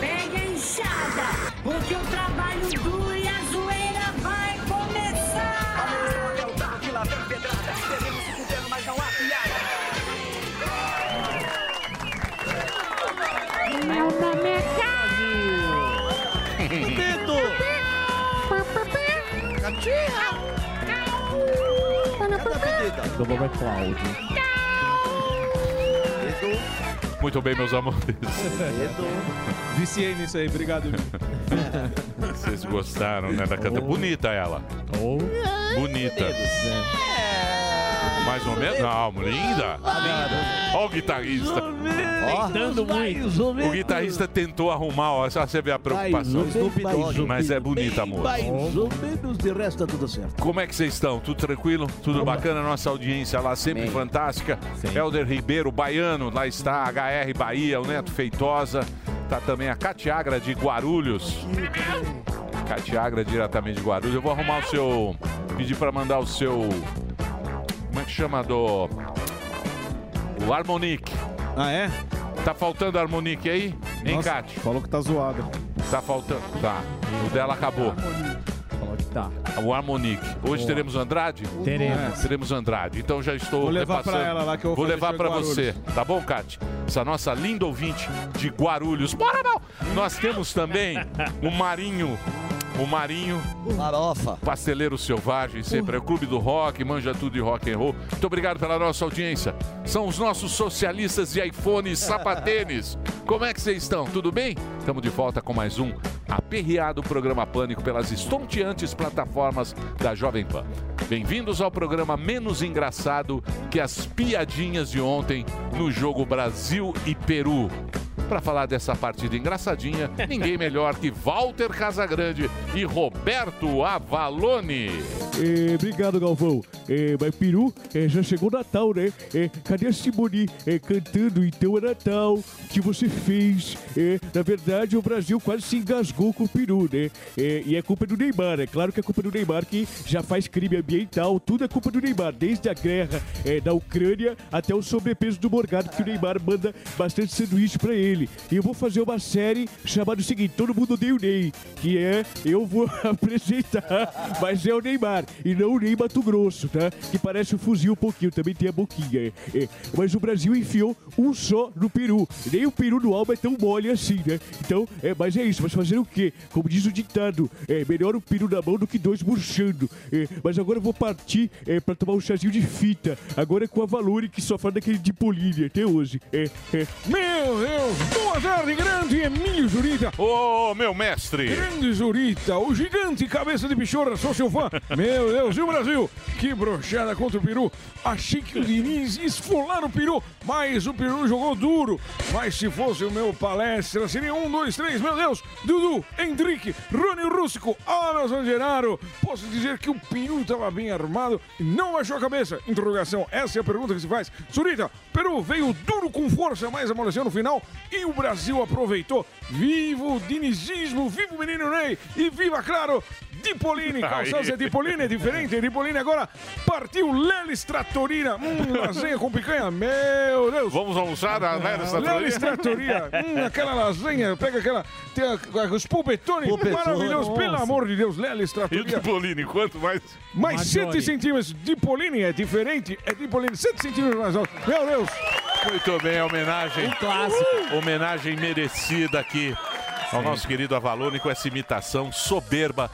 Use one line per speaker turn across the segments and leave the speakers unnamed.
Pega a enxada, porque o trabalho duro e a zoeira vai começar. Meu nome é
Dedo! Catinha! Cadê a pedida? Dedo,
Muito bem, meus amores.
dedo.
Viciei nisso aí, obrigado. Ju.
Vocês gostaram, né? Da
Oh.
canta. Bonita ela. Bonita. Mais ou menos? Não, linda. Linda. Olha o guitarrista.
Tentando muito.
O guitarrista tentou arrumar, ó, só você vê a preocupação.
Mais ou menos, mais ou menos.
Mas é bonita, amor.
Mais ou menos, de resto tá tudo certo.
Como é que vocês estão? Tudo tranquilo? Tudo bacana? Nossa audiência lá sempre fantástica. Helder Ribeiro, baiano, lá está a HR Bahia, o Neto Feitosa. Tá também a Catiagra de Guarulhos. Catiagra diretamente de Guarulhos. Eu vou arrumar o seu. Pedir para mandar o seu. Como é que chama do. O Harmonique.
Ah, é?
Tá faltando Harmonique aí? Hein,
Nossa,
Cati?
Falou que tá zoado.
Tá faltando. Tá. O dela acabou.
Tá.
O Harmonique. Hoje teremos Andrade?
Teremos.
É, teremos Andrade. Então já estou
Vou levar
repassando.
pra ela lá que eu vou
Vou
fazer
levar
show em
pra
Guarulhos.
você. Tá bom, Cati? Essa nossa linda ouvinte de Guarulhos. Bora não! Nós temos também o Marinho. O Marinho,
Farofa.
Pasteleiro Selvagem, sempre é o Clube do Rock, manja tudo de rock and roll. Muito obrigado pela nossa audiência. São os nossos socialistas de iPhone e sapatênis. Como é que vocês estão? Tudo bem? Estamos de volta com mais um aperreado programa Pânico pelas estonteantes plataformas da Jovem Pan. Bem-vindos ao programa menos engraçado que as piadinhas de ontem no jogo Brasil e Peru. Para falar dessa partida engraçadinha, ninguém melhor que Walter Casagrande e Roberto Avalone.
É, obrigado, Galvão. É, mas Peru, é, já chegou Natal, né? É, cadê a Simone é, cantando Então é Natal? O que você fez? É, na verdade, o Brasil quase se engasgou com o Peru, né? É, e é culpa do Neymar, é claro que é culpa do Neymar que já faz crime ambiental, tudo é culpa do Neymar, desde a guerra é, da Ucrânia até o sobrepeso do Morgado, que o Neymar manda bastante sanduíche pra ele. E eu vou fazer uma série chamada o seguinte: Todo Mundo Odeia o Ney, que é eu vou apresentar, mas é o Neymar, e não o Ney Mato Grosso, tá? Que parece um fuzil um pouquinho, também tem a boquinha. é, é. Mas o Brasil enfiou um só no Peru. Nem o Peru do Alba é tão mole assim, né? Então, é, mas é isso, mas fazer o quê? Como diz o ditado, é melhor o Peru na mão do que dois murchando. É, mas agora eu vou partir é, pra tomar um chazinho de fita. Agora é com a Valori que só fala daquele de Polínia até hoje. É, é.
Meu Deus! Boa tarde, grande Emílio Jurita.
Ô, meu mestre!
Grande Zurita, o gigante cabeça de pichorra, sou seu fã. Meu Deus, e o Brasil? Que brochada contra o Peru. Achei que o Diniz ia esfolar o Peru, mas o Peru jogou duro. Mas se fosse o meu palestra, seria um, dois, três, meu Deus. Dudu, Henrique, Rony Rússico, Anderson Genaro. Posso dizer que o Peru estava bem armado e não achou a cabeça? Interrogação, essa é a pergunta que se faz. Zurita, Peru veio duro com força, mas amoleceu no final e o Brasil aproveitou. Viva o dinizismo, viva o menino Ney e viva, claro, Dipolini. Calçança é Dipolini, é diferente. é Dipolini agora partiu Lelis Trattorina. Hum, lasanha com picanha, meu Deus.
Vamos almoçar na né, nessa
Lelis
trattoria?
Trattoria, hum, aquela lasanha, pega aquela, tem a, os pulpetones
Polpettoni,
maravilhosos, pelo
nossa.
amor de Deus, Lelis
E o
Trattoria.
Tipolini, quanto mais?
Mais
Maggiore.
7 centímetros, Dipolini é diferente, é Dipolini, 7 centímetros mais alto, meu Deus.
Muito bem, a homenagem. Homenagem merecida aqui ao nosso querido Avalone com essa imitação soberba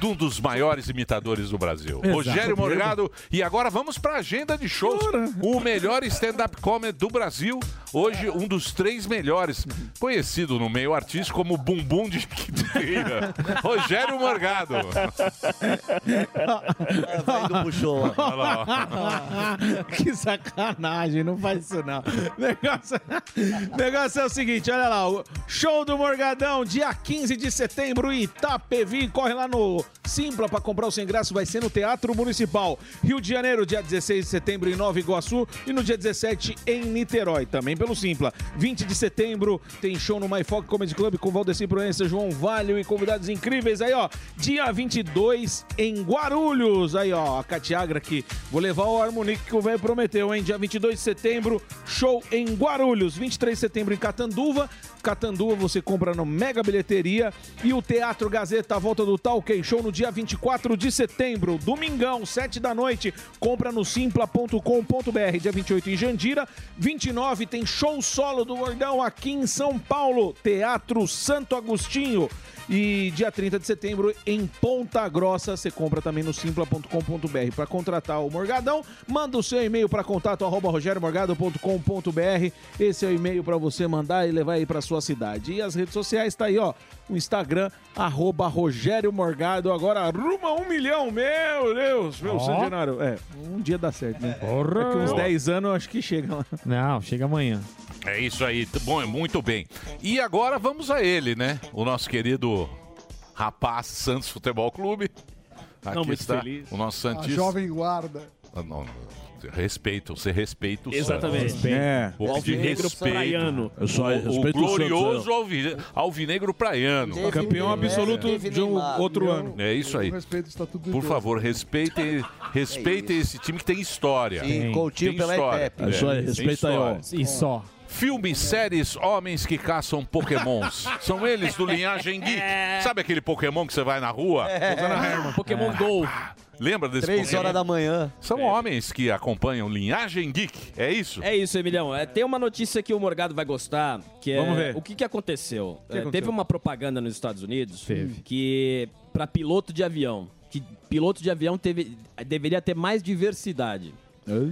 de um dos maiores imitadores do Brasil.
Exato.
Rogério Morgado. E agora vamos para a agenda de shows. O melhor stand-up comedy do Brasil. Hoje, um dos três melhores. Conhecido no meio artístico como Bumbum de Quinteira. Rogério Morgado.
Ah, Vai do puxou. ó.
Olha lá, ó.
Que sacanagem, não faz isso não. Negócio, negócio é o seguinte, olha lá, o show do Morgadão, dia 15 de setembro, Itapevi, corre lá no Simpla pra comprar o seu ingresso, vai ser no Teatro Municipal. Rio de Janeiro, dia 16 de setembro em Nova Iguaçu e no dia 17 em Niterói. Também pelo Simpla. 20 de setembro tem show no My Fox Comedy Club com Valdeci Proença, João Valho e convidados incríveis. Aí, ó, dia 22 em Guarulhos. Aí, ó, a Catiagra aqui. Vou levar o Harmonique que o velho prometeu, hein? Dia 22 de setembro, show em Guarulhos. 23 de setembro em Catanduva. Catanduva você compra no Mega Bilheteria. E o Teatro Gazeta, a volta do Talk Show no dia 24 de setembro, domingão, 7 da noite. Compra no simpla.com.br. Dia 28 em Jandira. 29 tem show solo do Gordão aqui em São Paulo, Teatro Santo Agostinho. E dia 30 de setembro, em Ponta Grossa, você compra também no simpla.com.br. Para contratar o Morgadão, manda o seu e-mail para contato arroba rogeriomorgado.com.br. Esse é o e-mail para você mandar e levar aí para sua cidade. E as redes sociais, tá aí, ó. O Instagram, arroba Rogério Morgado. Agora arruma um milhão, meu Deus, meu
Ó.
San Genaro. É, um dia dá certo, né?
Porra.
Daqui uns 10 anos eu acho que chega lá.
Não, chega amanhã.
É isso aí. T- Bom, é muito bem. E agora vamos a ele, né? O nosso querido rapaz Santos Futebol Clube. Tá, Aqui
muito
está
feliz.
o nosso
A
Santista.
Ah, jovem guarda.
Ah, não, não. Respeito, você respeita o
Exatamente.
Santos.
É.
Um pouco de
Negro
respeito.
praiano.
Eu só
O
respeito o
glorioso alvi- alvinegro praiano.
Campeão
né?
absoluto de um
Ah,
outro ano.
É isso aí.
Com respeito ao Estatuto do
Por
Idoso.
favor, respeitem respeite esse time que tem história.
E É Coutinho
É. Tem
pela
história.
ETEP.
É,
Isso aí,
tem
respeita aí, ó.
história.
E só.
Filmes, séries, homens que caçam pokémons. São eles do linhagem geek.
É.
Sabe aquele pokémon que você vai na rua? Ah,
Pokémon Go.
Lembra desse
Três
pokémon?
horas da manhã.
São homens que acompanham linhagem geek. É isso?
É isso, Emilhão. É, tem uma notícia que o Morgado vai gostar, que é
Vamos ver.
o que, que aconteceu. É,
aconteceu?
Teve uma propaganda nos Estados Unidos
Teve.
que para piloto de avião, que piloto de avião teve, deveria ter mais diversidade.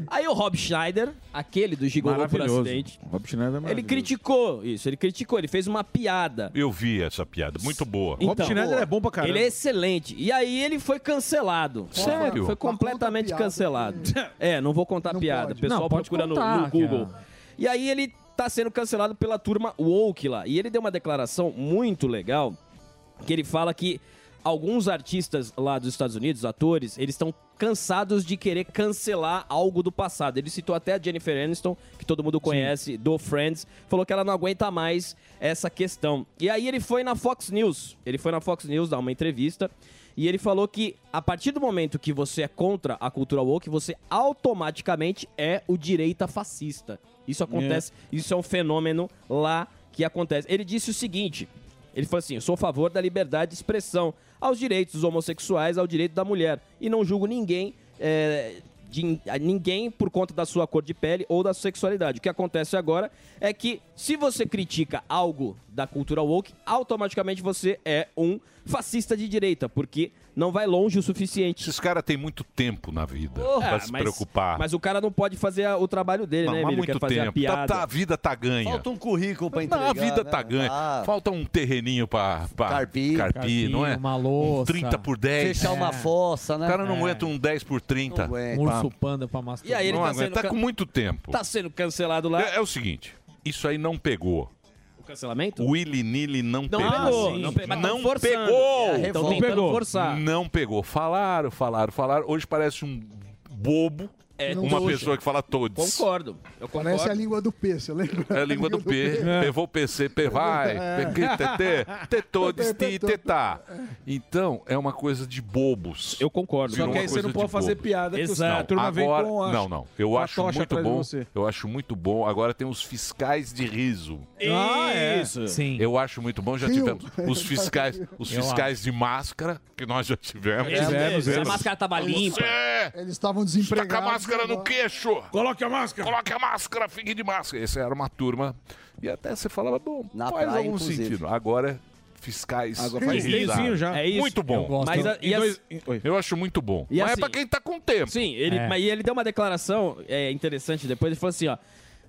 Aí o Rob Schneider, aquele do Gigolô por acidente,
Rob Schneider é
ele
maravilhoso.
criticou isso, ele criticou, ele fez uma piada.
Eu vi essa piada. Muito boa.
Rob
Então,
Schneider é bom pra caramba.
Ele é excelente. E aí ele foi cancelado.
Sério?
Foi completamente
Mas conta a
cancelado.
piada.
É, não vou contar
Não
piada.
pode.
O pessoal
Não, pode
procura no,
contar,
no Google.
cara.
E aí ele tá sendo cancelado pela turma woke lá. E ele deu uma declaração muito legal que ele fala que alguns artistas lá dos Estados Unidos, atores, eles estão cansados de querer cancelar algo do passado. Ele citou até a Jennifer Aniston, que todo mundo conhece, do Friends, falou que ela não aguenta mais essa questão. E aí ele foi na Fox News, ele foi na Fox News dar uma entrevista e ele falou que a partir do momento que você é contra a cultura woke, você automaticamente é o direita fascista. Isso acontece, isso é um fenômeno lá que acontece. Ele disse o seguinte: ele falou assim: eu sou a favor da liberdade de expressão, aos direitos dos homossexuais, ao direito da mulher. E não julgo ninguém. é, de- a ninguém por conta da sua cor de pele ou da sexualidade. O que acontece agora é que se você critica algo da cultura woke, automaticamente você é um fascista de direita, porque não vai longe o suficiente.
Esses caras têm muito tempo na vida
Ah,
pra se
mas-
preocupar.
Mas o cara não pode fazer a- o trabalho dele,
Não,
né,
há
Emílio?
muito
Quer fazer a
tempo. Tá-
piada.
tá- a vida tá ganha.
Falta um currículo pra
Não,
entregar.
a vida
né?
tá ganha.
Ah,
Falta um terreninho pra, pra
Carpir.
carpir, não é?
Uma
Um
louça.
30 por 10.
fechar uma fossa, né?
O cara não
É.
aguenta um 10 por 30.
Não aguenta.
Um urso panda pra
E
masturbar.
aí ele
não
tá
aguenta.
sendo,
Tá
ca-
com muito tempo.
tá sendo cancelado lá.
É, é o seguinte, isso aí não pegou.
O cancelamento?
O Willy Nilly não,
Não
pegou.
pegou, não pe- mas tão
Não
forçando.
pegou.
É,
Então
Não
tentando
pegou.
forçar.
Não pegou. Falaram, falaram, falaram. Hoje parece um bobo.
É,
uma
hoje.
pessoa que fala todos.
Concordo. Eu concordo.
Parece a língua do P, você lembra?
É a língua do P. Pevou PC, pevai,
É.
pequitete, tetodes, ti, tetá. Então, é uma coisa de bobos.
Eu concordo.
Só
virou
que
uma
aí você
coisa
não pode
de
fazer
bobo.
piada que
Exato.
a turma vem
Agora-
com a-
não, não. Eu
a
acho
tocha
muito
atrás de
bom.
você.
Eu acho muito bom. Agora tem os fiscais de riso.
Ah, é.
Isso.
Sim.
Eu acho muito bom. Já
Rio.
tivemos os fiscais, os
Eu
fiscais de máscara que nós já tivemos.
Tivemos,
Se a
eles.
É, máscara tava limpa.
É,
Eles estavam
tá
desempregados.
com a máscara no queixo.
Coloque a máscara.
Coloque a máscara, fique de máscara. Essa era uma turma. E até você falava, bom,
Na
faz
praia,
algum
inclusive.
sentido. Agora, fiscais.
Agora
de
faz
risada.
Dezinho já.
É isso.
Muito
Eu
bom.
gosto.
Mas a- e
Em
as-
dois- em- oi.
Eu acho muito bom.
E
Mas é
assim-
pra quem tá com tempo.
Sim, ele,
É.
mas ele deu uma declaração é, interessante depois. Ele falou assim, ó.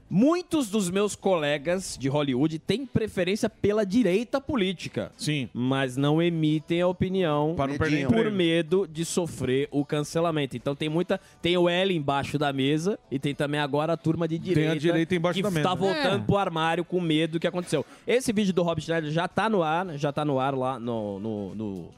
Muitos dos meus colegas de Hollywood têm preferência pela direita política,
Sim.
mas não emitem a opinião
Para não perder
Medinho.
por
emprego.
medo de sofrer o cancelamento. Então tem muita. Tem o L embaixo da mesa e tem também agora a turma de direita.
direita embaixo
que
da mesa.
né?
tá
É.
voltando pro armário com medo né? do que aconteceu. Esse vídeo do Rob Schneider já tá no ar, já tá no ar lá no. no, no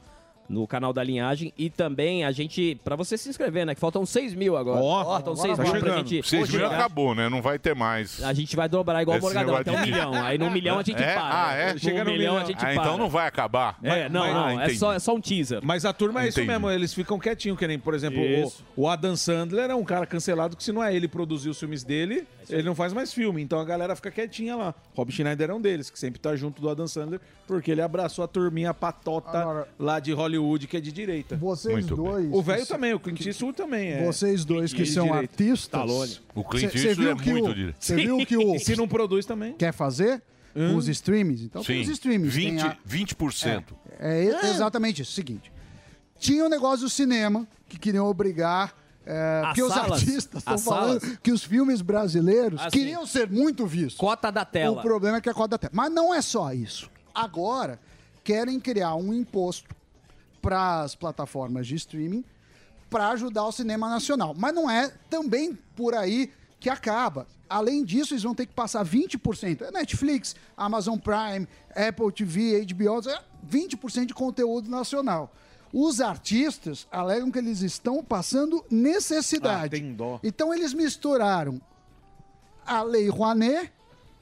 no canal da Linhagem. E também a gente, pra você se inscrever, né? Que faltam 6 mil agora.
Ó,
faltam 6
tá
mil pra
chegando.
gente.
Vocês viram,
chegar.
acabou, né? Não vai ter mais.
A gente vai dobrar igual o
Esse
Morgadão, até
negócio
um
de-
milhão. Aí no milhão a gente
É?
para.
Ah, é?
No
Chega no
milhão,
milhão.
a gente
Ah,
para.
então não vai acabar.
É, não,
Mas-
não.
Ah,
é,
entendi.
só, é só um teaser.
Mas a turma é isso
Entendi.
mesmo, eles ficam quietinhos, que nem, por exemplo, o,
Isso.
o Adam Sandler é um cara cancelado que se não é ele produzir os filmes
É
dele, ele não faz mais filme. Então a galera fica quietinha lá. Rob Schneider é um deles, que sempre tá junto do Adam Sandler, porque ele abraçou a turminha patota
Agora-
lá de Hollywood, que é de direita.
Vocês
Muito bem.
dois.
O velho
que-
também, o Clint Eastwood também é.
Vocês dois que
de
são
direita.
artistas.
O Clint
Cê- cê
Eastwood
viu
é
que
muito
o-
direito.
Você viu que o
E se não produz também.
quer fazer?
Hum?
Os streams. Então tem os streams. tem
20%.
a-
20%.
É
Ah.
e- exatamente isso. Seguinte. Tinha um negócio do cinema que queriam obrigar. É, porque os
salas?
artistas estão
As
falando
salas?
que os filmes brasileiros
Ah, sim.
queriam ser muito vistos.
Cota da tela.
O problema é que a cota da tela. Mas não é só isso. Agora querem criar um imposto para as plataformas de streaming para ajudar o cinema nacional. Mas não é também por aí que acaba. Além disso, eles vão ter que passar 20%. É Netflix, Amazon Prime, Apple TV, HBO, é 20% de conteúdo nacional. Os artistas alegam que eles estão passando necessidade.
Ah, tem dó.
Então eles misturaram a Lei Rouanet,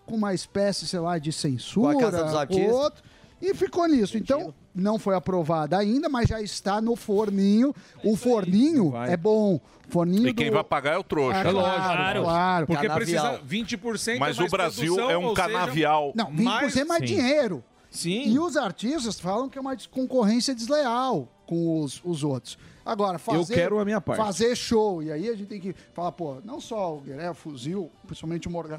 com uma espécie, sei lá, de censura,
Com a Casa dos Artistas.
outro, e ficou nisso. Então, não foi aprovada ainda, mas já está no forninho. o forninho é bom. Forninho
E quem
do...
vai pagar é o trouxa.
É
lógico,
claro, claro.
Porque
Canavial.
precisa 20%
Mas
é mais
o Brasil
produção,
é
ou
um
seja-
canavial.
Não, 20%
Mas-
é mais
Sim.
dinheiro.
Sim.
E os artistas falam que é uma des- concorrência desleal com os, os outros. Agora, fazer,
quero a minha parte.
fazer show. E aí a gente tem que falar, pô, não só o Guilherme, o Fuzil, principalmente o Morgan.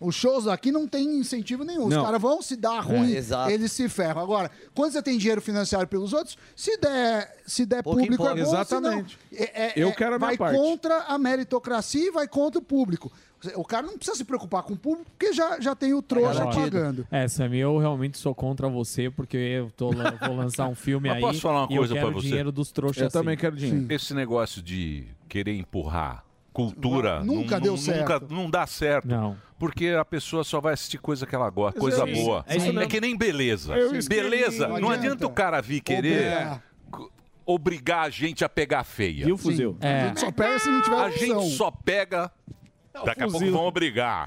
Os shows aqui não tem incentivo nenhum.
Não.
Os caras vão se dar ruim,
É, exato.
eles se ferram. Agora, quando você tem dinheiro financiado pelos outros, se der, se der
Pouco
público é
importa.
bom,
Exatamente.
se não- é- é-
Eu
é-
quero a minha
vai
parte.
contra a meritocracia e vai contra o público. O cara não precisa se preocupar com o público, porque já, já tem o trouxa
garantido.
pagando.
É, Sammy, eu realmente sou contra você, porque eu tô lan- vou lançar um filme
Mas
aí.
posso falar uma
e eu
coisa
quero
pra você?
o dinheiro dos trouxas. assim.
Eu também
sim.
quero dinheiro.
Esse negócio de querer empurrar cultura
Nunca
não-
deu
não-
certo.
nunca- não dá certo.
Não.
Porque a pessoa só vai assistir coisa que ela gosta, coisa
isso,
boa.
é isso
É,
mesmo.
que nem beleza.
Eu escrevi,
beleza,
não
não adianta.
adianta
o cara vir querer
Obrigar.
co- obrigar a gente a pegar feia.
Viu, fuzil?
A
É.
gente só pega se não tiver
A
opção.
gente só pega. Daqui a pouco
fuzil. É.
vão obrigar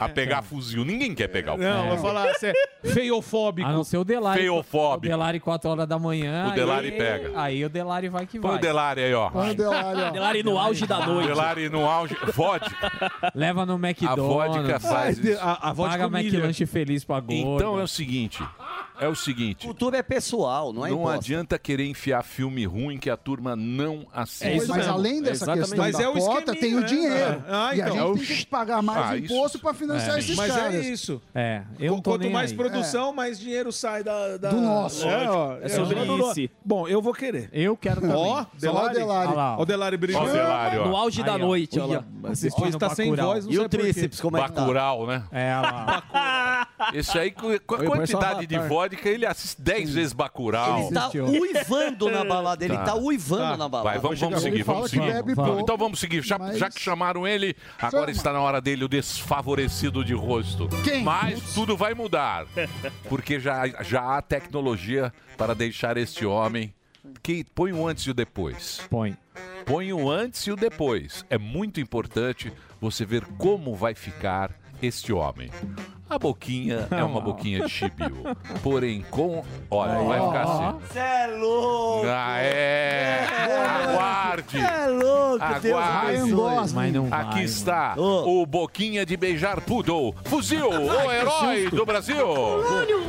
a pegar fuzil. Ninguém quer pegar o
Não,
fuzil.
eu vou falar, você é feiofóbico.
A não ser o Delari.
Feofóbico.
O Delari 4 horas da manhã.
O Delari
aí-
pega.
Aí o Delari vai que
Põe o
vai.
Delari aí, ó.
Quando eu olho, ó.
Delari no auge da
O
noite.
Delari no auge. Vodka.
Leva no
A vodka
McDonald's.
Ai,
faz
de-
isso.
a, a voz
Paga
de comilha.
McLanche feliz pra gorda.
Então é o seguinte. É o seguinte.
Cultura é pessoal, não é
Não
imposto.
adianta querer enfiar filme ruim que a turma não
É
assiste.
isso
mas
mesmo.
além dessa
Exatamente.
questão
Mas
da
é o
cota, tem
esqueminha,
o
né?
dinheiro.
Ah,
e a
então.
gente
É o
tem que pagar
Ah,
mais
isso-
imposto para financiar esses
Mas
caras.
é isso.
É, eu não tô
Quanto
nem
mais
aí.
produção, mais dinheiro sai da, da-
Do nosso.
É, ó,
É sobre
ó.
isso.
Bom, eu vou querer.
Eu quero também.
Ó,
Delari.
Delari.
Olha lá,
Ó, o Delari
Ó, o
brilhando.
Delari,
No
ó.
auge da
Aí, ó.
noite, olha lá.
Esse
Assistindo
está sem
Bacurau.
voz, não
E
sei
o
por quê.
tríceps, como é que tá?
Bacurau, né?
É, olha lá.
Esse aí, com com a
Oi, parece um
quantidade de
avatar.
vodka, ele assiste 10 vezes Bacurau.
Ele está uivando na balada, ele tá uivando na balada.
Vai, vamos, vamos
Ele
seguir,
fala
vamos
que
seguir.
bebe
Vamos.
pouco.
Então vamos seguir. Já,
Mas-
já que chamaram ele, agora
Chama.
está na hora dele, o desfavorecido de rosto.
Quem?
Mas tudo vai mudar. Porque já, já há tecnologia para deixar este homem. Que põe o antes e o depois.
Põe.
Põe o antes e o depois. É muito importante você ver como vai ficar este homem. A boquinha é uma boquinha de chibiu. Porém, com. Olha, vai ficar assim.
Cê é louco!
Ah, é! Aguarde!
É
Oh,
louco, Deus
Aguarde.
abençoe.
Mas não vai.
Aqui
mano.
está
Ô.
o Boquinha de Beijar Poodle, fuzil, o herói do Brasil.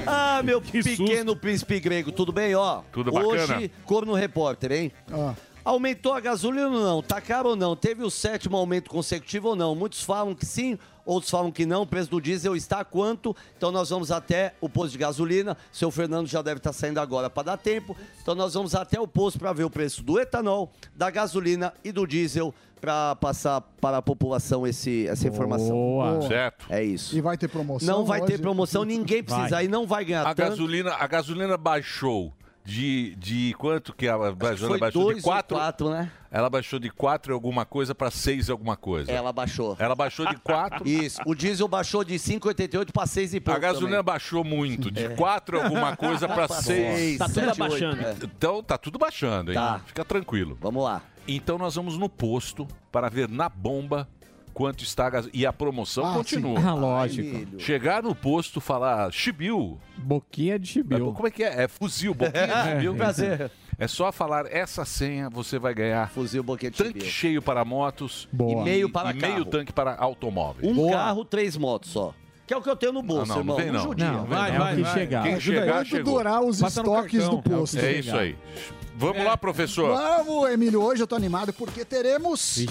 Ah, meu pequeno príncipe grego, tudo bem, ó?
Tudo bacana.
Hoje, Corno Repórter, hein?
Ó.
Aumentou a gasolina ou não? Tá caro ou não? Teve o sétimo aumento consecutivo ou não? Muitos falam que sim, outros falam que não. O preço do diesel está a quanto? Então nós vamos até o posto de gasolina. Seu Fernando já deve estar saindo agora para dar tempo. Então nós vamos até o posto para ver o preço do etanol, da gasolina e do diesel para passar para a população esse, essa informação.
Boa.
Certo.
É isso.
E vai ter promoção
Não vai
hoje?
ter promoção, ninguém precisa
Vai.
ir, não vai ganhar
A
tanto.
gasolina, a gasolina baixou de, de quanto que ela baixou? Ela
foi
baixou de
dois ou
4,
quatro, né?
Ela baixou de 4 alguma coisa para 6 alguma coisa.
Ela baixou.
Ela baixou de 4.
Isso. O diesel baixou de 5,88 para 6 e pouco.
A gasolina
também.
baixou muito, de
É.
4 alguma coisa para
Pra
6.
seis, Tá tudo sete, abaixando. oito, é.
Então tá tudo baixando, hein?
Tá.
Fica tranquilo.
Vamos lá.
Então nós vamos no posto para ver na bomba quanto está a gasolina. E a promoção
Ah,
continua.
sim. Ah, lógico. Ai, milho.
Chegar no posto, falar chibiu.
Boquinha de chibiu.
Como é que é? É fuzil, boquinha de
É,
chibiu.
prazer.
É só falar essa senha, você vai ganhar
fuzil, boquinha de
tanque cheio para motos
Boa. E meio para
e meio
carro.
tanque para automóvel.
Um carro, três motos só. Que é o que eu tenho no bolso,
Ah, não, não
irmão.
vem, não.
Um judia.
Não, Não, vai, vem, não. vai, É o que vai. chegar. Quem
Ajuda aí.
chegar,
Quanto
chegou.
durar os
Passa no
estoques
Então,
cartão,
do posto.
é isso aí. Vamos
É.
lá, professor.
Vamos, Emílio. Hoje eu tô animado porque teremos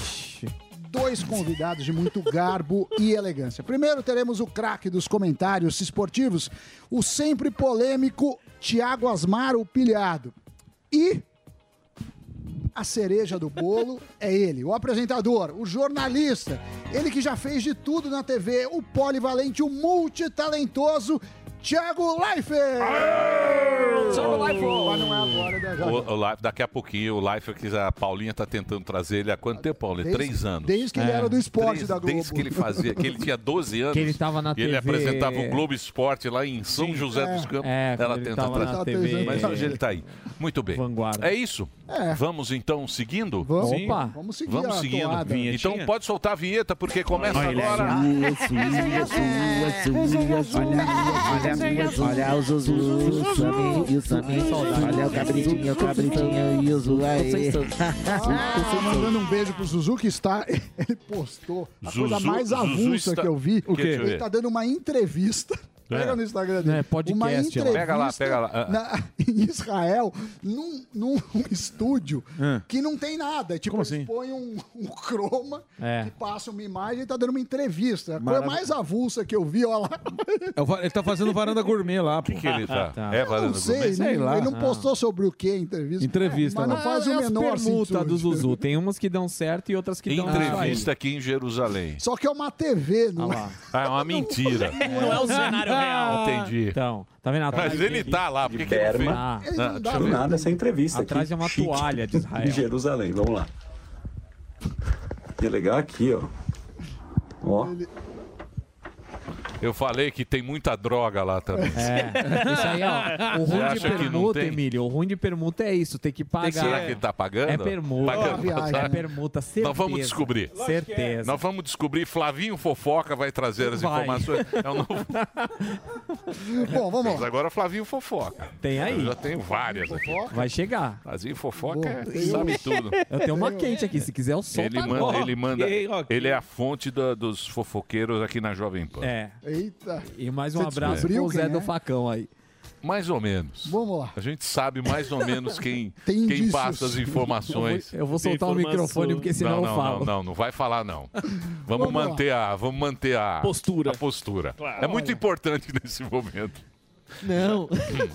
dois convidados de muito garbo e elegância. Primeiro teremos o craque dos comentários esportivos, o sempre polêmico Tiago Asmar, o pilhado. E a cereja do bolo é ele, o apresentador, o jornalista, ele que já fez de tudo na TV, o polivalente, o multitalentoso Thiago Leifert! Thiago Leifert! Mas não é agora, né? Já
O, o Life- daqui a pouquinho, o Life, que a Paulinha tá tentando trazer ele há quanto tempo, Paulinha?
Desde-
Três anos.
desde que ele era do esporte
Três-
da Globo.
Desde que ele fazia, que ele tinha 12 anos.
É. Que ele tava na
e ele
TV.
apresentava o Globo Esporte lá em São José dos
É.
Campos.
É, quando
Ela
ele
tenta
tava na
trazer.
TV.
Mas hoje ele tá aí. Muito bem. É isso?
É.
Vamos então seguindo?
Vamos. Sim. Opa. Vamos seguir
Vamos
a
seguindo.
toada. Vinhetinha?
Então pode soltar a vinheta, porque começa
é
Olha,
agora.
Olha os Zuzu, o Samir e o Samir. Olha o cabritinho, o cabritinho e o Zulaê.
Estou mandando um beijo pro Zuzu que está. Ele postou a
Zuzu-
coisa mais
Zuzu
avulsa
está-
que eu vi.
O quê? Deixa eu
Ele
ver.
está dando uma entrevista.
É.
Pega no Instagram dele.
É, podcast,
uma
ó.
entrevista
Pega lá, pega lá. Ah.
na- em Israel, num, num estúdio
Ah.
que não tem nada. É Tipo,
Como
eles
assim?
põem um, um croma
É.
que passa uma imagem e tá dando uma entrevista. A coisa
Maravilha.
mais avulsa que eu vi, olha lá.
É o va- Ele tá fazendo varanda gourmet lá, pô.
que ele tá?
É
Não sei,
sei
não-
lá.
ele não postou sobre o que a entrevista.
Entrevista.
É, mas não faz o menor
permuta
sentido.
do Zuzu. Tem umas que dão certo e outras que dão errado.
Entrevista aqui em Jerusalém.
Só que é uma TV, não
Ah
é?
lá.
Ah, é uma mentira.
Não é o cenário real.
Entendi.
Então, tá vendo? Atrás
Mas ele
de-
tá lá, porque que ele
Berma.
fez?
Ah,
Ele não dá
deixa eu ver.
nada
essa entrevista aqui.
Atrás é uma
Chique.
toalha de Israel.
Em Jerusalém, vamos lá. E é legal aqui, ó. Ó.
Eu falei que tem muita droga lá também.
É, isso aí, ó. O
Você
ruim de
acha que não
permuta,
tem?
Emílio, o ruim de permuta é isso, tem que pagar.
Será que ele tá pagando?
É permuta.
Pagando, tá?
É permuta, certeza. é.
Nós vamos descobrir.
Certeza.
Nós vamos descobrir. Flavinho Fofoca vai trazer as
Vai.
informações. É um novo...
Bom, vamos
Mas agora Flavinho Fofoca.
Tem aí.
Eu já tenho várias aqui.
Vai chegar.
Flavinho Fofoca é-
Tem-
sabe tudo.
Eu tenho uma quente aqui, se quiser eu solto
Ele
agora.
manda, ele manda.
Ok, ok.
Ele é a fonte da- dos fofoqueiros aqui na Jovem Pan.
É.
Eita.
E mais um
Você
abraço
descobriu
pro Zé
quem é?
do Facão aí.
Mais ou menos.
Vamos lá.
A gente sabe mais ou menos quem,
Tem
quem
indícios.
passa as informações.
Eu vou- eu vou soltar o Informação. microfone, porque senão
não,
eu
não,
falo.
Não, não, não vai falar, não. Vamos,
Vamos lá.
manter a. Vamos manter a. Postura. A postura.
Claro.
É muito importante nesse momento.
Não.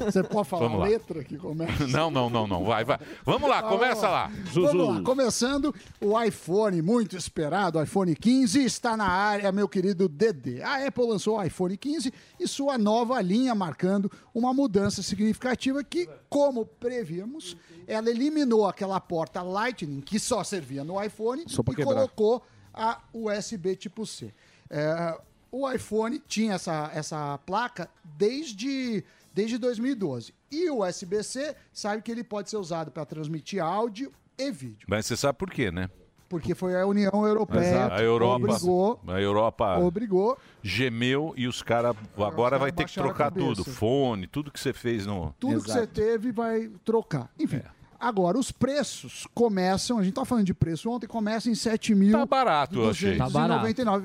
Você pode falar
Vamos
a
lá.
letra que começa?
Não, não, não, não. Vai, vai. Vamos lá, começa lá.
Ah, Vamos lá, começando, o iPhone muito esperado, iPhone 15, está na área, meu querido Dedê. A Apple lançou o iPhone 15 e sua nova linha, marcando uma mudança significativa que, como prevíamos, ela eliminou aquela porta Lightning que só servia no iPhone
Só pra
e
quebrar.
colocou a USB tipo C. É, o iPhone tinha essa, essa placa desde, desde 2012. E o USB-C sabe que ele pode ser usado para transmitir áudio e vídeo.
Mas você sabe por quê, né?
Porque foi a União Europeia
a Europa.
É, obrigou,
A Europa
obrigou
gemeu e os caras. Agora vai ter que
baixaram a
trocar
cabeça.
tudo. Fone, tudo que você fez no.
tudo que você teve vai trocar. Enfim.
É.
Agora, os preços começam, a gente tá falando de preço ontem, começa em 7 mil. Tá
barato, eu achei.
Tá,
Tá barato.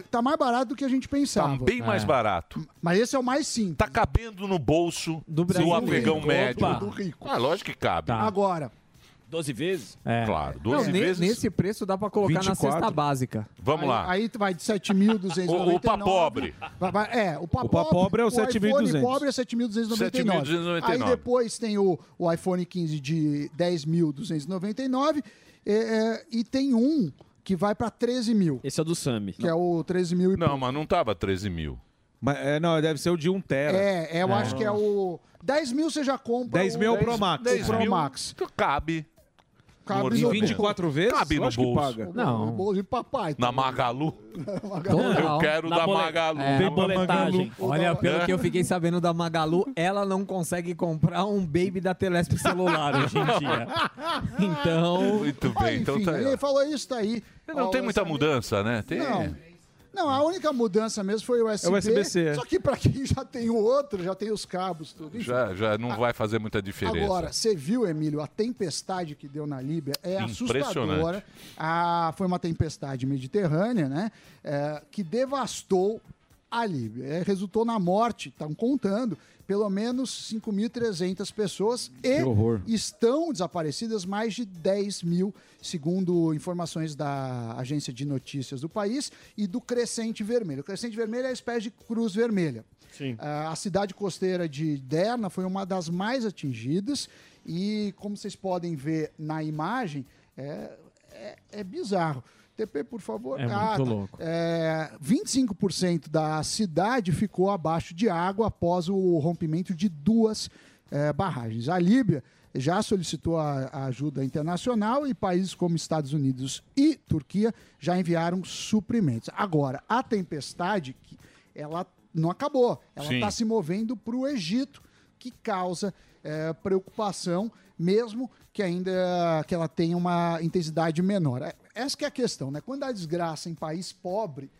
tá mais barato do que a gente
Tá
pensava.
Bem
É.
mais barato.
Mas esse é o mais simples.
Tá cabendo no bolso do,
brasileiro.
afegão
Opa.
médio.
Do rico.
Ah, lógico que cabe.
Agora.
12 vezes?
É.
Claro,
Não,
12
ne-
vezes.
Nesse preço dá pra colocar na
24.
cesta básica.
Vamos
aí,
lá.
Aí tu vai de 7.299.
O- o pra pobre.
Vai- vai- É, o
O pra
papo
pobre é o 7.200.
pobre é 7.299. Aí
7.299.
depois tem o, o iPhone 15 de 10.299 é, é, e tem um que vai para 13 mil,
Esse é o do Sami.
que é o 13 mil e
Não, mas não tava 13 mil.
Mas, é, não, deve ser o de 1 tera.
É, é, eu acho que é o. 10 mil você já compra.
10 mil é o Pro Max.
10
10
Pro
mil.
Max.
Cabe.
Cabe
Em
no
24 vezes?
Cabe no
Lógico que
bolso. então
paga.
Não. No bolso de papai.
Na Magalu?
Magalu.
Eu quero
Na
da
bole-
Magalu.
É, na boletagem. Olha, pelo
É.
que eu fiquei sabendo da Magalu, ela não consegue comprar um baby da Telesp celular hoje em dia. Então.
Muito
Ah,
bem, então
enfim,
tá aí.
ele falou isso, tá aí.
ó. Não
Ó,
tem
o
muita
USB
mudança, né? Tem.
Não. Não, a única mudança mesmo foi o USB.
É o USB-C, é.
Só que pra quem já tem o outro, já tem os cabos, tudo. Enfim,
Já, já não vai fazer muita diferença.
Ah, Agora, você viu, Emílio, a tempestade que deu na Líbia é assustadora.
Impressionante.
Ah, foi uma tempestade mediterrânea, né? é, que devastou a Líbia. É, resultou na morte, estão contando, pelo menos 5.300 pessoas e
Que horror.
Uhum.
estão desaparecidas mais de 10 mil, segundo informações da agência de notícias do país e do Crescente Vermelho. O Crescente Vermelho é a espécie de cruz vermelha.
Sim.
Ah, a cidade costeira de Derna foi uma das mais atingidas e, como vocês podem ver na imagem, é, é, é bizarro. TP, por favor.
É muito
tá.
louco.
É, 25% da cidade ficou abaixo de água após o rompimento de duas eh, barragens. A Líbia já solicitou a, a ajuda internacional e países como Estados Unidos e Turquia já enviaram suprimentos. Agora, a tempestade, que- ela não acabou. Ela
Sim.
está se movendo para o Egito, que causa eh, preocupação, mesmo que ainda que ela tenha uma intensidade menor. É- Essa que é a questão, né? Quando há desgraça em país pobre,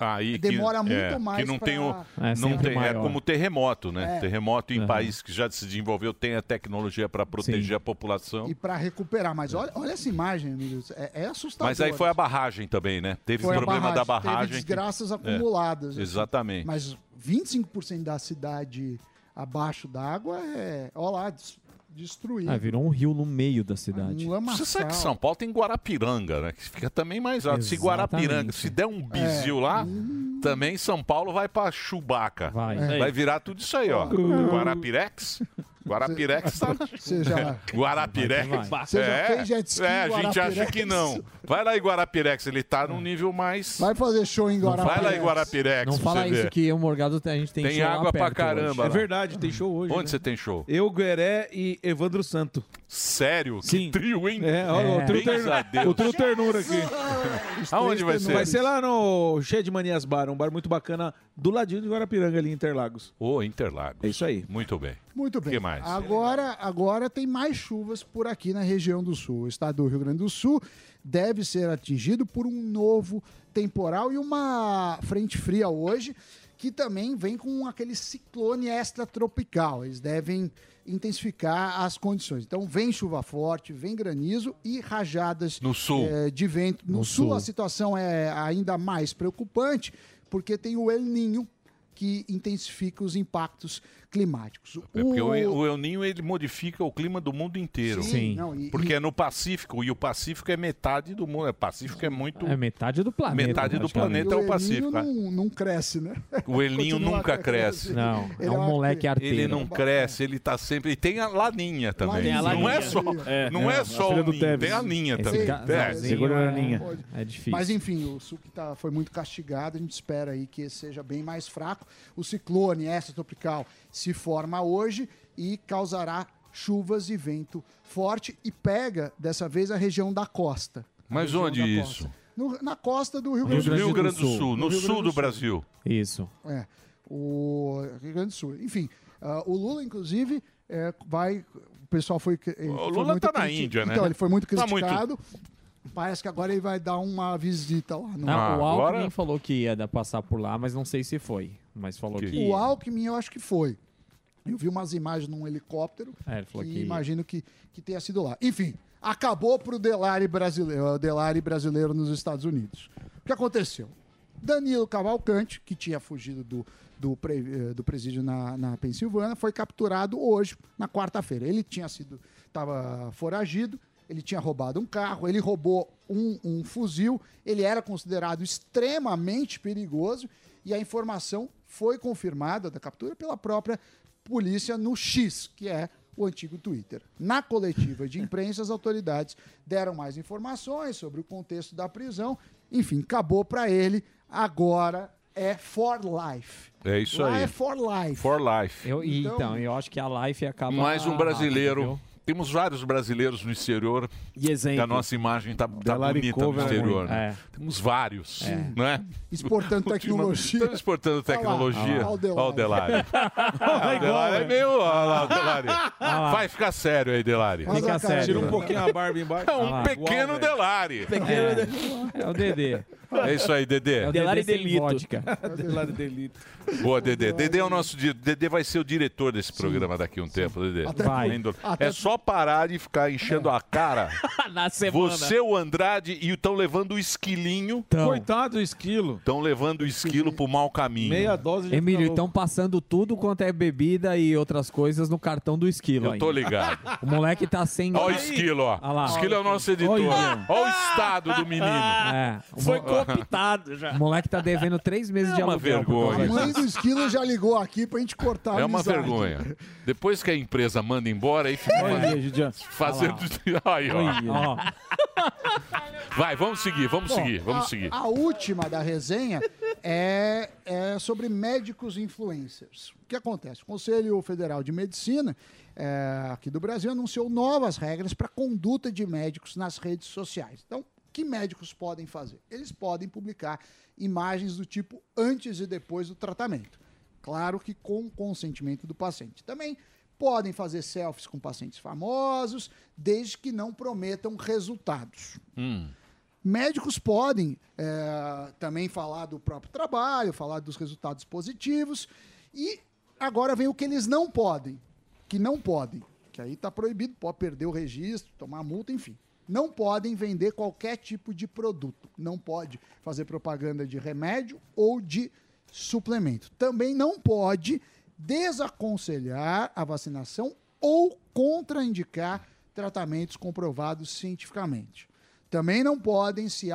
Aí
Demora
que,
muito
é,
mais
Que não
pra-
tem o,
É,
não
sempre
tem, é
maior.
como terremoto, né?
É.
Terremoto em país que já se desenvolveu tem a tecnologia para proteger a população.
e para recuperar. Mas olha, olha essa imagem, Emílio. É, é assustador.
Mas aí foi a barragem também, né? Teve o
Foi a
problema da
barragem, teve
barragem. que-
desgraças
É,
acumuladas, assim.
exatamente.
Mas 25% da cidade abaixo d'água é. Olha lá, des- destruída.
Ah, virou um rio no meio da cidade.
Um lamaçal.
Você sabe que São Paulo tem Guarapiranga, né? Que fica também mais alto. Se Guarapiranga, se der um bizil lá,
É.
também São Paulo vai pra Chubaca. Vai.
É.
virar tudo isso aí, ó. Guarapirex. Guarapirex tá.
Você já-
Guarapirex.
Vai. Você já fez jet ski em
é, a gente acha
Guarapirex?
que não. Vai lá em Guarapirex, ele tá num nível mais.
Vai fazer show em Guarapé.
Vai lá em Guarapirex.
Não
pra
fala
você
isso
ver.
que o Morgado tem- a gente tem,
Tem
show lá
água pra
perto
caramba né?
hoje.
lá.
É verdade, tem show hoje.
Onde
né?
você tem show?
Eu, Gueré e Evandro Santo.
Sério?
Sim.
Que trio, hein?
É, olha, o trio,
Graças a
ter...
Deus.
o trio ternura aqui.
Os Aonde três vai ternura. ser?
Vai ser lá no Cheia de Manias Bar, um bar muito bacana, do ladinho de Guarapiranga, ali em Interlagos.
Ô, Interlagos.
É isso aí.
Muito bem.
Muito bem.
que mais?
Agora, agora tem mais chuvas por aqui na região do sul. O estado do Rio Grande do Sul deve ser atingido por um novo temporal e uma frente fria hoje, que também vem com aquele ciclone extratropical. Eles devem intensificar as condições. Então, vem chuva forte, vem granizo e rajadas
No sul.
eh, de vento. No,
No
sul,
sul.
a situação é ainda mais preocupante, porque tem o El Ninho que intensifica os impactos climáticos.
É porque o, El- o El Ninho ele modifica o clima do mundo inteiro.
Sim, Sim. não, e-
porque é no Pacífico, e o Pacífico é metade do mundo. O Pacífico é muito.
É metade do planeta.
Metade do
praticamente.
planeta é o
Ninho
Pacífico. né?
não, não cresce, né?
O Elinho
continua
nunca cresce.
crescendo. Não, é Ele um é uma- moleque arteiro.
assim. Ele não cresce, ele tá sempre. E tem a laninha também.
Tem a
Não é
laninha.
só,
É.
não é
É, a
só
filha
o
do
ninho,
Tevez.
tem a linha
Esse
também.
ca-
É.
casalzinho Segura a é- linha. É difícil.
Mas enfim, o sul que tá, foi muito castigado, a gente espera aí que seja bem mais fraco. O ciclone extratropical se forma hoje e causará chuvas e vento forte e pega dessa vez a região da costa.
Mas onde isso?
No- na costa do Rio
No
Grande do Sul.
Rio Grande do Sul, no
Rio Grande
sul do Brasil.
Isso.
É, o Rio Grande do Sul. Enfim, ah, o Lula, inclusive, é, vai. O pessoal foi.
O Lula tá na Índia, né?
Então, ele foi muito
Tá
criticado.
muito-
Parece que agora ele vai dar uma visita lá no.
Não,
Ah,
o Alckmin falou que ia dar- passar por lá, mas não sei se foi. Mas falou que.
O Alckmin, eu acho que foi. Eu vi umas imagens num helicóptero.
É, ele falou
e
que-
imagino que, que tenha sido lá. Enfim, acabou pro Delari brasileiro, eh, Delari brasileiro nos Estados Unidos. O que aconteceu? Danilo Cavalcante, que tinha fugido do, do, pre- eh, do presídio na, na Pensilvânia, foi capturado hoje, na quarta-feira. Ele tinha sido. estava foragido, ele tinha roubado um carro, ele roubou um, um fuzil, ele era considerado extremamente perigoso e a informação foi confirmada da captura pela própria polícia no X, que é o antigo Twitter. Na coletiva de imprensa, as autoridades deram mais informações sobre o contexto da prisão. Enfim, acabou para ele. Agora é for life.
É isso
Lá
aí.
é for life.
For life.
Eu, e então, eu acho que a life acaba.
Mais
Ah,
um
rápido,
brasileiro.
viu?
Temos vários brasileiros no exterior.
E exemplo.
A nossa imagem tá, tá
Da Lari
bonita no
Cover é
exterior.
muito.
né? Temos vários, né?
É. Exportando tecnologia.
Estamos exportando
Olha
tecnologia.
lá, olha lá.
Olha o Delari.
Vai
Ah,
igual,
Delari é
hein?
meio. Olha lá, o Delari.
Olha lá.
Vai ficar sério aí, Delari.
Fica sério.
Tira um pouquinho a barba embaixo.
É um pequeno Delari.
Pequeno
É o Dedê.
É isso aí, Dedê.
É o Delari Delito. Vodka.
Delari Delito.
Boa, Dedê. Dedê é o nosso di- Dedê vai ser o diretor desse programa daqui a um tempo, Dedê.
Até
Vai.
por-
Lendo-
até
É só parar de ficar enchendo a cara.
Na semana.
Você, o Andrade, e estão levando o esquilinho.
Coitado do esquilo.
Estão levando o esquilo pro mau caminho.
Emílio, estão passando tudo quanto é bebida e outras coisas no cartão do esquilo.
Eu tô
ainda.
ligado.
O moleque tá sem.
Ó o esquilo, ó.
Olha lá.
Esquilo é o nosso editor.
Olha.
Ó o estado do menino.
É. Foi
cooptado já.
O moleque tá devendo três meses de
É uma
aluguel. por causa
vergonha.
disso.
Mãe do esquilo já ligou aqui pra gente cortar a
É uma
amizade.
vergonha. Depois que a empresa manda embora, aí fica
Olha,
fazendo. Aí, ó.
Olha.
Vai, vamos seguir, vamos
Bom,
seguir, vamos
a-
seguir.
A última da resenha é, é sobre médicos influencers. O que acontece? O Conselho Federal de Medicina é, aqui do Brasil anunciou novas regras para conduta de médicos nas redes sociais. Então, o que médicos podem fazer? Eles podem publicar imagens do tipo antes e depois do tratamento. Claro que com consentimento do paciente. Também podem fazer selfies com pacientes famosos, desde que não prometam resultados.
Hum.
Médicos podem eh, também falar do próprio trabalho, falar dos resultados positivos. E agora vem o que eles não podem, que não podem, que aí está proibido, pode perder o registro, tomar multa, enfim. Não podem vender qualquer tipo de produto. Não pode fazer propaganda de remédio ou de suplemento. Também não pode desaconselhar a vacinação ou contraindicar tratamentos comprovados cientificamente. Também não podem se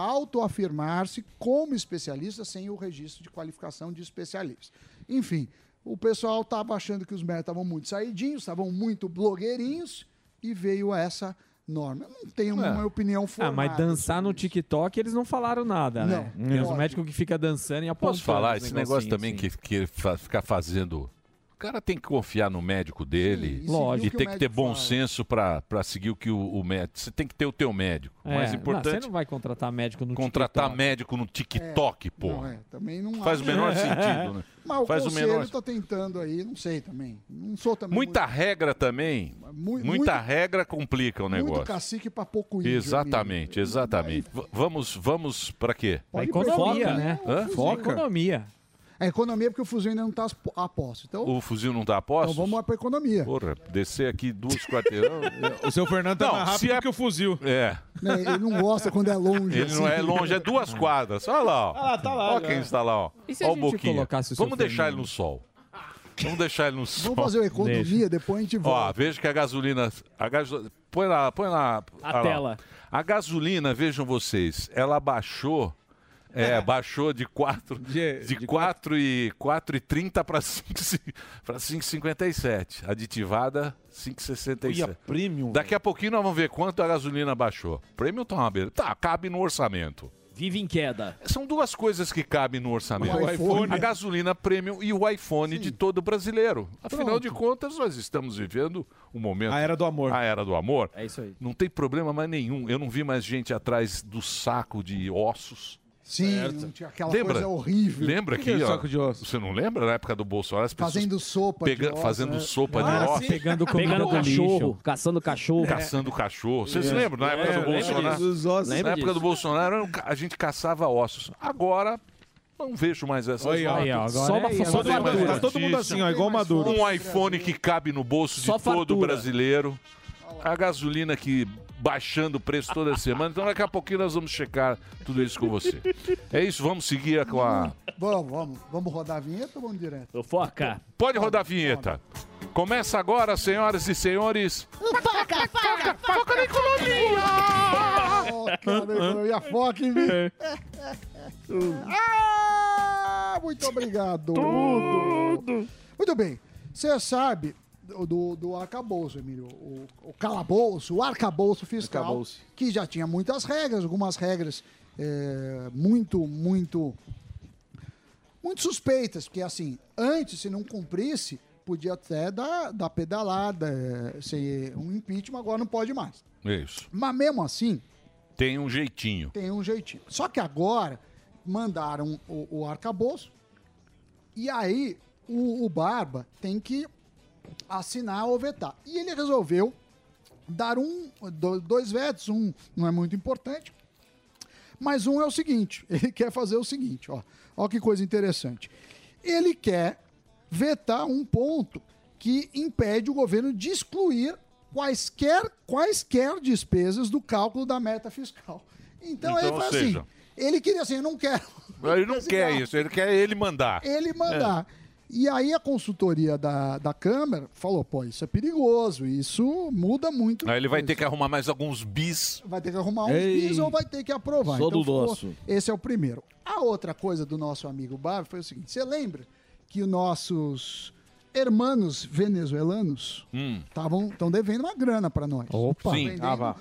autoafirmar-se como especialistas sem o registro de qualificação de especialista. Enfim, o pessoal estava achando que os médicos estavam muito saidinhos, estavam muito blogueirinhos e veio essa norma. Eu não tenho
É.
uma opinião
Ah,
formada.
mas dançar no TikTok eles não falaram nada, né?
Não,
Tem os
pode.
médicos que ficam dançando e apontando.
Posso falar?
os
Esse negócio
negocinhos,
também
assim.
que, é que fa- ficar fazendo. O cara tem que confiar no médico dele.
e Lógico. seguir
E
é o que
tem
o
que ter
médico
bom
fala.
senso pra, pra seguir o que o, o médico. Você tem que ter o teu médico. O
É,
mais
não,
importante
Você não vai contratar médico no
contratar
TikTok.
médico no TikTok, porra.
Não, é,
tá
também não
Faz o
acho.
menor sentido, né?
Mas o
Faz o
conselho
menor-
está tentando aí, não sei também. Não sou também
Muita regra também.
muito-
muita
muito-
regra complica o
muito, muito
negócio.
cacique para pouco índio.
Exatamente, exatamente. V- Vamos, vamos para quê?
Pode economia, Foca, né?
Hã?
Foca.
É Economia.
A economia porque o fuzil ainda não tá está a posse. Então,
O fuzil não tá a posto?
então vamos lá para economia.
Porra, descer aqui duas quarteirão.
O seu Fernando tá
Não,
mais
se
rápido que o fuzil.
É.
Né, Ele não gosta quando é longe.
Ele não
assim.
é longe, é duas quadras. Olha lá, ó.
Ah lá, tá lá,
Olha
já.
quem está lá, ó.
E se a
Olha o
gente
boquinha.
colocasse o seu
Vamos deixar
Fernando?
ele no sol. Vamos deixar ele no sol.
Vamos fazer uma economia, depois a gente volta.
Ó, veja que a gasolina. A gaso... Põe lá, põe lá.
A
olha lá.
tela.
A gasolina, vejam vocês, ela baixou. É, baixou de 4 de, quatro e 4 e 30 para 5,57. Aditivada 5,67.
Olha, premium,
Daqui a pouquinho nós vamos ver quanto a gasolina baixou. Premium tá uma beleza. Tá, cabe no orçamento.
Vive em queda.
São duas coisas que cabem no orçamento.
O iPhone.
A gasolina premium e o iPhone de todo brasileiro. Afinal
Pronto.
de contas, nós estamos vivendo um momento... A
era do amor.
A era do amor.
É isso aí.
Não tem problema mais nenhum. Eu não vi mais gente atrás do saco de ossos.
Sim, não tinha aquela coisa horrível.
Lembra
O
que,
que é
ó,
saco
você não lembra na época do Bolsonaro? As pessoas
Fazendo sopa
pega-
de ossos,
fazendo
né?
sopa
Ah,
de ossos.
sim.
Pegando comida
Pegando
do
cachorro,
lixo. É.
caçando cachorro.
Né? Caçando cachorro. Vocês
É.
lembram? Na época
É,
do
lembra disso. Os
Bolsonaro.
ossos.
Na
Lembra
época
disso.
do Bolsonaro, era um ca- a gente caçava ossos. Agora, não vejo mais essas
Olha aí, ó. Aí,
fotos.
ó, agora Só uma é- fo- só
Não tem mais
fartura. Tá
notícia.
todo mundo assim, ó, igual Maduro.
Um iPhone que cabe no bolso de
Só
todo
fartura.
brasileiro. A gasolina que baixando o preço toda semana. Então, daqui a pouquinho nós vamos checar tudo isso com você. É isso, vamos seguir com
Hum,
a...
Vamos, vamos. Vamos rodar a vinheta ou vamos direto?
Foca.
Pode rodar a vinheta. Começa agora, senhoras e senhores.
Foca, foca, foca na
economia! Caramba, eu foca em mim.
É.
Ah, muito obrigado. Tudo. Muito bem. Você sabe do- do, do arcabouço, Emílio. O, o calabouço, o arcabouço fiscal,
Arcabouço.
que já tinha muitas regras, algumas regras eh, muito, muito muito suspeitas, porque assim, antes, se não cumprisse, podia até dar, dar pedalada, eh, ser um impeachment, agora não pode mais.
É Isso.
Mas mesmo assim,
Tem um jeitinho.
tem um jeitinho. Só que agora mandaram o, o arcabouço e aí o, o Barba tem que assinar ou vetar. E ele resolveu dar um, do- dois vetos, um não é muito importante, mas um é o seguinte, ele quer fazer o seguinte, ó, ó que coisa interessante. Ele quer vetar um ponto que impede o governo de excluir quaisquer, quaisquer despesas do cálculo da meta fiscal. Então,
Então,
ele
ou
fala
seja-
assim, ele queria assim, eu não quero
Ele não quer isso, ele quer ele mandar.
ele mandar. E aí a consultoria da, da Câmara falou, pô, isso é perigoso, isso muda muito.
É. Aí ele vai ter que arrumar mais alguns bis.
Vai ter que arrumar uns
Ei.
bis ou vai ter que aprovar. Então,
Só do
ficou-
nosso.
Esse é o primeiro. A outra coisa do nosso amigo Bar foi o seguinte, você lembra que os nossos hermanos venezuelanos estavam tão devendo uma grana para nós.
Opa. Hum. Sim.
Vendendo
Ah, vá.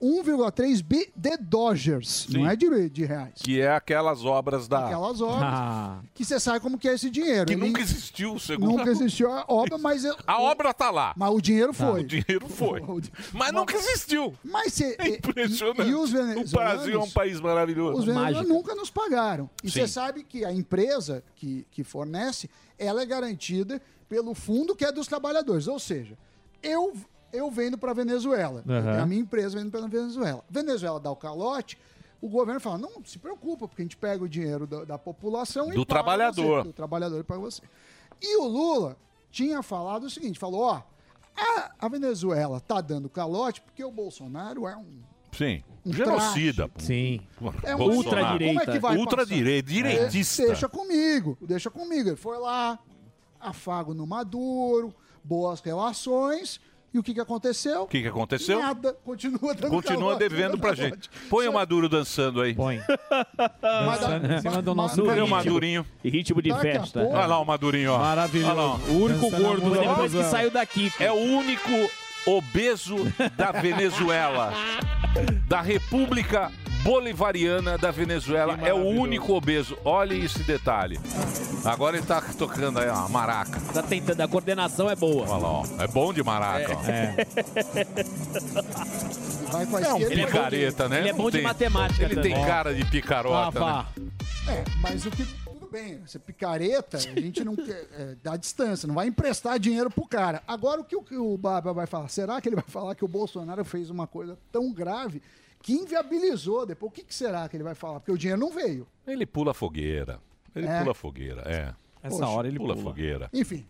1,3 bi de dodgers, não é de, de reais.
Que é aquelas obras da.
Aquelas obras.
Ah.
Que você sabe como que é esse dinheiro.
Que
Ele-
nunca existiu, segundo.
Nunca existiu a obra, mas eu-
A obra tá lá.
Mas o dinheiro foi.
O dinheiro foi. Mas nunca existiu.
Mas cê-
É impressionante.
e
o
os
Brasil é um
venezuelanos,
país maravilhoso.
os venezuelanos nunca nos pagaram. E
Sim.
você sabe que a empresa que, que fornece, ela é garantida pelo fundo que é dos trabalhadores. Ou seja, eu, eu vendo para Venezuela. Eu
Aham.
tenho a minha empresa vendo para Venezuela. Venezuela dá o calote, o governo fala, não se preocupa, porque a gente pega o dinheiro da, da população e
Do
paga
trabalhador.
você, do trabalhador para você. E o Lula tinha falado o seguinte, falou, ó, a, a Venezuela tá dando calote porque o Bolsonaro é um
Sim.
Um
Genocida. Sim.
é um
ultradireita.
Como é que vai
Ultradireita.
passar?
Direitista.
É, Deixa comigo, deixa comigo. Ele foi lá, afago no Maduro, boas relações. E o que, que aconteceu? O
que que aconteceu?
Nada. Continua dando
Continua
calote, É
devendo
dando
pra
calote.
gente. Põe o Maduro dançando aí. Põe.
Dançando em cima do nosso
Cadê o
ritmo.
Madurinho?
E ritmo de Daqui a festa. pouco-
Olha lá o Madurinho, ó.
Maravilhoso.
Olha lá, ó.
O único Dançando gordo a música da depois que Venezuela. saiu
daqui. É o único obeso da Venezuela. da República Bolivariana da Venezuela. É o único obeso. Olhem esse detalhe. Agora ele tá tocando aí, ó, maraca. Tá tentando, a coordenação é boa. Olha lá, ó. É bom de maraca, ó.
É.
É.
Vai com a
É um
esquerda. vai com a
picareta,
direita.
é
né? Não tem- Ele tem cara de picarota, né?
É, mas o que. Tudo bem, essa picareta, a gente não quer. É, dá distância, não vai emprestar dinheiro pro cara. Agora, o que o, que o Barba vai falar? Será que ele vai falar que o Bolsonaro fez uma coisa tão grave que inviabilizou depois? O que, que será que ele vai falar? Porque o dinheiro não veio.
Ele pula a fogueira. Ele
É.
pula a fogueira, é.
Essa Poxa. hora ele
pula. a
pula.
fogueira.
Enfim.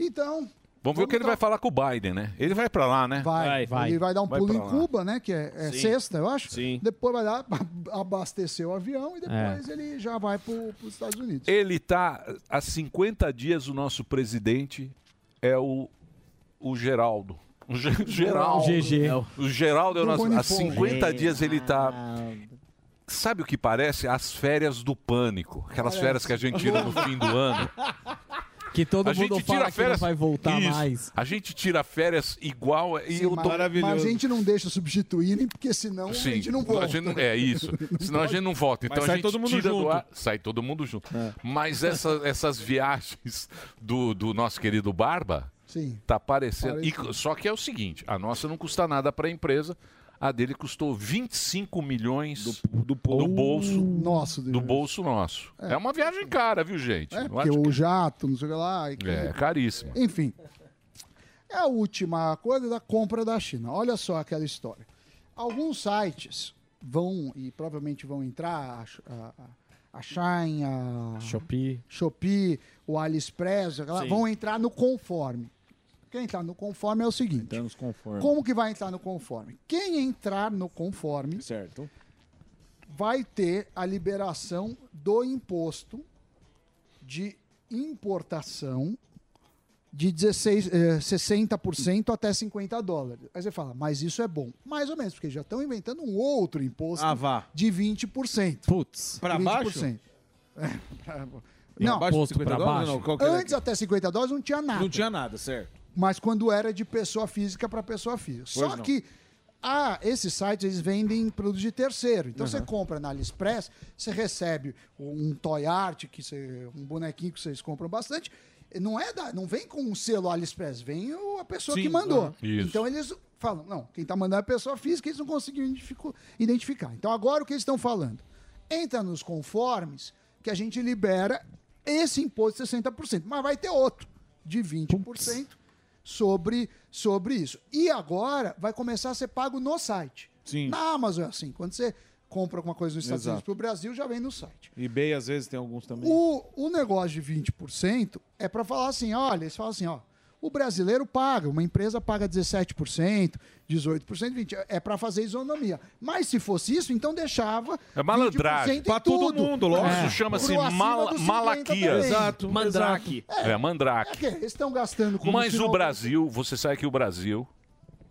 Então,
Vamos ver o que ele vai falar com o Biden, né? Ele vai pra lá, né?
Vai, Ele vai dar um pulo
pra
em
lá.
Cuba, né? Que é, é
Sim.
sexta, eu acho.
Sim.
Depois vai lá, abastecer o avião e depois ele já vai pro, pros Estados Unidos.
Ele tá há 50 dias o nosso presidente é o o Geraldo. O Ge- Geraldo.
GG.
É o- O Geraldo é o
Do
nosso há
Bonifon.
50 dias ele tá
ah.
Sabe o que parece? As férias do pânico. Aquelas
Parece.
férias que a gente tira no fim do ano.
Que todo
a
mundo
gente
fala
tira
que não
férias.
vai voltar
Isso.
mais.
A gente tira férias igual. E eu tô...
mas, mas a gente não deixa substituírem, porque senão
Sim,
a gente não volta. né?
é isso. Senão a gente não volta.
Mas
Então a
sai
gente
todo mundo
tira do
junto.
ar, sai todo mundo junto.
É.
Mas essa- essas viagens do, do nosso querido Barba
Sim.
tá aparecendo.
Parece.
E- só que é o seguinte: a nossa não custa nada para a empresa. A dele custou 25 milhões do, bolso
nosso,
do bolso nosso. É. uma viagem cara, viu gente?
É,
Não
porque
acho-
o jato, não sei o que lá. e que-
é caríssima.
Enfim. É a última coisa da compra da China. Olha só aquela história. Alguns sites vão, e provavelmente vão entrar, a, a, a Shine, a
Shopee.
Shopee, o AliExpress, aquela-
Sim.
vão entrar no conforme. Quem entrar no conforme é o seguinte. Como que vai entrar no conforme? Quem entrar no conforme
certo.
vai ter a liberação do imposto de importação de 16, eh, 60% até 50 dólares. Aí você fala, mas isso é bom. Mais ou menos, porque já estão inventando um outro imposto
Ah, vá.
de 20%.
Putz,
Pra baixo?
Não,
Abaixo de 50 dólares, não? Qual que é era
É, Antes até 50 dólares não tinha nada.
Não tinha nada, certo.
Mas quando era de pessoa física para pessoa física. Só
Pois não.
que Ah, esses sites eles vendem produtos de terceiro. Então você
Aham.
compra na AliExpress, você recebe um toy art, que você- um bonequinho que vocês compram bastante. Não é da, não vem com um selo AliExpress, vem o- a pessoa
Sim,
que mandou.
aham. Isso.
Então eles falam, não, quem está mandando é a pessoa física, eles não conseguiram identifico- identificar. Então agora o que eles estão falando? Entra nos conformes que a gente libera esse imposto de 60%, mas vai ter outro de 20% sobre, sobre isso. E agora vai começar a ser pago no site.
Sim.
Na Amazon é assim. Quando você compra alguma coisa nos Estados
Exato.
Unidos para o Brasil, já vem no site.
eBay às vezes tem alguns também.
O, o negócio de 20% é para falar assim, olha, eles falam assim, ó, o brasileiro paga, uma empresa paga 17%, 18%, 20%, é para fazer isonomia. Mas se fosse isso, então deixava
É malandragem.
20% em
Pra todo
tudo. É.
mundo, lógico. Isso
Pro
chama-se
acima
mal-
dos 50
malaquia.
também.
Exato, Mandrake. exato. É, mandrake.
É que eles estão gastando com
Mas o Brasil, você sabe que o Brasil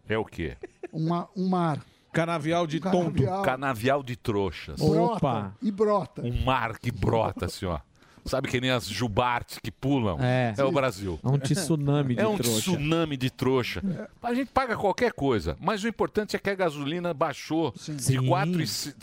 é o quê?
uma, um mar.
Canavial de
Canavial.
Canavial de trouxas.
Brota e brota.
Um mar que brota, assim, ó. Sabe que nem as jubartes que pulam?
É.
o Brasil.
É um tsunami de
É um
trouxa.
tsunami de trouxa. A gente paga qualquer coisa, mas o importante é que a gasolina baixou de
Sim.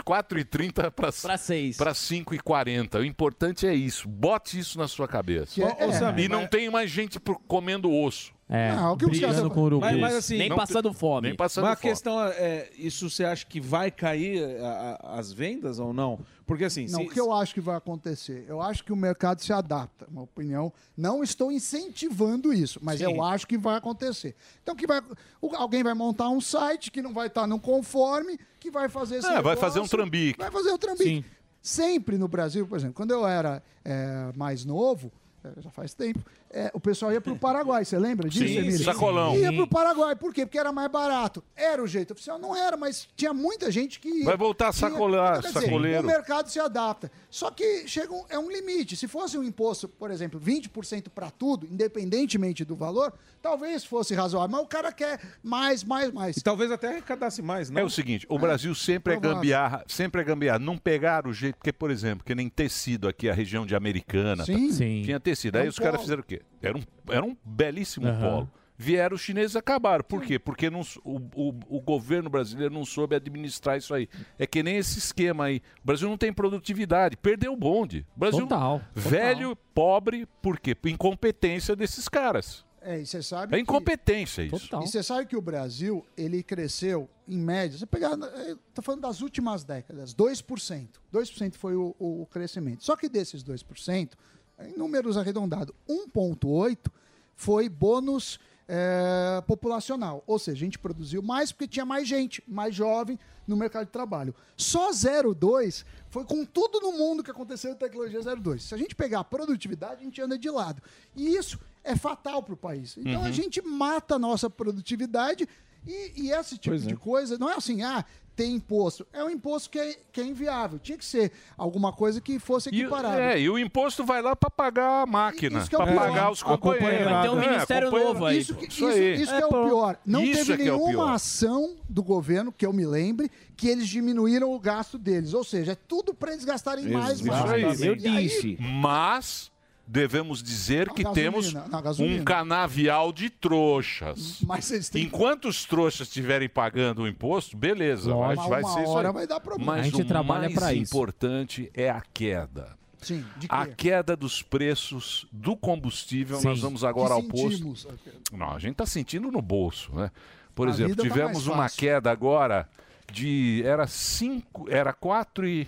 4,30 para 6. Para 5,40. O importante é isso. Bote isso na sua cabeça.
Que é- Ô, Sammy,
E não
mas-
tem mais gente por- comendo osso.
É,
Não, o que os brigando caras- com urubu. Mas- mas assim- Nem
Não
passando
tem- Nem passando
Mas a
fome.
questão é, é, isso você acha que vai cair a- a- as vendas ou não? Porque assim,
Não,
se-
o que eu acho que vai acontecer? Eu acho que o mercado se adapta, uma opinião. Não estou incentivando isso, mas
Sim.
eu acho que vai acontecer. Então, que vai, o- alguém vai montar um site que não vai estar no conforme, que vai fazer esse
É, vai
negócio,
fazer um trambique.
Vai fazer um trambique.
Sim.
Sempre no Brasil, por exemplo, quando eu era é, mais novo, é, já faz tempo, é, o pessoal ia para o Paraguai, você lembra disso,
Sim,
Emílio?
sacolão.
Ia
Sim.
para o Paraguai, por quê? Porque era mais barato. Era o jeito oficial? Não era, mas tinha muita gente que... ia.
Vai voltar a
Tinha-
sacolar,
Quer dizer,
sacoleiro.
o mercado mercado se adapta. Só que chega um, é um limite. Se fosse um imposto, por exemplo, 20% para tudo, independentemente do valor, talvez fosse razoável. Mas o cara quer mais, mais, mais. E
talvez até arrecadasse mais,
É o seguinte,
Ah,
o Brasil sempre é
provável.
gambiarra, sempre é gambiarra. Não pegaram o jeito, porque, por exemplo, que nem tecido aqui, a região de Americana.
Sim.
tá?
Sim.
Tinha tecido.
É
Aí
um
os caras
polo.
fizeram o quê? Era um, era um belíssimo
Aham.
polo. Vieram os chineses e acabaram. Por quê? Porque não s- o, o- o governo brasileiro não soube administrar isso aí. É que nem esse esquema aí. O Brasil não tem produtividade. Perdeu o bonde. O Brasil
Total, total.
velho, pobre, por quê? Por incompetência desses caras.
É, e você sabe.
É
que-
incompetência isso.
E você sabe que o Brasil, ele cresceu, em média, você pegar, eu tô falando das últimas décadas, 2%. 2% foi o, o crescimento. Só que desses 2%, em números arredondados, 1,8% foi bônus eh, populacional. Ou seja, a gente produziu mais porque tinha mais gente, mais jovem no mercado de trabalho. Só 0,2% foi com tudo no mundo que aconteceu na tecnologia 0,2%. Se a gente pegar a produtividade, a gente anda de lado. E isso é fatal para o país. Então a
Uhum.
gente gente mata a nossa produtividade e, e esse tipo de coisa não é assim, ah, tem imposto. É um imposto que é, que é inviável. Tinha que ser alguma coisa que fosse equiparável.
É, e o imposto vai lá para pagar a máquina,
Isso que é o
para
pior.
pagar os companheiros. É, companheiro-
Isso, que- isso- isso que é, o pior. Não
Isso é
teve
que é o
nenhuma
pior.
ação do governo, que eu me lembre, que eles diminuíram o gasto deles. Ou seja, é tudo para eles gastarem mais,
Isso
mais.
aí.
mais.
Eu
E aí,
disse. Mas devemos dizer que
gasolina,
temos
na gasolina.
um canavial de trouxas.
Mas eles têm-
Enquanto os trouxas estiverem pagando o imposto, beleza, vai,
Lógico.
vai
Uma
ser isso
hora
aí.
vai dar problema.
Mas
A gente
o
trabalha
mais
pra isso.
importante é a queda.
Sim, de
A
quê?
queda dos preços do combustível, nós
Sim.
vamos agora ao
Que
posto.
sentimos.
Não, a gente está sentindo no bolso, né? Por
A
exemplo,
vida tá
tivemos
mais
uma
fácil.
queda agora de era 5, era 4 e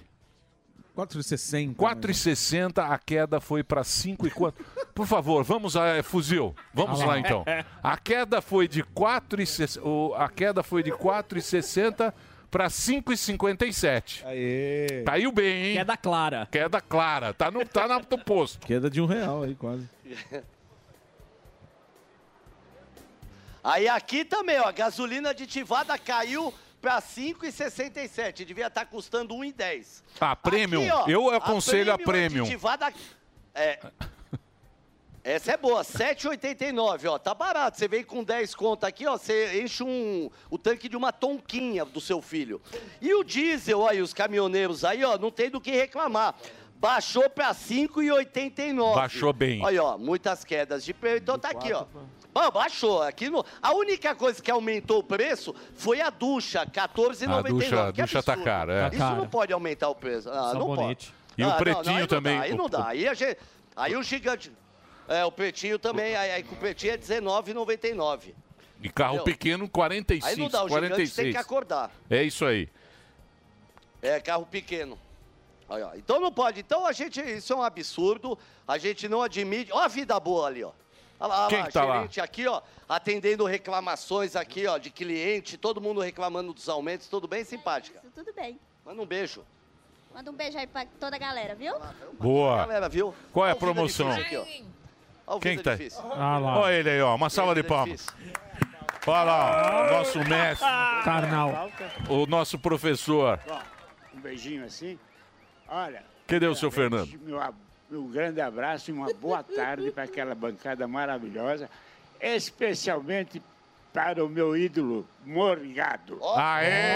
4,60.
4,60, a queda foi para 5 e quanto? Por favor, vamos a é, fuzil. Vamos
Ah lá.
lá então. A queda foi de 4,60, o- a queda foi de 4,60 para 5,57.
Aê.
Caiu Tá bem, hein? Queda
clara.
Queda clara. Tá no tá na- no posto.
Queda de um real aí, quase.
Aí aqui também, ó, a gasolina aditivada caiu para 5,67. Devia
tá
estar custando 1,10.
Ah, premium.
Aqui, ó, é
Eu aconselho a premium.
aditivada- é. Essa é boa, 7,89, ó, tá barato. Você vem com 10 conto aqui, ó, você enche um, o tanque de uma tonquinha do seu filho. E o diesel, aí, os caminhoneiros aí, ó, não tem do que reclamar. Baixou pra 5,89.
Baixou bem.
Olha, ó, muitas quedas de preço. Então tá aqui, ó. Bom, baixou. Aqui no... A única coisa que aumentou o preço foi a ducha, R$14,99.
A ducha-
que
a ducha tá
absurdo.
cara, é. Tá
Isso não
cara.
pode aumentar o preço. Ah, não pode.
Sabonete. E o
Ah, não,
pretinho
não, aí não
também.
dá, aí
O-
não dá.
o-
Aí, a gente... aí o gigante... É, o pretinho também. Aí, aí com o pretinho é R$19,99.
E carro
Entendeu?
pequeno, 45,
Aí não dá, o gigante
46.
tem que acordar.
É isso aí.
É, carro pequeno. Aí, ó. Então não pode. Então a gente, isso é um absurdo. A gente não admite. Ó a vida boa ali, ó. Olha lá, olha
Quem
lá,
que tá lá?
gerente aqui, ó, atendendo reclamações aqui, ó, de cliente, todo mundo reclamando dos aumentos, tudo bem, simpática.
Tudo bem.
Manda um beijo.
Manda um beijo aí pra toda a galera, viu?
Boa.
Então, Galera, viu?
Qual é a
Ao vivo
promoção?
difícil aqui, ó. Ao vivo
Quem que tá aí?
difícil.
Ah,
Olha ele aí, ó. Uma salva de palmas. Olha lá, ó, nosso mestre.
Carnal.
O nosso professor.
Ó, um beijinho assim. Olha,
Cadê o seu Fernando?
meu, ab- um grande abraço e uma boa tarde para aquela bancada maravilhosa, especialmente para o meu ídolo, Morgado.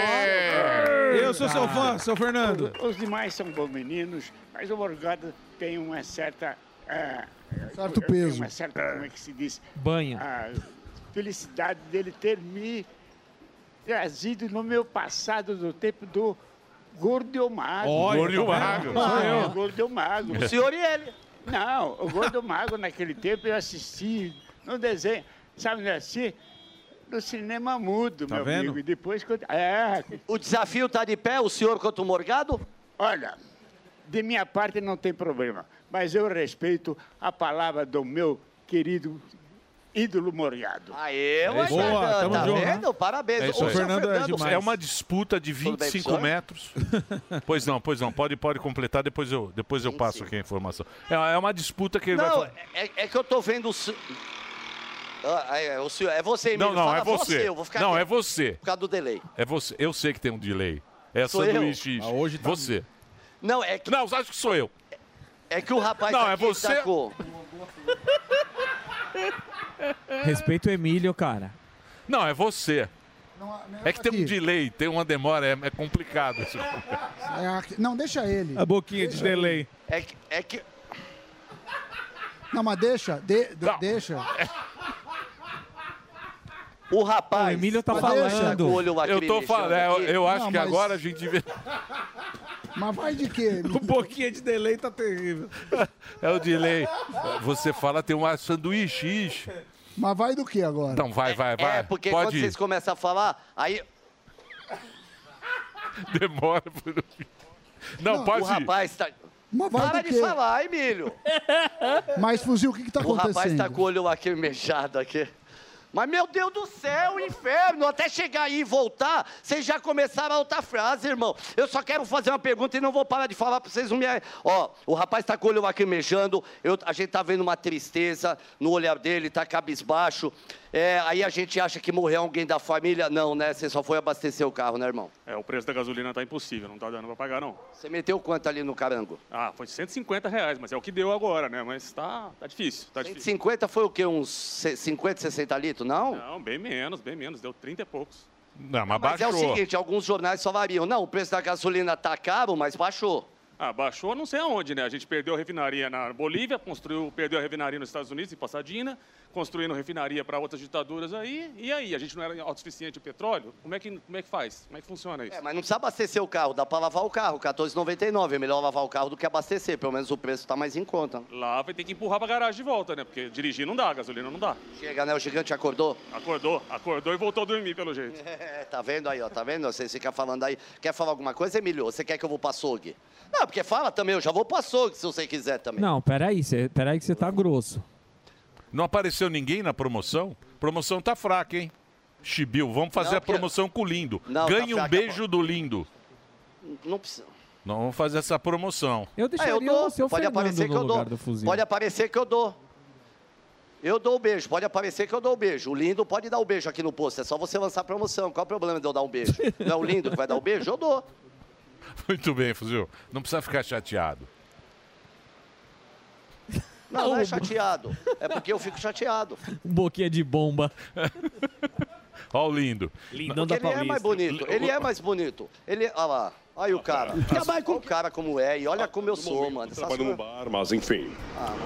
Aê! Eu sou seu fã, seu Fernando.
Os demais são bons meninos, mas o Morgado tem uma certa... ah,
Certo
tem
peso.
Uma certa, como é que se diz?
Banha.
A felicidade dele ter me trazido no meu passado, do tempo do gordo e o magro.
Olha, Gordo e o tá vendo? magro.
Ah,
Sou eu.
o gordo e o magro.
O senhor
e ele.
Não, o gordo e o magro naquele tempo eu assisti no desenho, sabe onde eu assisti? No cinema mudo,
Tá
meu
vendo?
amigo. E depois... quando- É.
O desafio tá de pé, o senhor contra o Morgado?
Olha, de minha parte não tem problema, mas eu respeito a palavra do meu querido ídolo Morgado.
Aê,
Boa,
Morgado,
tamo
tá
junto.
vendo? Parabéns.
É
Ô,
isso
seu
aí. É uma disputa de
Tudo bem,
25
senhor?
metros. Pois não, pois não. Pode, pode completar, depois eu, depois eu passo aqui a informação. É, é uma disputa que ele vai
Não,
falar.
é, é que eu tô vendo o. se- Ah, é, o senhor, é você, Emílio.
Não, não,
Fala
é você.
eu vou ficar
Não,
quieto
é você.
por causa do delay.
É você. Eu sei que tem um delay. É
Sou eu?
sanduíche.
Ah,
hoje
tá
Você.
Não, é que.
Não, acho que sou eu.
É que o rapaz
Não,
aqui tá
é você.
sacou.
Respeita o Emílio, cara.
Não, é você. É que tem um
aqui.
delay, tem uma demora, é, é complicado isso.
É aqui- Não, deixa ele.
A boquinha de delay.
É que. É que...
Não, mas deixa. De, de- deixa.
O rapaz. O Emílio
tá falando.
eu tô falando, é, eu, eu acho
Não,
que
mas-
agora a gente vê.
Mas vai de quê?
O boquinha Um de delay tá terrível.
É o delay. Você fala, tem um sanduíche. ixi.
Mas vai do quê agora?
Então vai, vai, vai.
É, porque
Pode
quando
ir.
vocês começam a falar, aí.
Demora. pro- Não,
o
pode ir.
rapaz tá.
Mas vai
Para
do
de
quê?
falar, Emílio.
Mas, Fuzil, o que que tá
o rapaz
acontecendo?
tá com o olho aqui mexado aqui. Mas, meu Deus do céu, inferno! Até chegar aí e voltar, vocês já começaram a outra frase, irmão. Eu só quero fazer uma pergunta e não vou parar de falar pra vocês não me... Ó, o rapaz tá com o olho lacrimejando, eu, a gente tá vendo uma tristeza no olhar dele, tá cabisbaixo. É, aí a gente acha que morreu alguém da família. Não, né? Você só foi abastecer o carro, né, irmão?
É, o preço da gasolina tá impossível, não tá dando pra pagar, não.
Você meteu quanto ali no carango?
Ah, foi 150 reais, mas é o que deu agora, né? Mas tá, tá difícil, tá difícil.
50 foi o quê? Uns se- 50, 60 litros, não?
Não, bem menos, bem menos, deu 30 e poucos.
Não, mas
Mas é o seguinte, alguns jornais só variam. Não, o preço da gasolina tá caro, mas baixou.
Ah, baixou não sei aonde, né? A gente perdeu a refinaria na Bolívia, construiu, perdeu a refinaria nos Estados Unidos, em Pasadena, construindo refinaria para outras ditaduras aí. E aí, a gente não era autossuficiente em petróleo? Como é que, como é que faz? Como é que funciona isso?
É, mas não precisa abastecer o carro, dá pra lavar o carro, 14,99. É melhor lavar o carro do que abastecer, pelo menos o preço tá mais em conta.
Lá vai ter que empurrar pra garagem de volta, né? Porque dirigir não dá, gasolina não dá.
Chega, né? O gigante acordou.
Acordou, acordou e voltou a dormir, pelo jeito.
É, tá vendo aí, ó, tá vendo? Vocês ficam falando aí. Quer falar alguma coisa, Emílio? Você quer que eu vou pro açougue? Não, porque fala também, eu já vou pro açougue se você quiser também.
Não, peraí, cê, peraí que você tá grosso.
Não apareceu ninguém na promoção? Promoção tá fraca, hein? Chibiu, vamos fazer
Não,
a
porque-
promoção com o Lindo.
Não,
Ganhe
tá
um
fraca,
beijo do Lindo.
Não precisa.
Nós vamos fazer essa promoção.
Eu
Ah, eu dou. pode aparecer que eu dou. Pode aparecer que eu dou. Eu dou o beijo, pode aparecer que eu dou o beijo. O lindo pode dar o beijo aqui no posto, é só você lançar a promoção. Qual o problema de eu dar um beijo? Não é o lindo que vai dar o beijo? Eu dou.
Muito bem, Fuzil. Não precisa ficar chateado.
Não, não é chateado. É porque eu fico chateado.
Um Boquinha de bomba.
Ó o Lindo.
Porque ele é mais bonito, ele é mais bonito. Ele, olha lá, olha o cara. Trabalha com o cara como é e olha como eu sou, mano. Essas
Trabalho num
coisas-
bar, mas enfim.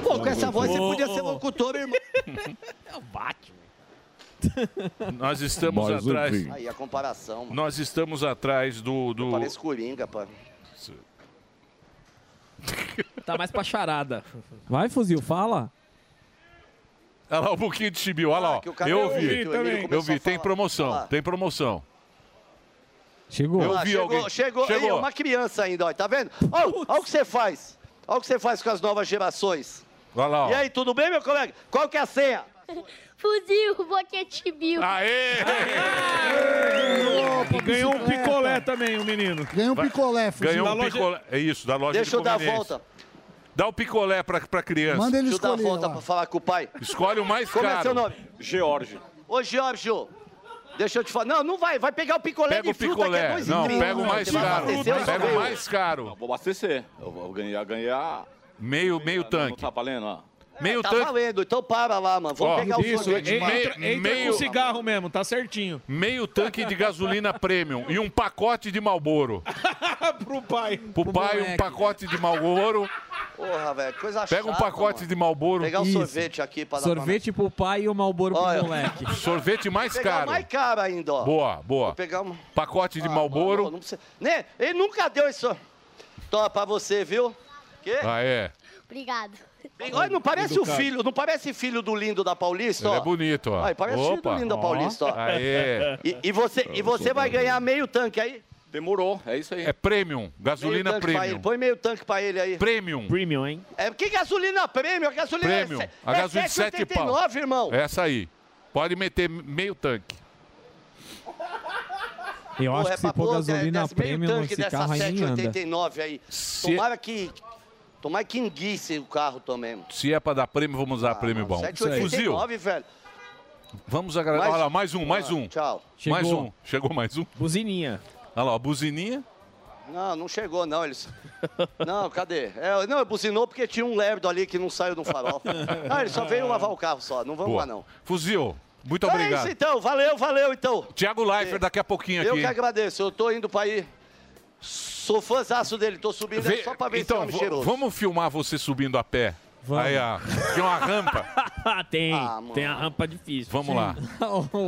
Pô, com essa voz você podia ser locutor, irmão. É o Batman.
Nós estamos atrás.
Aí a comparação, mano.
Nós estamos atrás do. do...
Parece Coringa, pá.
Tá mais pra charada. Vai, fuzil, fala.
Olha lá o buquinho de chibiu,
Ah,
olha lá. ó.
que o cara-
eu
eu
é
vi,
vi também.
eu
começou
vi,
a
tem
falar.
promoção,
Falar.
tem promoção.
Chegou.
Eu
Ah,
vi
chegou,
alguém.
Chegou, Aí, uma criança ainda, ó, tá vendo? Olha o que você faz. Olha o que você faz com as novas gerações.
Olha lá, ó.
E aí, tudo bem, meu colega? Qual que é a senha?
Fuzil, boquete mil.
Aê!
E ganhou um picolé também, o menino.
Ganhou
Vai-
picolé, fuzil.
Ganhou
Da
um
loja-
picolé. É isso, da loja
Deixa
de
eu dar a
conveniência.
volta.
Dá o picolé pra, pra criança.
Deixa eu dar a volta pra falar com o pai.
Escolhe o mais
Como
caro.
é seu nome? George. Ô, Giorgio. Deixa eu te falar. Não, não vai. Vai pegar o picolé
Pega
de
o
fruta que é
picolé.
dois e
Não,
trinta.
pega o mais
Você vai
caro.
abastecer ou
Pega
não?
o mais caro.
Vou abastecer. Eu vou ganhar, ganhar.
Meio, meio
tanque. Não tá valendo, ó.
Meio
tá
tanque.
valendo, então para lá, mano. Vamos
Ó, é
pegar o
isso,
sorvete,
entra-
mano.
entra- entra
Com cigarro mesmo, tá certinho.
Meio tanque de gasolina premium e um pacote de Malboro.
Pro pai.
Pro pai, um
moleque.
pacote de Malboro.
Porra, velho, coisa chata.
Pega um pacote de Malboro.
Pegar um sorvete aqui pra dar pra
Sorvete pro pai e o Malboro pro moleque.
Sorvete mais
pegar
caro.
o mais caro ainda, ó.
Boa, boa.
Vou pegar um...
Pacote de
Ah,
Malboro.
mano, não precisa- Né? Ele nunca deu isso. Toma pra você, viu? Que?
Ah, é.
Obrigado.
Bem, Olha, não parece o filho, não parece filho do lindo da Paulista, ó.
Ele é bonito, ó.
Olha, parece filho do
Opa.
lindo da
Ó.
Paulista, ó.
Aê.
E, e você, e você vai ganhar meio tanque aí?
Demorou, é isso aí.
É premium. Gasolina
Meio tanque pra ele.
premium.
Põe meio tanque pra ele aí.
Premium.
Premium, hein?
É, que gasolina prêmio? A gasolina
Premium.
é, se-
A
é
gasolina de 7 pau.
7,89, irmão.
Essa aí. Pode meter meio tanque.
Eu
Pô,
acho
é
que se
pra
pôr
pô,
gasolina
desce meio
premium
tanque
nesse
dessa
carro aí nem anda.
789 aí. Tomara que. Tomara que enguice o carro também.
Se é pra dar prêmio, vamos
Ah,
usar prêmio bom. Fuzil,
789, velho.
vamos agradecer.
Mais-
Olha lá, mais um, mais
Ah,
um.
tchau.
Mais
Chegou.
um. Chegou mais um.
Buzininha.
Olha lá, ó, buzininha.
Não, não chegou, não. Eles. Não, cadê? É, não, buzinou porque tinha um lerdo ali que não saiu do farol. Ah, ele só veio lavar o carro só. Não vamos
Boa.
lá, não.
Fuzil, muito
É isso
obrigado.
então, valeu, valeu então.
Tiago Leifert daqui a pouquinho
Eu
aqui.
que agradeço, eu tô indo pra ir. Sou fãzaço dele, tô subindo
Vê-
aí só pra ver
então,
esse homem
vo-
cheiroso.
vamos filmar você subindo a pé. Aí, ó, tem uma rampa.
tem,
Ah,
mano.
tem a rampa difícil.
Vamos lá.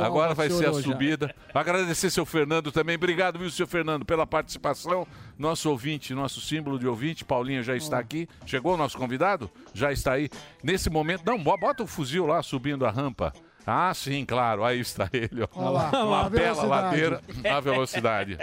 Agora vai ser a subida. Agradecer seu Fernando também. Obrigado, viu, seu Fernando, pela participação. Nosso ouvinte, nosso símbolo de ouvinte, Paulinha já está aqui. Chegou o nosso convidado? Já está aí. Nesse momento, não, bo- bota o fuzil lá subindo a rampa. Ah, sim, claro. Aí está ele. Ó.
Olha lá,
Uma
a
bela
velocidade.
ladeira, a velocidade.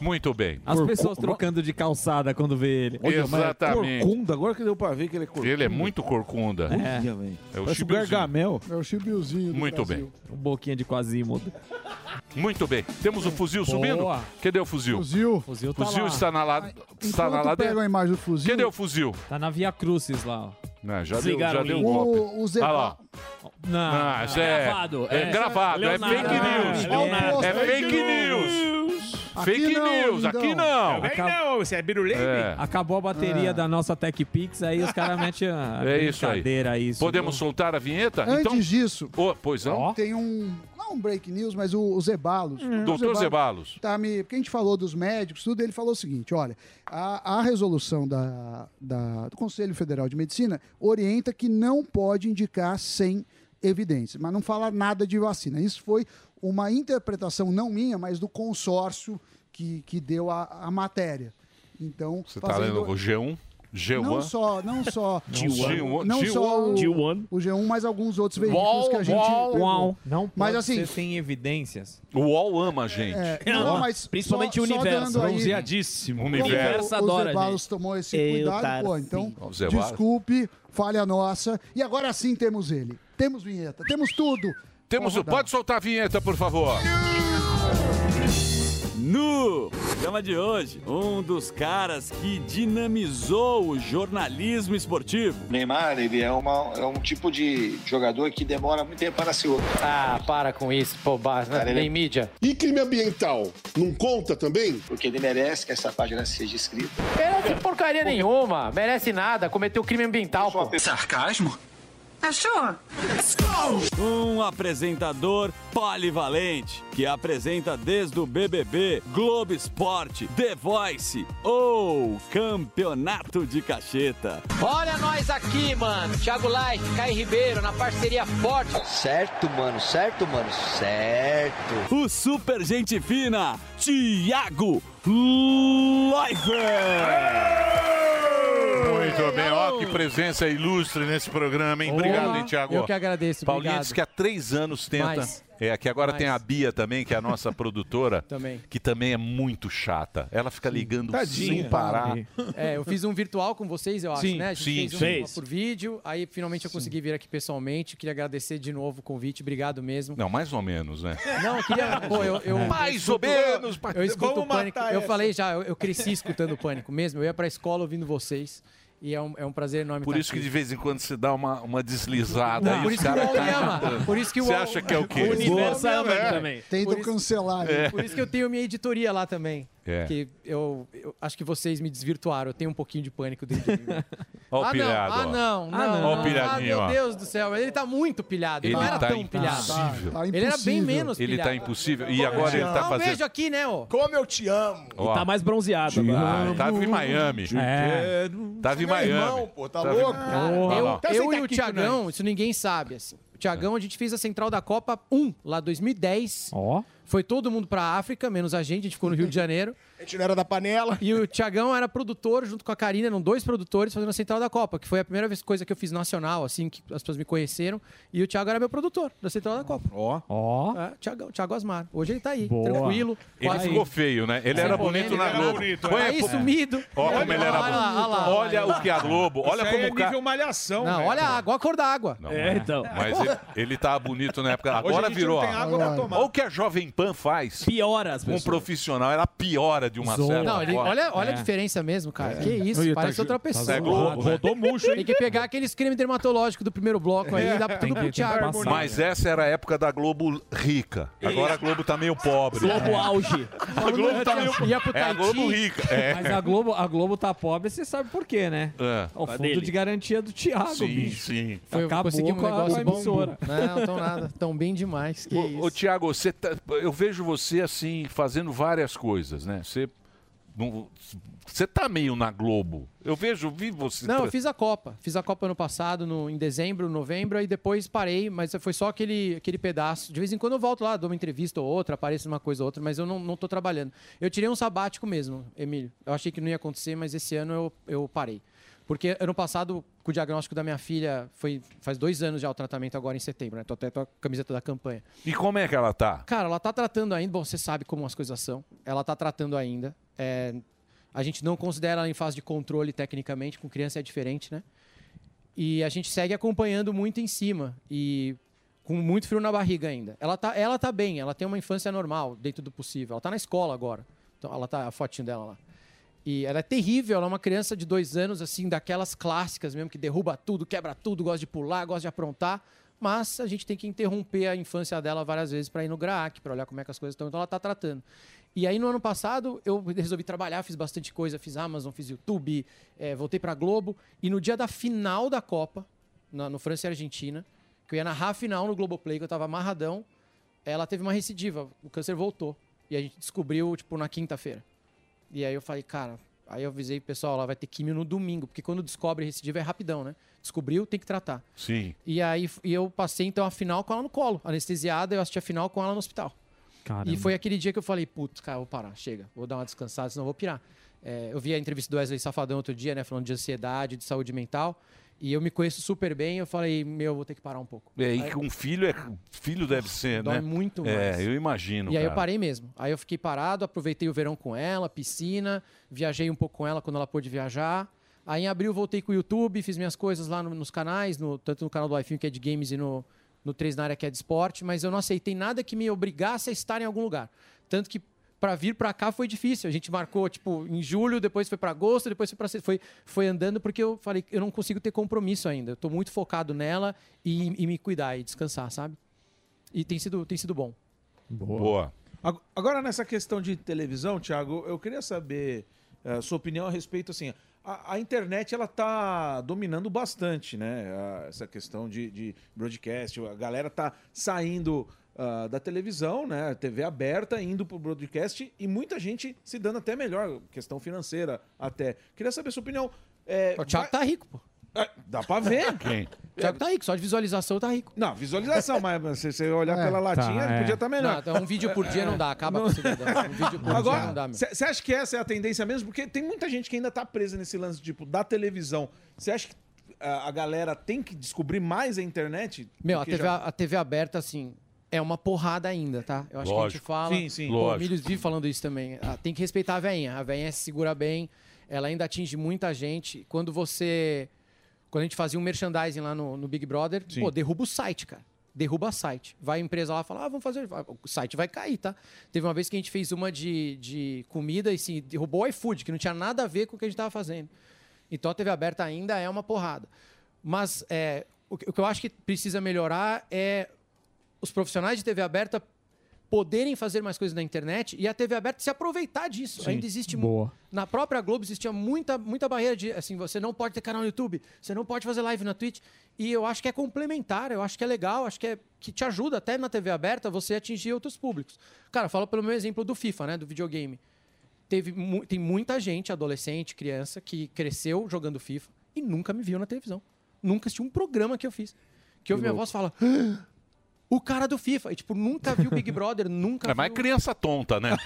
Muito bem.
As
Por-
pessoas trocando de calçada quando vê ele.
Olha, mas é Exatamente. corcunda,
agora que deu pra ver que ele é
Ele é muito corcunda.
É.
É o
Parece um
chibiozinho.
gargamel.
É o chibilzinho do
Muito
Brasil.
bem.
Um boquinha de quasimodo.
Muito bem. Temos o fuzil subindo?
Boa.
Cadê o fuzil?
Fuzil.
Fuzil tá
Fuzil
lá.
está na, la... está na
Enquanto
ladeira.
pega a imagem do fuzil...
Cadê o fuzil?
Tá na Via Crucis lá, ó.
Não, já
Desligaram
deu, já deu
o
um
link.
golpe.
O- o Zé-
Olha lá.
Não,
Ah, isso é,
gravado,
É,
é.
gravado,
Leonardo. né? um
é fake news.
Leonardo.
É fake news. Fake news,
então.
aqui
então.
não.
Aí não, você é biruleibe?
É.
Acabou a bateria
É.
da nossa Tech Pix, aí os caras metem a
É isso aí.
brincadeira aí. isso,
Podemos soltar a vinheta?
Antes
então...
disso,
Ô, pois não.
Tem um. Não um break news, mas o, o Zebalos. O
Hum. Doutor Zeballos.
Tá me, porque a gente falou dos médicos, tudo, ele falou o seguinte: olha, a, a resolução da, da- do Conselho Federal de Medicina orienta que não pode indicar sem evidências, mas não fala nada de vacina. Isso foi uma interpretação não minha, mas do consórcio que, que deu a, a matéria. Então,
Você tá lendo o G1? G1?
não só, não só,
G1.
não só o,
G1.
o G1, mas alguns outros veículos que a gente pegou.
Uau. Não
mas
pode
assim,
ser sem evidências.
O UOL ama a gente.
É, não, Ama. mas Principalmente só- o só Universo. dando aí-
Bronzeadíssimo.
como
Universo.
o Zé Balos tomou esse
Eu,
cuidado, pô,
Tarcísio.
então,
Ó, o Zé Balos.
desculpe, falha nossa. E agora sim temos ele. Temos vinheta, temos tudo.
Temos o... Pode soltar a vinheta, por favor.
No programa de hoje, um dos caras que dinamizou o jornalismo esportivo.
Neymar, ele é, uma, é um tipo de jogador que demora muito tempo para se Ah, para com isso, bobagem, né?
Tem
mídia.
E crime ambiental, não conta também?
Porque ele merece que essa página seja escrita.
Merece porcaria nenhuma, merece nada, cometeu crime ambiental, pô.
Sarcasmo?
Achou?
Um apresentador polivalente que apresenta desde o BBB, Globo Esporte, The Voice ou Campeonato de Cacheta.
Olha nós aqui, mano. Thiago Lai, Caio Ribeiro, na parceria forte. Certo, mano, certo, mano, certo.
O super gente fina, Thiago Leifert.
Muito bem, ó, que presença ilustre nesse programa, hein?
Opa,
Obrigado, hein, Tiago?
eu que agradeço,
Paulinho
obrigado.
disse que há três anos tenta.
Mais.
É, que agora
Mais.
tem a Bia também, que é a nossa produtora,
Também.
que também é muito chata. Ela fica ligando sem parar.
É, eu fiz um virtual com vocês, eu acho,
Sim,
né? A gente
sim,
fez um
sim.
virtual por vídeo, aí finalmente eu consegui vir aqui pessoalmente. Queria agradecer de novo o convite, obrigado mesmo.
Não, mais ou menos, né?
Não, eu queria. Pô, eu, eu
Mais
eu escuto-
ou menos, mas
Eu escuto
vamos
o pânico.
matar
Eu
essa.
falei já, eu, eu cresci escutando o pânico mesmo. Eu ia pra escola ouvindo vocês. E é um, é um prazer enorme
Por
estar
isso que
aqui.
de vez em quando se dá uma, uma deslizada.
Não,
aí
por
Ah, os
isso que o
caras
UOL me
caem
ama.
cantando.
Por isso que o
Você
UOL-
acha que é o quê?
O universo ama
É.
também.
Tentam
Por isso-
cancelar.
É.
Por isso que eu tenho minha editoria lá também.
É.
Que eu, eu acho que vocês me desvirtuaram. Eu tenho um pouquinho de pânico dentro de mim.
Ó o
ah,
pilhado,
não, ah,
ó.
não,
Ah, não.
não.
Ó o pilhadinho,
Ah,
ó.
meu Deus do céu. Ele tá muito pilhado. Ele,
Ele
não era
tá
tão
impossível.
pilhado. ele era bem menos
Ele
pilhado.
tá impossível. E agora ele tá
Dá um
fazendo.
beijo aqui, né, ô? Como eu te amo.
Ó.
tá mais bronzeado agora.
Ah, tava em Miami.
Te
É. Tava em
Meu
Miami.
irmão, pô, tá
Tava em-
louco?
Cara,
Olha
eu,
lá.
eu e o Tiagão, isso ninguém sabe, assim. O Tiagão, a gente fez a central da Copa 1, lá 2010.
Ó.
Foi todo mundo pra África, menos a gente, a gente ficou no Rio de Janeiro. a gente não era da panela. E o Tiagão era produtor, junto com a Karina, eram dois produtores fazendo a central da Copa, que foi a primeira vez coisa que eu fiz nacional, assim, que as pessoas me conheceram. E o Thiago era meu produtor da central da Copa.
Ó.
Ó.
É, Thiagão, Thiago Asmar. Hoje ele tá aí,
Boa.
tranquilo.
Ele
quase-
ficou feio, né? Ele
Sem
era
polêmica.
bonito na
Ele era
Globo.
bonito,
Olha
é. Aí,
como-
sumido.
Ó, como ele era
Olha lá, olha lá,
bonito. Olha
olha lá.
o que a Globo. Olha
Isso aí
como
é
o cara.
nível
malhação.
Não,
né?
velho.
olha a água, a cor da água.
Não,
É,
né?
então.
Mas ele, ele tava bonito na época.
Hoje
Agora
a gente
virou.
não tem
ó.
água pra tomar.
Olha o que a Jovem Pan faz.
Piora as
Um profissional, ela piora de uma certa
Não, ele-
forma.
olha, olha a diferença mesmo, cara.
É.
Que isso,
Ih, tá
parece
ju-
outra
tá
pessoa.
zoado, né? Rodou
murcho, hein? Tem que pegar aqueles creme dermatológico do primeiro bloco aí e dá tudo pro Thiago.
Mas essa era a época da Globo rica. Agora a Globo tá meio pobre.
Globo
É.
auge.
A Globo tá meio
Ia pro
É a
Tahiti.
Globo rica. É.
Mas a Globo, a Globo tá pobre, você sabe por quê, né?
É.
Tá
O
A
fundo
dele.
de garantia do Thiago,
Sim,
bicho.
sim.
Foi, Acabou
Consegui um
com a, com
negócio
a
bom.
emissora.
Não, tão nada. Tão bem demais. Que isso.
Ô, Tiago, eu vejo você assim, fazendo várias coisas, né? Você. não- Você tá meio na Globo. Eu vejo, vi você.
Não,
tra-
eu fiz a Copa. Fiz a Copa ano passado, no, em dezembro, novembro, aí depois parei, mas foi só aquele, aquele pedaço. De vez em quando eu volto lá, dou uma entrevista ou outra, apareço numa coisa ou outra, mas eu não, não tô trabalhando. Eu tirei um sabático mesmo, Emílio. Eu achei que não ia acontecer, mas esse ano eu, eu parei. Porque ano passado, com o diagnóstico da minha filha, foi faz dois anos já o tratamento agora em setembro, né? Tô até com a camiseta da campanha.
E como é que ela tá?
Cara, ela tá tratando ainda. Bom, você sabe como as coisas são. Ela tá tratando ainda. É, a gente não considera ela em fase de controle tecnicamente, com criança é diferente, né? E a gente segue acompanhando muito em cima e com muito frio na barriga ainda. Ela tá, ela tá bem, ela tem uma infância normal, dentro do possível. Ela tá na escola agora. Então, ela tá a fotinho dela lá. E ela é terrível, ela é uma criança de dois anos, assim, daquelas clássicas mesmo, que derruba tudo, quebra tudo, gosta de pular, gosta de aprontar. Mas a gente tem que interromper a infância dela várias vezes para ir no GRAAC, para olhar como é que as coisas estão. Então ela tá tratando. E aí no ano passado eu resolvi trabalhar, fiz bastante coisa, fiz Amazon, fiz YouTube, eh, voltei para Globo. E no dia da final da Copa, na- no França e Argentina, que eu ia narrar a final no Globoplay, que eu tava amarradão, ela teve uma recidiva, o câncer voltou. E a gente descobriu, tipo, na quinta-feira. E aí eu falei, cara, aí eu avisei o pessoal, ela vai ter químio no domingo, porque quando descobre recidiva é rapidão, né? Descobriu, tem que tratar.
Sim.
E aí f- e eu passei então a final com ela no colo, anestesiada, eu assisti a final com ela no hospital.
Caramba.
E foi aquele dia que eu falei, putz, cara, vou parar, chega, vou dar uma descansada, senão eu vou pirar. É, eu vi a entrevista do Wesley Safadão outro dia, né, falando de ansiedade, de saúde mental, e eu me conheço super bem, eu falei, meu, vou ter que parar um pouco.
É, e
Aí-
com filho é. Filho deve ser,
dói
né?
muito mais.
É, eu imagino.
E aí eu
cara.
parei mesmo. Aí eu fiquei parado, aproveitei o verão com ela, piscina, viajei um pouco com ela quando ela pôde viajar. Aí em abril voltei com o YouTube, fiz minhas coisas lá no- nos canais, no- tanto no canal do iFilm que é de games e no, no 3 na área que é de esporte, mas eu não aceitei nada que me obrigasse a estar em algum lugar. Tanto que para vir para cá foi difícil. A gente marcou, tipo, em julho, depois foi para agosto, depois foi para foi foi andando porque eu falei, eu não consigo ter compromisso ainda. Eu tô muito focado nela e, e me cuidar e descansar, sabe? E tem sido tem sido bom.
Boa.
Ag- Agora, nessa questão de televisão, Thiago, eu queria saber a sua eh, opinião a respeito, assim, a, a internet ela tá dominando bastante, né? a- essa questão de, de broadcast. A galera tá saindo ah, da televisão, né? TV aberta, indo pro broadcast e muita gente se dando até melhor, questão financeira até. Queria saber sua opinião. É,
O Thiago tá rico, pô.
Dá pra ver.
Quem?
O Thiago tá rico, só de visualização tá rico.
Não, visualização, mas se você olhar pela latinha,
tá, é.
podia estar melhor.
Não, então um vídeo por dia não dá, acaba com o cidadão. Um vídeo por
Agora,
dia não dá, meu.
Você acha que essa é a tendência mesmo? Porque tem muita gente que ainda tá presa nesse lance, tipo, da televisão. Você acha que ah, a, a galera tem que descobrir mais a internet?
Meu,
do
a
que
TV,
já-
a TV aberta, assim, é uma porrada ainda, tá? Eu acho que a gente
Lógico.
fala.
Sim, sim.
Pô,
Lógico.
O Milhos vive falando isso também. Ah, Tem que respeitar a veinha. A veinha se segura bem, ela ainda atinge muita gente. Quando você. Quando a gente fazia um merchandising lá no, no Big Brother, pô, derruba o site, cara. Derruba site. Vai a empresa lá e fala, ah, vamos fazer. O site vai cair, tá? Teve uma vez que a gente fez uma de, de comida e assim, derrubou o iFood, que não tinha nada a ver com o que a gente tava fazendo. Então a TV aberta ainda é uma porrada. Mas é, o, que, o que eu acho que precisa melhorar é os profissionais de TV aberta poderem fazer mais coisas na internet e a TV aberta se aproveitar disso.
Sim.
Ainda existe mu-
Boa.
na própria Globo existia muita, muita barreira de assim, você não pode ter canal no YouTube, você não pode fazer live na Twitch. E eu acho que é complementar, eu acho que é legal, acho que é que te ajuda até na TV aberta você atingir outros públicos. Cara, fala pelo meu exemplo do FIFA, né, do videogame. Teve mu- tem muita gente, adolescente, criança, que cresceu jogando FIFA e nunca me viu na televisão. Nunca assistiu um programa que eu fiz. Que ouve minha
louco.
voz e fala: "Ah, o cara do FIFA. E, tipo, nunca viu Big Brother, nunca
É, mas é
viu.
criança tonta, né?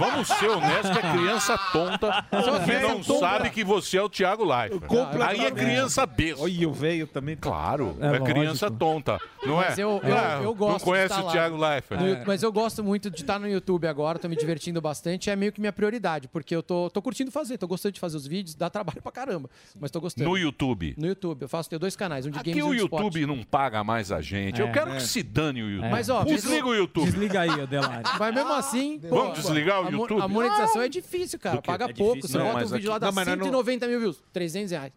Vamos ser honestos, que é criança tonta
Só
que
é criança
não
tonta.
sabe que você é o Thiago Life. Aí é
completamente.
criança besta.
Olha, eu veio também.
Claro,
É
é,
lógico.
criança tonta, não é?
Mas eu, eu,
Ah,
eu gosto.
Não conhece
de estar
o
lá.
Thiago É. Life.
No- Mas eu gosto muito de estar no YouTube agora, tô me divertindo bastante. É meio que minha prioridade, porque eu tô, tô curtindo fazer, tô gostando de fazer os vídeos, dá trabalho pra caramba. Mas tô gostando.
No YouTube.
No YouTube. Eu faço, tenho dois canais, um de
Aqui
games
o
e um de esporte.
YouTube não paga mais a gente. eu
É,
quero
né?
que se dane o YouTube.
É.
Mas, ó,
Desliga o YouTube.
Desliga aí, Adelar.
Mas mesmo assim.
Ah, Vamos desligar o
a mo-
YouTube?
A monetização é difícil, cara.
Do quê?
Paga
É difícil,
pouco. Você
não,
bota um
mas
vídeo lá
aqui-
dá
Não, mas nós não-
190 mil views, 300 reais.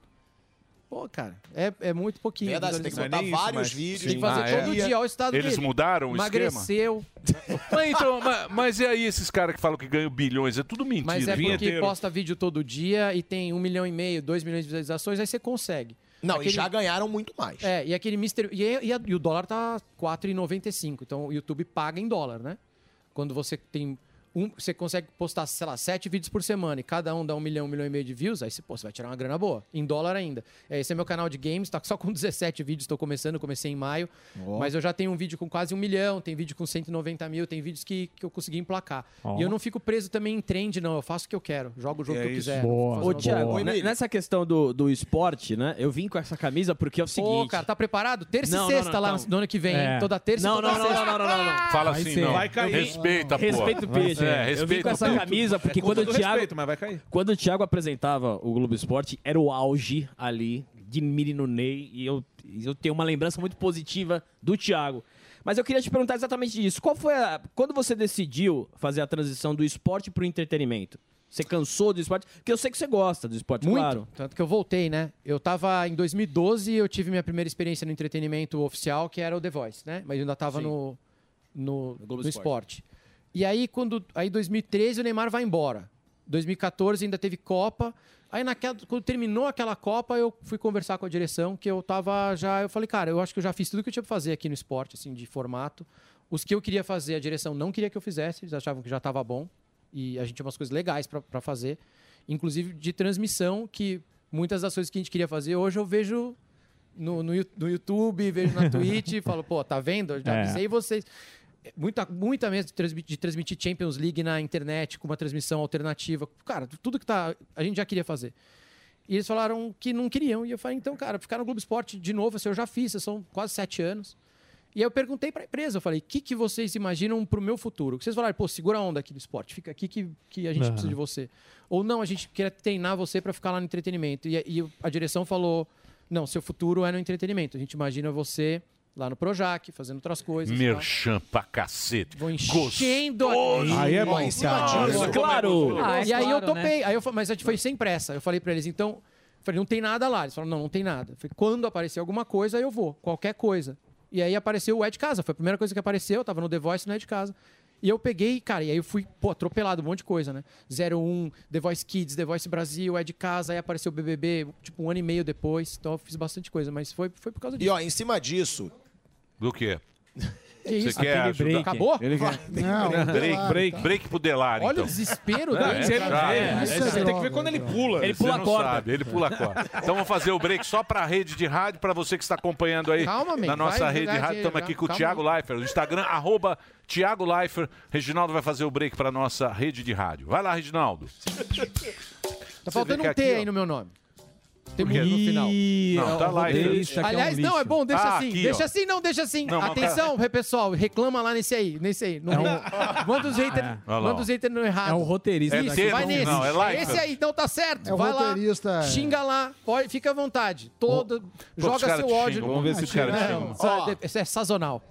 Pô, cara, é, é muito pouquinho.
Verdade, você tem que
visualização.
botar Não é nem isso, vários mas- vídeos.
Tem que fazer
Ah, é?
todo dia, olha o estado
Eles
dele.
mudaram o esquema?
Emagreceu.
Mas então, mas, mas e aí esses caras que falam que ganham bilhões? É tudo mentira.
Mas é porque posta vídeo todo dia e tem um milhão e meio, dois milhões de visualizações, aí você consegue.
Não, e já ganharam muito mais.
É, e aquele Mr. E, e a- e o dólar tá 4,95. Então o YouTube paga em dólar, né? Quando você tem. Um, você consegue postar, sei lá, sete vídeos por semana e cada um dá um milhão, um milhão e meio de views, aí você, pô, você vai tirar uma grana boa, em dólar ainda. É, Esse é meu canal de games, tá só com 17 vídeos, tô começando, comecei em maio.
Ó.
Mas eu já tenho um vídeo com quase um milhão, tem vídeo com 190 mil, tem vídeos que, que eu consegui emplacar.
Ó.
E eu não fico preso também em trend, não. Eu faço o que eu quero, jogo
É
o jogo que eu quiser. Vou fazer um-
Ô,
uma
Thiago,
boa.
ne- nessa questão do, do esporte, né? Eu vim com essa camisa porque é o
Ô,
seguinte.
cara, tá preparado? Terça
Não,
e
não,
sexta
não,
lá
então.
no ano que vem, hein?
É.
Toda terça
não,
e toda
não, não,
sexta.
não, não, não, não,
Ah!
não.
Fala assim, não. Respeita, pô.
Respeita o Pedro.
É,
Eu vim
respeita
com essa
o Pedro.
camisa porque
É
quando
conta
o
do
Thiago...
respeito, mas vai cair.
Quando o Thiago apresentava o Globo Esporte, era o auge ali de Miri no Ney. E eu, e eu tenho uma lembrança muito positiva do Thiago. Mas eu queria te perguntar exatamente disso. Qual foi a. Quando você decidiu fazer a transição do esporte pro entretenimento? Você cansou do esporte? Porque eu sei que você gosta do esporte,
Muito.
claro.
Tanto que eu voltei, né? Eu tava em 2012, eu tive minha primeira experiência no entretenimento oficial, que era o The Voice, né? Mas eu ainda tava
Sim.
no, no,
Globo
no
Esporte.
esporte. E aí, quando. Aí, 2013, o Neymar vai embora. 2014 ainda teve Copa. Aí, naquela, quando terminou aquela Copa, eu fui conversar com a direção, que eu tava já. Eu falei, cara, eu acho que eu já fiz tudo que eu tinha pra fazer aqui no esporte, assim, de formato. Os que eu queria fazer, a direção não queria que eu fizesse, eles achavam que já tava bom. E a gente tinha umas coisas legais pra pra fazer, inclusive de transmissão, que muitas das coisas que a gente queria fazer hoje eu vejo no, no, Yu- no YouTube, vejo na Twitch, falo, pô, tá vendo? Eu já
É.
avisei vocês. é, Muita, muita mesmo de transmi- de transmitir Champions League na internet com uma transmissão alternativa. Cara, tudo que tá. A gente já queria fazer. E eles falaram que não queriam. E eu falei, então, cara, ficar no Globo Esporte de novo, assim, eu já fiz, são quase sete anos. E aí eu perguntei pra empresa, eu falei, o que, que vocês imaginam pro meu futuro? Vocês falaram, pô, segura a onda aqui do esporte, fica aqui que, que a gente
Aham.
precisa de você. Ou não, a gente quer treinar você pra ficar lá no entretenimento. E, e a direção falou, não, seu futuro é no entretenimento. A gente imagina você lá no Projac, fazendo outras coisas. e tal."
Merchan pra cacete.
assim, Vou enchendo
Gostoso.
a
Aí é bom, cara. Nossa, claro.
Ah,
Ah,
e aí eu
claro,
topei. Aí eu, fa- mas a gente foi sem pressa. Eu falei pra eles, então. eu Falei, não tem nada lá. Eles falaram, não, não tem nada. Eu falei, quando aparecer alguma coisa, eu vou. Qualquer coisa. E aí apareceu o É de Casa. Foi a primeira coisa que apareceu. Eu tava no The Voice, não É de Casa. E eu peguei, cara, e aí eu fui, pô, atropelado, um monte de coisa, né? 01, The Voice Kids, The Voice Brasil, é de casa, aí apareceu o BBB, tipo, um ano e meio depois. Então eu fiz bastante coisa, mas foi, foi por causa
E
disso.
ó, em cima disso,
Do quê?
Que isso?
quer
Aquele
ajudar?
break. Acabou? Ele quer-
Vai, tem
Não,
break,
break,
break,
tá.
break, pro Delari,
Olha
então.
o desespero
É,
dele,
é
cara.
chato.
É, isso é
Você
droga, droga. Ele
Você
pula a
não
corda.
sabe, ele pula a corda. Então vamos fazer o break só para a rede de rádio, para você que está acompanhando aí.
Calma,
Na
amigo,
nossa
vai
rede de
jogar
rádio,
dinheiro
estamos aqui
já.
com o
Calma
Thiago Leifert, no Instagram, arroba Thiago Leifert. Reginaldo vai fazer o break para nossa rede de rádio. Vai lá, Reginaldo.
Tá faltando
vê que
um T
aqui,
aí
ó.
no meu nome.
Tem muito
no final.
Não, tá lá.
Deixa,
um
então.
Aliás, não, é bom, deixa
Ah,
assim.
aqui, ó.
deixa assim, não, deixa assim.
Não, mas-
Atenção, re- pessoal, reclama lá nesse aí, nesse aí. Não- Manda os haters
É. Olha lá,
manda os haters no errado.
É um roteirista
Isso,
daqui.
vai
É T no
nesse.
final, é Leifert.
Esse aí, então tá certo.
É o
vai lá,
roteirista, é.
xinga lá, pode, fica à vontade. Todo,
os
joga
caras
seu
te
ódio.
xingam, vamos ver se os caras
É,
xingam.
sabe, Isso é sazonal.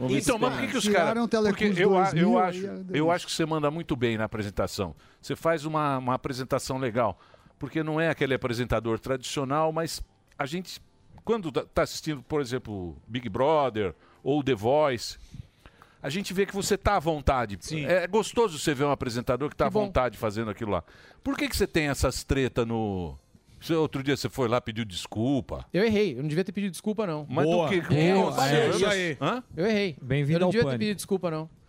Então, mas por que, que os caras.
Tiraram o
Porque
Telecurso
eu, a-
2000
eu
e
acho,
aí é
eu acho que você manda muito bem na apresentação. Você faz uma, uma apresentação legal. Porque não é aquele apresentador tradicional, mas a gente, quando está assistindo, por exemplo, Big Brother ou The Voice. A gente vê que você tá à vontade. É gostoso você ver um apresentador que tá à vontade fazendo aquilo lá. Por que, que você tem essas treta no. Você- outro dia você foi lá pediu desculpa.
Eu errei, eu não devia ter pedido desculpa, não.
Mas do assim? que? que
É,
É,
aconteceu? Hã?
Eu errei.
Bem-vindo
Eu não
ao
devia ter
pânico.
pedido desculpa, não.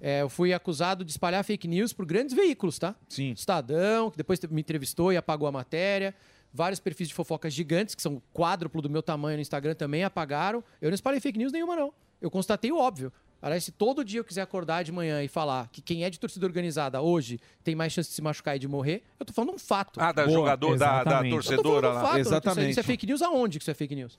É, eu fui acusado de espalhar fake news por grandes veículos, tá? Sim. Estadão, que depois me entrevistou e apagou a matéria. Vários perfis de fofocas gigantes, que são o quádruplo do meu tamanho no Instagram, também apagaram. Eu não espalhei fake news nenhuma, não. Eu constatei o óbvio. Aliás, se todo dia eu quiser acordar de manhã e falar que quem é de torcida organizada hoje tem mais chance de se machucar e de morrer, eu tô falando um fato.
Ah, da Boa, jogador- da- da exatamente. torcedora
Eu tô falando um
lá.
fato, eu não tô dizendo- Isso é
Exatamente.
fake news aonde que isso é fake news?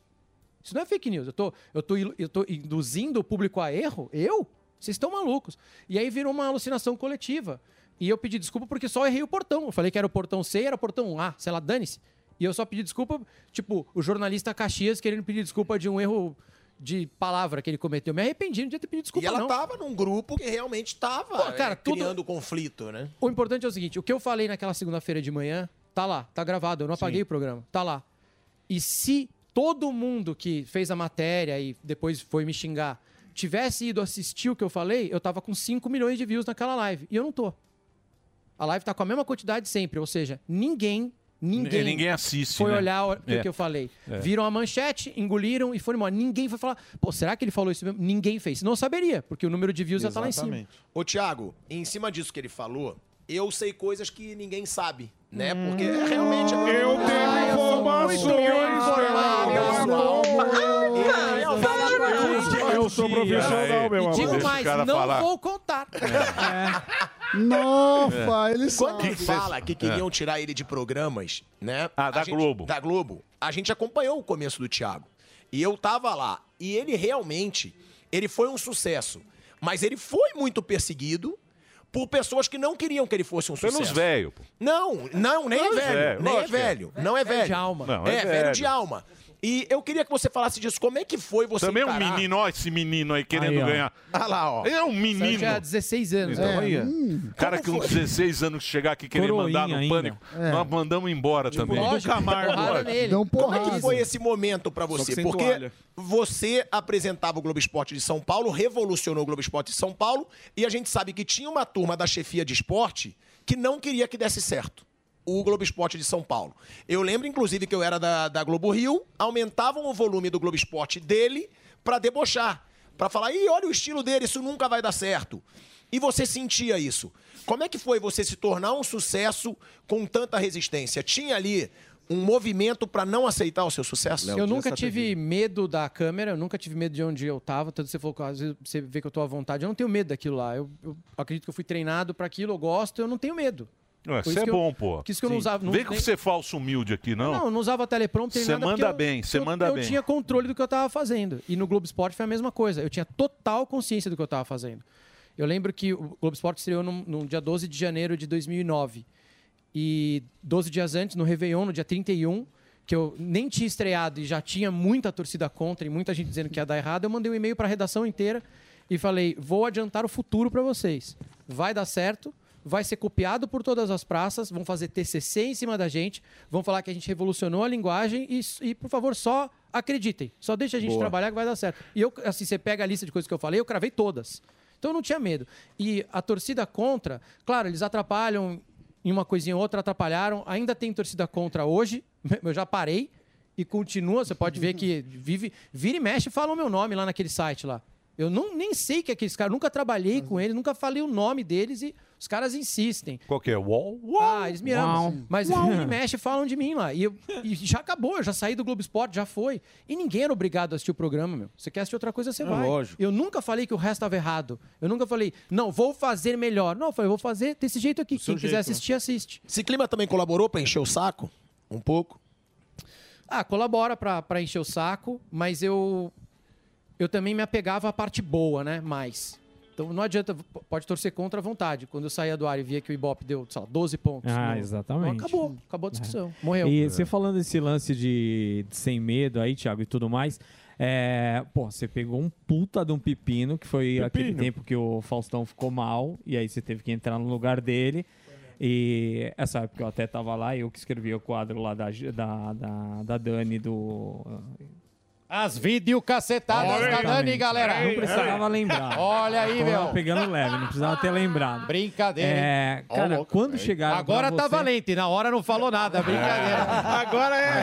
Isso não é fake news. Eu tô, eu tô, ilu- eu tô induzindo o público a erro? Eu? Vocês estão malucos. E aí virou uma alucinação coletiva. E eu pedi desculpa porque só errei o portão. Eu falei que era o portão C e era o portão A. Sei lá, dane-se. E eu só pedi desculpa, tipo, o jornalista Caxias querendo pedir desculpa de um erro de palavra que ele cometeu. Me arrependi, não devia ter pedido desculpa,
e ela
não.
tava num grupo que realmente tava
Pô, cara,
é,
tudo-
criando conflito, né?
O importante é o seguinte: o que eu falei naquela segunda-feira de manhã, tá lá, tá gravado. Eu não apaguei o programa, tá lá. E se todo mundo que fez a matéria e depois foi me xingar tivesse ido assistir o que eu falei, eu tava com 5 milhões de views naquela live. E eu não tô. A live tá com a mesma quantidade sempre, ou seja, ninguém. Ninguém,
Ninguém assiste,
Foi
né?
olhar o que,
É.
que eu falei.
É.
Viram a manchete, engoliram e foram embora. Ninguém foi falar. Pô, será que ele falou isso mesmo? Ninguém fez. Não saberia, porque o número de views já tá lá em cima.
Ô, Thiago, em cima disso que ele falou, eu sei coisas que ninguém sabe, né? Porque realmente... Ah, Eu tenho informações! Ah,
é
Eu sou profissional, meu
E
amor.
digo mais, não vou contar.
Nossa,
É.
ele
Quando
sabe.
ele fala que queriam tirar ele de programas, né? Ah,
É. da Globo.
Da Globo. A gente acompanhou o começo do Thiago. E eu tava lá. E ele realmente, ele foi um sucesso. Mas ele foi muito perseguido por pessoas que não queriam que ele fosse um
Pelos
sucesso.
velho, pô.
Não, não, nem
Não,
é velho.
velho,
nem é
lógico que é.
velho. Não é
É de
velho.
alma. Não, é
é, velho de
velho.
alma. E eu queria que você falasse disso. Como é que foi você
Também é um
encarar-
menino, ó, esse menino aí querendo
Aí, ó.
ganhar.
Ah lá, ó.
Ele é um menino.
Sérgio tinha 16 anos.
Então,
né?
olha. cara que com 16 anos chegar aqui querer
Coroinha
mandar no
ainda.
pânico,
É.
nós mandamos embora também.
Lógico, porrada nele. Como é que foi esse momento pra
um Só que
você?
sem
Porque
toalha.
você apresentava o Globo Esporte de São Paulo, revolucionou o Globo Esporte de São Paulo, e a gente sabe que tinha uma turma da chefia de esporte que não queria que desse certo. O Globo Esporte de São Paulo. Eu lembro, inclusive, que eu era da, da Globo Rio, aumentavam o volume do Globo Esporte dele pra debochar. pra falar, ih, olha o estilo dele, isso nunca vai dar certo. E você sentia isso. Como é que foi você se tornar um sucesso com tanta resistência? Tinha ali um movimento pra não aceitar o seu sucesso?
É, um
eu nunca tive medo da câmera, eu nunca tive medo de onde eu tava. Tanto você falou que às vezes você vê que eu tô à vontade. Eu não tenho medo daquilo lá. Eu, eu acredito que eu fui treinado pra aquilo, eu gosto, eu não tenho medo.
Ué,
Por
Você é
que eu-
bom, pô.
Por isso que eu não
Sim.
usava. Não,
Vem com
nem-
você é falso humilde aqui, não?
Não, eu não usava teleprompter
Você
nada. porque
manda
eu-
bem, você
eu-
manda bem.
Eu tinha controle do que eu tava fazendo. E no Globo Esporte foi a mesma coisa. Eu tinha total consciência do que eu tava fazendo. Eu lembro que o Globo Esporte estreou no, no dia 12 de janeiro de 2009. E 12 dias antes, no Réveillon, no dia 31, que eu nem tinha estreado e já tinha muita torcida contra e muita gente dizendo que ia dar errado, eu mandei um e-mail para a redação inteira e falei: vou adiantar o futuro para vocês. Vai dar certo, vai ser copiado por todas as praças, vão fazer TCC em cima da gente, vão falar que a gente revolucionou a linguagem e, e, por favor, só acreditem, só deixa a gente
Boa.
trabalhar que vai dar certo. E eu, assim, você pega a lista de coisas que eu falei, eu cravei todas. Então eu não tinha medo. E a torcida contra, claro, eles atrapalham em uma coisinha ou outra, atrapalharam. Ainda tem torcida contra hoje, eu já parei e continua. Você pode ver que vive, vira e mexe fala o meu nome lá naquele site lá. Eu não, nem sei que é aqueles caras, nunca trabalhei com eles, nunca falei o nome deles e os caras insistem.
Qual que é? Wall?
Ah, eles me amam.
Uau.
Mas
Uau.
vira e mexe falam de mim lá. E, eu- e já acabou, eu já saí do Globo Esporte, já foi. E ninguém era obrigado a assistir o programa, meu. Você quer assistir outra coisa, você
É,
vai.
lógico.
Eu nunca falei que o resto estava errado. Eu nunca falei, não, vou fazer melhor. Não, eu falei, vou fazer desse jeito né? aqui. Quem quiser assistir, assiste.
Esse clima também colaborou pra encher o saco? Um pouco?
Ah, colabora pra, pra encher o saco, mas eu eu também me apegava à parte boa, né? Mais. Então não adianta, p- pode torcer contra a vontade. Quando eu saía do ar e via que o Ibope deu, sei lá, 12 pontos.
Ah,
no-
exatamente. É.
Acabou, acabou a discussão. Morreu.
E
É.
você falando desse lance de, de sem medo aí, Thiago, e tudo mais. É, pô, você pegou um puta de um pepino, que foi aquele tempo que o Faustão ficou mal, e aí você teve que entrar no lugar dele. E essa época eu até tava lá, eu que escrevi o quadro lá da, da, da, da Dani do.
As videocacetadas
Tá
Olha
da
aí.
Dani, galera.
É.
É.
Não precisava lembrar.
Olha aí,
Eu tava
meu.
pegando leve, não precisava ter lembrado.
Brincadeira, hein?
É,
Ó,
cara,
louco.
quando chegaram. pra
Agora tá
você- É,
valente, na hora não falou nada, brincadeira. Agora é.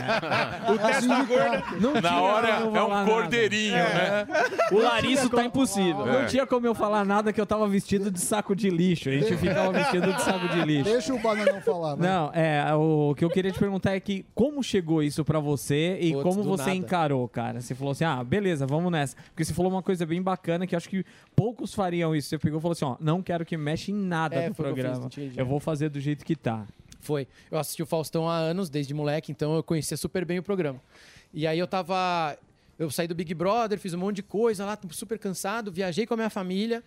O
assim,
teste da gorda.
Na hora é um cordeirinho,
É.
né?
O Larisso tá impossível.
É.
Não tinha como eu falar nada que eu tava vestido de saco de lixo. A gente ficava vestido de saco de lixo.
Deixa o bananão
Ah, né?
falar, vai.
Não, é, o que eu queria te perguntar é que como chegou isso pra você e
Putz,
como
do
você
nada.
encarou, cara? Você falou assim: "Ah, beleza, vamos nessa". Porque você falou uma coisa bem bacana que eu acho que poucos fariam isso. Você pegou e falou assim: "Ó, não quero que mexa em nada
É,
do
foi o que eu fiz,
programa.
não tinha jeito.
eu vou fazer do jeito que tá".
Foi. Eu assisti o Faustão há anos, desde moleque, então eu conhecia super bem o programa. E aí eu tava. Eu saí do Big Brother, fiz um monte de coisa lá, super cansado, viajei com a minha família.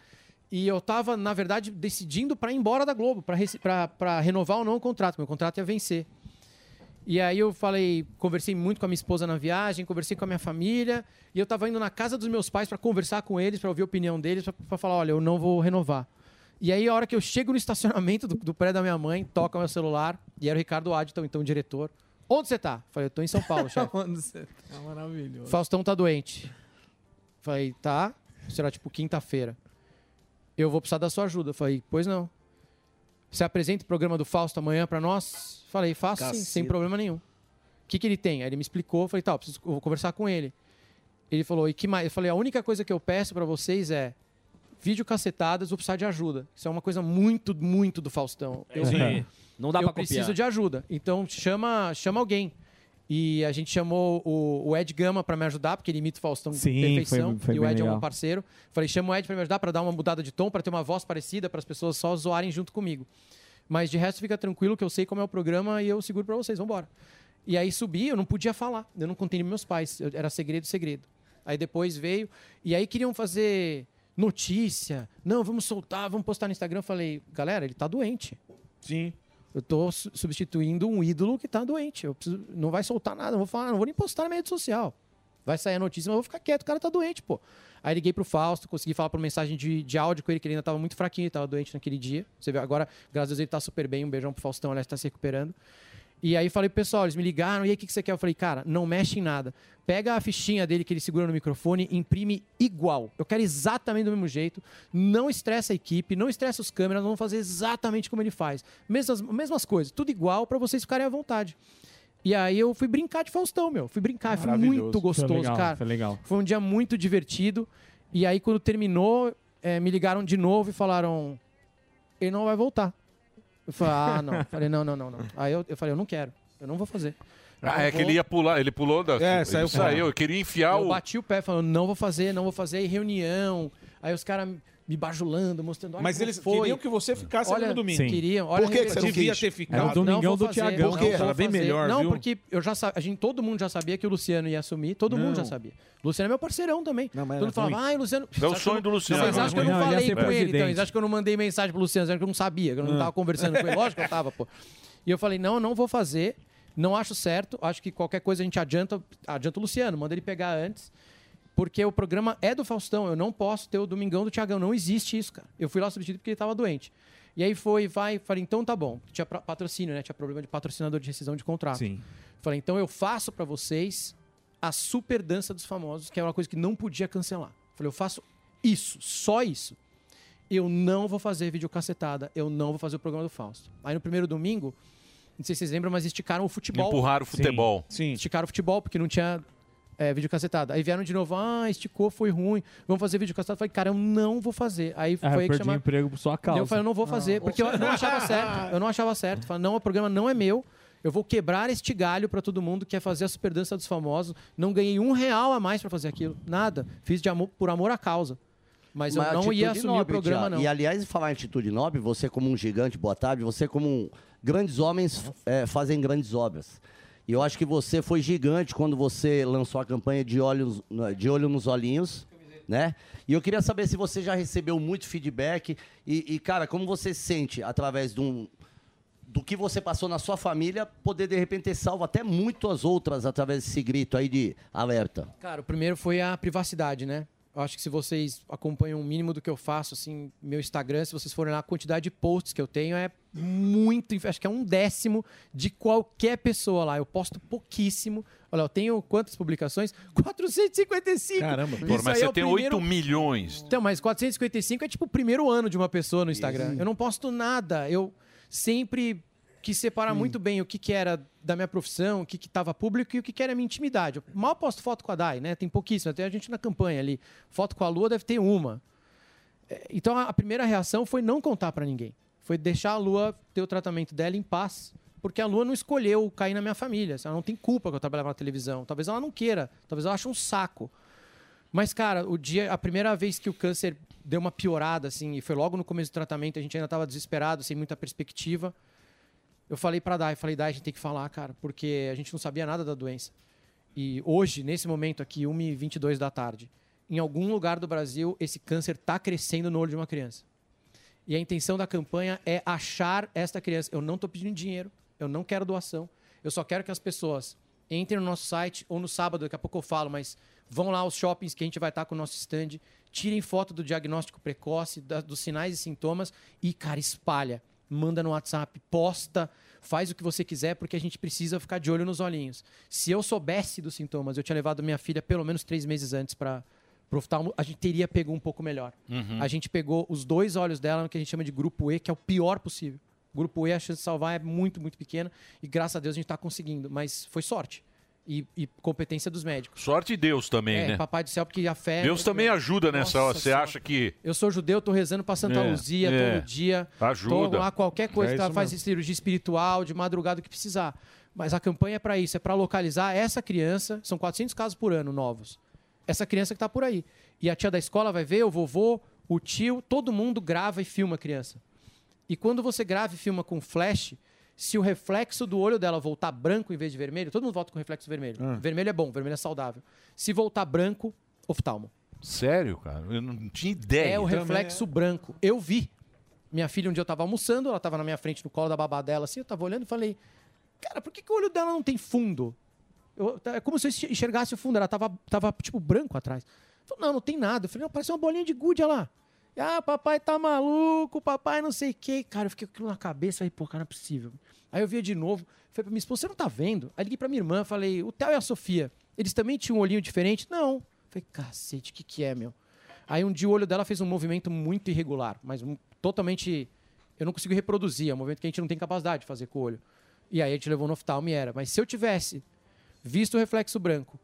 E eu tava, na verdade, decidindo pra ir embora da Globo, pra rece- pra pra renovar ou não o contrato. Meu contrato ia vencer. E aí eu falei, conversei muito com a minha esposa na viagem, conversei com a minha família, e eu tava indo na casa dos meus pais para conversar com eles, para ouvir a opinião deles, para falar, olha, eu não vou renovar. E aí a hora que eu chego no estacionamento do, do prédio da minha mãe, toca meu celular, e era o Ricardo Adton, então o diretor. Onde você tá? Falei, eu tô em São Paulo, chefe.
Onde você tá? Maravilhoso.
Faustão tá doente. Falei, tá. Será tipo quinta-feira. Eu vou precisar da sua ajuda. Falei, pois não. Você apresenta o programa do Fausto amanhã pra nós? Falei, faço sim, sem
Caceta.
problema nenhum. O que, que ele tem? Aí ele me explicou, eu falei, tá, eu preciso, eu vou conversar com ele. Ele falou, e que mais? Eu falei, a única coisa que eu peço pra vocês é vídeo cacetadas, vou precisar de ajuda. Isso é uma coisa muito, muito do Faustão.
É isso aí. Não dá
eu
pra
preciso
copiar.
de ajuda. Então chama, chama alguém. E a gente chamou o, o Ed Gama pra me ajudar, porque ele imita o Faustão
Sim,
de perfeição.
foi- foi
e o
bem
Ed é um
legal.
parceiro parceiro. Falei, chama o Ed pra me ajudar, pra dar uma mudada de tom, pra ter uma voz parecida, para as pessoas só zoarem junto comigo. Mas de resto, fica tranquilo que eu sei como é o programa e eu seguro pra vocês, vambora. E aí subi, eu não podia falar, eu não contei meus pais, eu- era segredo, segredo. Aí depois veio, e aí queriam fazer notícia, não, vamos soltar, vamos postar no Instagram. Eu Falei, galera, ele tá doente. Sim. Eu tô su- substituindo um ídolo que tá doente. Eu preciso- não vai soltar nada, não vou falar, não vou nem postar na minha rede social. Vai sair a notícia, mas eu vou ficar quieto, o cara tá doente, pô. Aí liguei pro Fausto, consegui falar por mensagem de, de áudio com ele, que ele ainda tava muito fraquinho, ele tava doente naquele dia. Você vê, agora, graças a Deus, ele tá super bem. Um beijão pro Faustão, aliás, tá se recuperando. E aí falei pro pessoal, eles me ligaram, e aí o que, que você quer? Eu falei, cara, não mexe em nada. Pega a fichinha dele que ele segura no microfone, imprime igual. Eu quero exatamente do mesmo jeito. Não estressa a equipe, não estressa os câmeras, vamos fazer exatamente como ele faz. Mesmas, mesmas coisas, tudo igual pra vocês ficarem à vontade. E aí eu fui brincar de Faustão, meu. Fui brincar, foi
Maravilhoso.
muito gostoso,
Foi legal,
cara.
foi legal.
Foi um dia muito divertido. E aí, quando terminou, eh, me ligaram de novo e falaram: ele não vai voltar. Eu falei, ah, não. Falei, não, não, não, não. Aí eu, eu falei, eu não quero. Eu não vou fazer.
Ah,
Eu
é que
vou-
ele ia pular, ele pulou da.
É,
assim, ele
saiu fora.
saiu. Eu queria enfiar
Eu
o.
bati o pé falando, não vou fazer, não vou fazer, e reunião. Aí os caras me bajulando, mostrando. olha
Mas
como
eles
foi.
queriam que você ficasse ali
olha,
no domingo. Sim.
Queriam. Olha,
Por que que você não Devia quis? ter ficado.
Não,
Era o domingão
não vou
do
fazer,
Thiagão,
não
Por quê?
vou
Era bem
fazer.
melhor,
Não,
viu?
porque eu já sa- a gente, todo mundo já sabia que o Luciano ia assumir, todo
Não.
mundo já sabia. O Luciano é meu parceirão também. todo mundo
era
falava,
ruim.
ai, Luciano.
É o
Sabe
sonho
que eu-
do Luciano.
Não, mas acho que eu
Não,
não
ele ia
falei
ser
com ele, então.
presidente.
Eles acham que eu não mandei mensagem pro Luciano, eles acham que eu não sabia, que eu não
Ah.
tava conversando com ele. Lógico que eu tava, pô. E eu falei, não, eu não vou fazer. Não acho certo. Acho que qualquer coisa a gente adianta, adianta o Luciano, manda ele pegar antes. Porque o programa é do Faustão, eu não posso ter o Domingão do Tiagão, não existe isso, cara. Eu fui lá substituir porque ele tava doente. E aí foi, vai, falei, então tá bom. Tinha pra- patrocínio, né? Tinha problema de patrocinador de rescisão de contrato.
Sim.
Falei, então eu faço pra vocês a super dança dos famosos, que é uma coisa que não podia cancelar. Falei, eu faço isso, só isso. eu não vou fazer videocacetada, eu não vou fazer o programa do Fausto. Aí no primeiro domingo, não sei se vocês lembram, mas esticaram o futebol.
Empurraram o futebol.
Sim. sim. Esticaram o futebol porque não tinha é, videocacetada. Aí vieram de novo, ah, esticou, foi ruim, vamos fazer videocacetada. Eu Falei, cara, eu não vou fazer. Aí
Ah,
foi
eu
aí que
perdi o
chamaram...
emprego por sua causa.
Eu falei, eu
Ah,
não vou fazer, porque eu não achava certo. Eu não achava certo. Falei, não, o programa não é meu. Eu vou quebrar este galho pra todo mundo que é fazer a super dança dos famosos. Não ganhei um real a mais pra fazer aquilo. Nada. Fiz de amor, por amor à causa. Mas eu não
atitude
ia assumir
nobre,
o programa,
Thiago.
não.
E aliás, em falar em atitude nobre, você como um gigante, boa tarde, você como um... Grandes homens eh, fazem grandes obras. E eu acho que você foi gigante quando você lançou a campanha de, olhos, de Olho nos Olhinhos, né? E eu queria saber se você já recebeu muito feedback e, e, cara, como você se sente através de um, do que você passou na sua família, poder de repente ter salvo até muitas outras através desse grito aí de alerta.
Cara, o primeiro foi a privacidade, né? Eu acho que se vocês acompanham o mínimo do que eu faço, assim, meu Instagram, se vocês forem lá, a quantidade de posts que eu tenho é muito, inf- acho que é um décimo de qualquer pessoa lá. Eu posto pouquíssimo. Olha, eu tenho quantas publicações? 455!
Caramba, Pô,
Isso
mas
aí
você
é o
tem
primeiro-
8 milhões.
então, mas 455 é tipo o primeiro ano de uma pessoa no Instagram. Eu não posto nada. Eu sempre quis separar muito bem o que, que era da minha profissão, o que estava público e o que, que era minha intimidade. Eu mal posto foto com a Dai, né? Tem pouquíssimo. Tem a gente na campanha ali. Foto com a Lua deve ter uma. É, Então a a primeira reação foi não contar pra ninguém. Foi deixar a Lua ter o tratamento dela em paz, porque a Lua não escolheu cair na minha família. Ela não tem culpa que eu trabalhava na televisão. Talvez ela não queira, talvez ela ache um saco. Mas, cara, o dia, a primeira vez que o câncer deu uma piorada, assim, e foi logo no começo do tratamento, a gente ainda estava desesperado, sem muita perspectiva. Eu falei pra Dai, falei, Dai, a gente tem que falar, cara, porque a gente não sabia nada da doença. E hoje, nesse momento aqui, 1h22 da tarde, em algum lugar do Brasil, esse câncer tá crescendo no olho de uma criança. E a intenção da campanha é achar esta criança. Eu não estou pedindo dinheiro, eu não quero doação. Eu só quero que as pessoas entrem no nosso site ou no sábado, daqui a pouco eu falo, mas vão lá aos shoppings que a gente vai estar com o nosso stand, tirem foto do diagnóstico precoce, da- dos sinais e sintomas e, cara, espalha. Manda no WhatsApp, posta, faz o que você quiser, porque a gente precisa ficar de olho nos olhinhos. Se eu soubesse dos sintomas, eu tinha levado minha filha pelo menos três meses antes para o oftalmo, a gente teria pego um pouco melhor.
Uhum.
A gente pegou os dois olhos dela no que a gente chama de grupo E, que é o pior possível. Grupo E, a chance de salvar é muito, muito pequena. E graças a Deus a gente está conseguindo. Mas foi sorte. E, e competência dos médicos.
Sorte Deus também,
é,
né?
papai é do céu, porque a fé.
Deus também ajuda nessa hora. Você acha que.
Eu sou judeu, tô rezando pra Santa
É,
Luzia
é.
todo dia.
Ajuda.
Tô lá qualquer coisa,
É
tá,
isso
faz
mesmo.
cirurgia espiritual, de madrugada o que precisar. Mas a campanha é pra isso, é pra localizar essa criança, são 400 casos por ano novos. Essa criança que tá por aí. E a tia da escola vai ver, o vovô, o tio, todo mundo grava e filma a criança. E quando você grava e filma com flash, se o reflexo do olho dela voltar branco em vez de vermelho, todo mundo volta com reflexo vermelho.
Ah.
Vermelho é bom, vermelho é saudável. Se voltar branco, oftalmo.
Sério, cara? Eu não tinha ideia. Então,
É o reflexo branco. Eu vi. Minha filha, um dia eu tava almoçando, ela tava na minha frente, no colo da babá dela, assim, eu tava olhando e falei, cara, por que, que o olho dela não tem fundo? Eu- tá- é como se eu enxer- enxergasse o fundo, ela tava, tava tipo, branco atrás. Eu Falei, não, não tem nada. Eu falei, não, parece uma bolinha de gude, olha lá. Ah, papai tá maluco, papai não sei o quê. Cara, eu fiquei com aquilo na cabeça, aí, pô, cara, não é possível. Aí eu via de novo, falei pra minha esposa, você não tá vendo? Aí liguei pra minha irmã, falei, o Theo e a Sofia, eles também tinham um olhinho diferente? Não. Falei, cacete, o que que é, meu? Aí um dia o olho dela fez um movimento muito irregular, mas um- totalmente. Eu não consigo reproduzir, é um movimento que a gente não tem capacidade de fazer com o olho. E aí a gente levou no oftalmo e era. Mas se eu tivesse visto o reflexo branco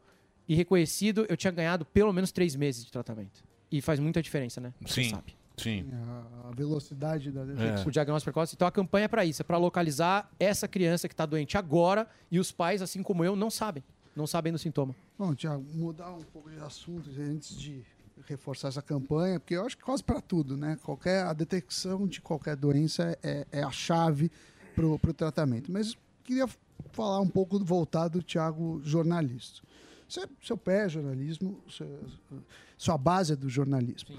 e reconhecido, eu tinha ganhado pelo menos três meses de tratamento. E faz muita diferença, né? Você
Sim.
sabe.
Sim.
Ah,
A velocidade da
É.
o diagnóstico precoce. Então a campanha é para isso, é para localizar essa criança que está doente agora e os pais, assim como eu, não sabem, não sabem do sintoma.
Bom, Tiago, mudar um pouco de assunto antes de reforçar essa campanha, porque eu acho que quase para tudo, né? Qualquer, a detecção de qualquer doença é, é a chave para o tratamento. Mas queria falar um pouco, voltar do Tiago jornalista. Você- seu pé é jornalismo, sua, sua base é do jornalismo.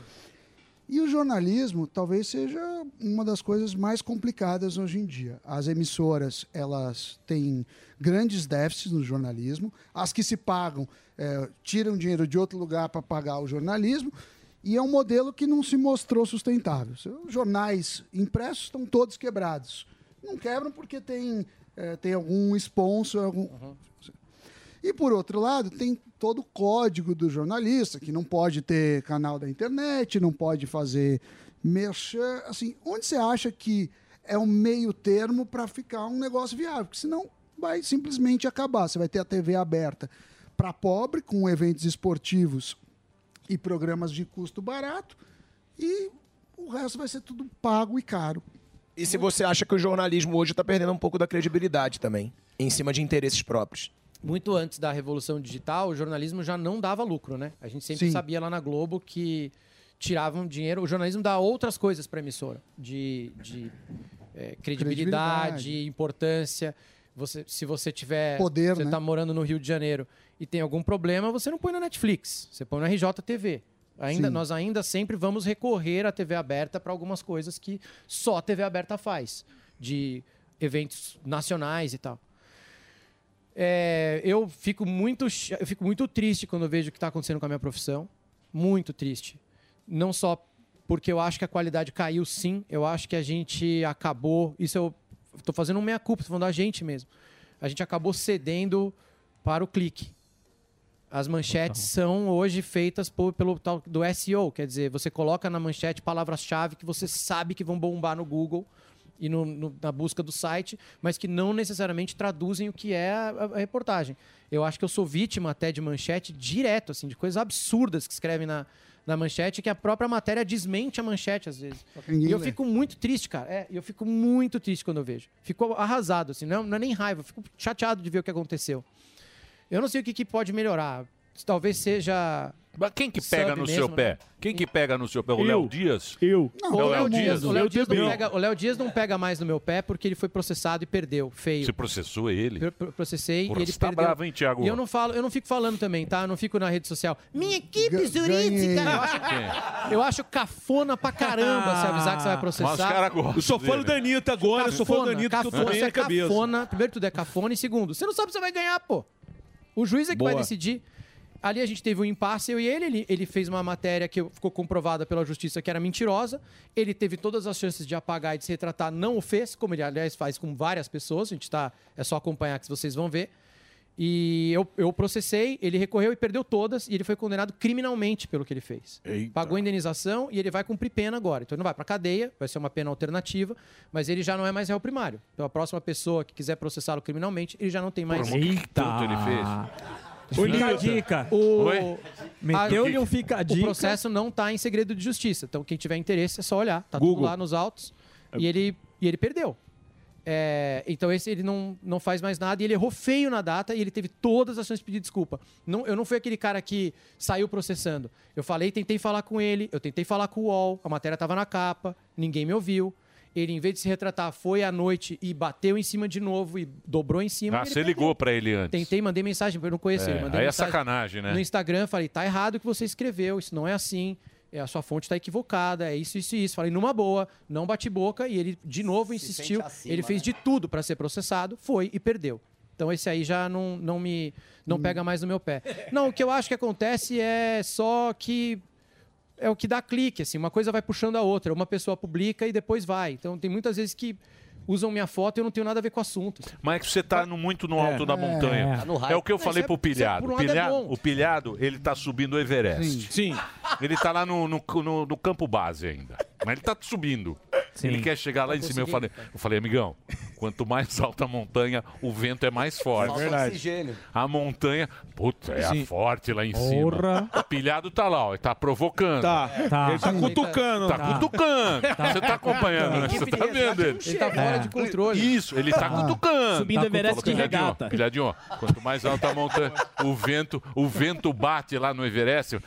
E o jornalismo talvez seja uma das coisas mais complicadas hoje em dia. As emissoras, elas têm grandes déficits no jornalismo. As que se pagam eh, tiram dinheiro de outro lugar para pagar o jornalismo. E é um modelo que não se mostrou sustentável. Os jornais impressos estão todos é, quebrados. Não quebram porque tem, eh, tem algum sponsor, algum, E por outro lado, tem todo o código do jornalista, que não pode ter canal da internet, não pode fazer merchan. Assim, onde você acha que é um meio termo para ficar um negócio viável? Porque senão vai simplesmente acabar. Você vai ter a TV aberta para pobre, com eventos esportivos e programas de custo barato, e o resto vai ser tudo pago e caro.
E se você acha que o jornalismo hoje está perdendo um pouco da credibilidade também, em cima de interesses próprios?
muito antes da revolução digital, o jornalismo já não dava lucro, né? A gente sempre
Sim.
sabia lá na Globo que tiravam dinheiro. O jornalismo dá outras coisas para a emissora, de, de, é, credibilidade,
Credibilidade.
importância. Você, se você tiver,
Poder,
você
né?
está morando no Rio de Janeiro e tem algum problema, você não põe na Netflix, você põe na RJTV. Ainda,
Sim.
nós ainda sempre vamos recorrer à TV aberta para algumas coisas que só a TV aberta faz, de eventos nacionais e tal. É, eu fico muito cha- eu fico muito triste quando eu vejo o que está acontecendo com a minha profissão muito triste não só porque eu acho que a qualidade caiu sim eu acho que a gente acabou isso eu estou fazendo um meia culpa estou falando da gente mesmo a gente acabou cedendo para o clique as manchetes são hoje feitas por- pelo tal do SEO, quer dizer, você coloca na manchete palavras-chave que você sabe que vão bombar no Google e no- no- na busca do site, mas que não necessariamente traduzem o que é a, a- a reportagem. Eu acho que eu sou vítima até de manchete direto, assim, de coisas absurdas que escrevem na, na manchete, que a própria matéria desmente a manchete às vezes.
ninguém
E eu
lê.
fico muito triste, cara. É, eu fico muito triste quando eu vejo. Fico arrasado, assim, não, não é nem raiva, eu fico chateado de ver o que aconteceu. Eu não sei o que, que pode melhorar. Talvez seja.
Mas quem que pega no seu pé?
né?
Quem que pega no seu pé? O
Eu.
Léo Dias?
Eu.
Não, É o Léo Dias.
É
O Léo Dias, não pega, o Léo Dias não pega mais no meu pé porque ele foi processado e perdeu. Feio.
Você processou ele?
Pro- pro- Processei
Porra,
e ele
você tá
perdeu.
bravo, hein, Thiago?
E eu não falo, eu não fico falando também, tá? Eu não fico na rede social. Minha equipe jurídica! Eu acho,
É.
eu acho cafona pra caramba se avisar que você vai processar.
Mas os cara gostam Eu sou fã dele. do da Anitta agora, eu sou fã da Anitta,
Cafona,
tô tomando
você é
na cabeça.
cafona. Primeiro tudo é cafona e segundo, você não sabe se você vai ganhar, pô. O juiz é que
Boa.
vai decidir. Ali a gente teve um impasse, eu e ele, ele, ele fez uma matéria que ficou comprovada pela justiça que era mentirosa. Ele teve todas as chances de apagar e de se retratar, não o fez, como ele, aliás, faz com várias pessoas. A gente tá. É só acompanhar que vocês vão ver. E eu, eu processei, ele recorreu e perdeu todas, e ele foi condenado criminalmente pelo que ele fez. Pagou a indenização e ele vai cumprir pena agora. Então ele não vai para cadeia, vai ser uma pena alternativa, mas ele já não é mais réu primário. Então a próxima pessoa que quiser processá-lo criminalmente, ele já não tem mais.
Porra, mas que tanto ele fez? Ô, Fica a Nilton. dica.
O...
Oi? Meteu-lhe um fica a dica.
O processo não está em segredo de justiça. Então quem tiver interesse é só olhar. Tá
Google.
tudo lá nos autos. E ele, e ele perdeu. É, então esse ele não, não faz mais nada e ele errou feio na data e ele teve todas as chances de pedir desculpa. Não, eu não fui aquele cara que saiu processando. Eu falei, tentei falar com ele, eu tentei falar com o UOL, a matéria estava na capa, ninguém me ouviu. Ele, em vez de se retratar, foi à noite e bateu em cima de novo e dobrou em cima. e
Ah,
ele
você ligou pra ele antes.
Tentei, mandei mensagem, eu não conheço
É,
ele. Mandei
aí é
mensagem
sacanagem, né?
No Instagram, falei, tá errado o que você escreveu, isso não é assim, é, a sua fonte tá equivocada, é isso, isso e isso. Falei, numa boa, não bati boca, e ele de novo insistiu.
sente acima,
ele fez
né?
de tudo para ser processado, foi e perdeu. Então esse aí já não, não me
Hum.
não pega mais no meu pé. Não, o que eu acho que acontece é só que é o que dá clique, assim, uma coisa vai puxando a outra, uma pessoa publica e depois vai. Então tem muitas vezes que usam minha foto e eu não tenho nada a ver com o assunto. assim.
Mas é que você tá no- muito no alto
É.
da montanha.
Tá no
É,
hype.
o que eu
Não,
falei
isso é-
pro pilhado.
isso é- por um lado é
Pilha-
bom.
o pilhado, ele tá subindo o Everest.
Sim.
Ele tá lá no, no- no- no campo base ainda. Mas ele tá subindo. Ele quer chegar
Tá
lá em cima. Eu falei, eu falei, amigão, quanto mais alta a montanha, o vento é mais forte.
Falta Verdade.
oxigênio.
A montanha, puta, é
Sim.
a forte lá em
Porra.
cima. O pilhado tá lá, ó, ele tá provocando. É.
Tá. Tá. Ele tá cutucando.
Tá,
Tá.
cutucando.
Tá.
Você tá acompanhando, né? Você tá vendo ele.
Ele tá fora de
controle.
Isso, ele
Ah.
tá
Tá.
cutucando.
Subindo
tá
Everest
cutucando.
de
Pilhadinho, ó,
regata.
Pilhadinho, ó, quanto mais alta a montanha, o vento, o vento bate lá no Everest.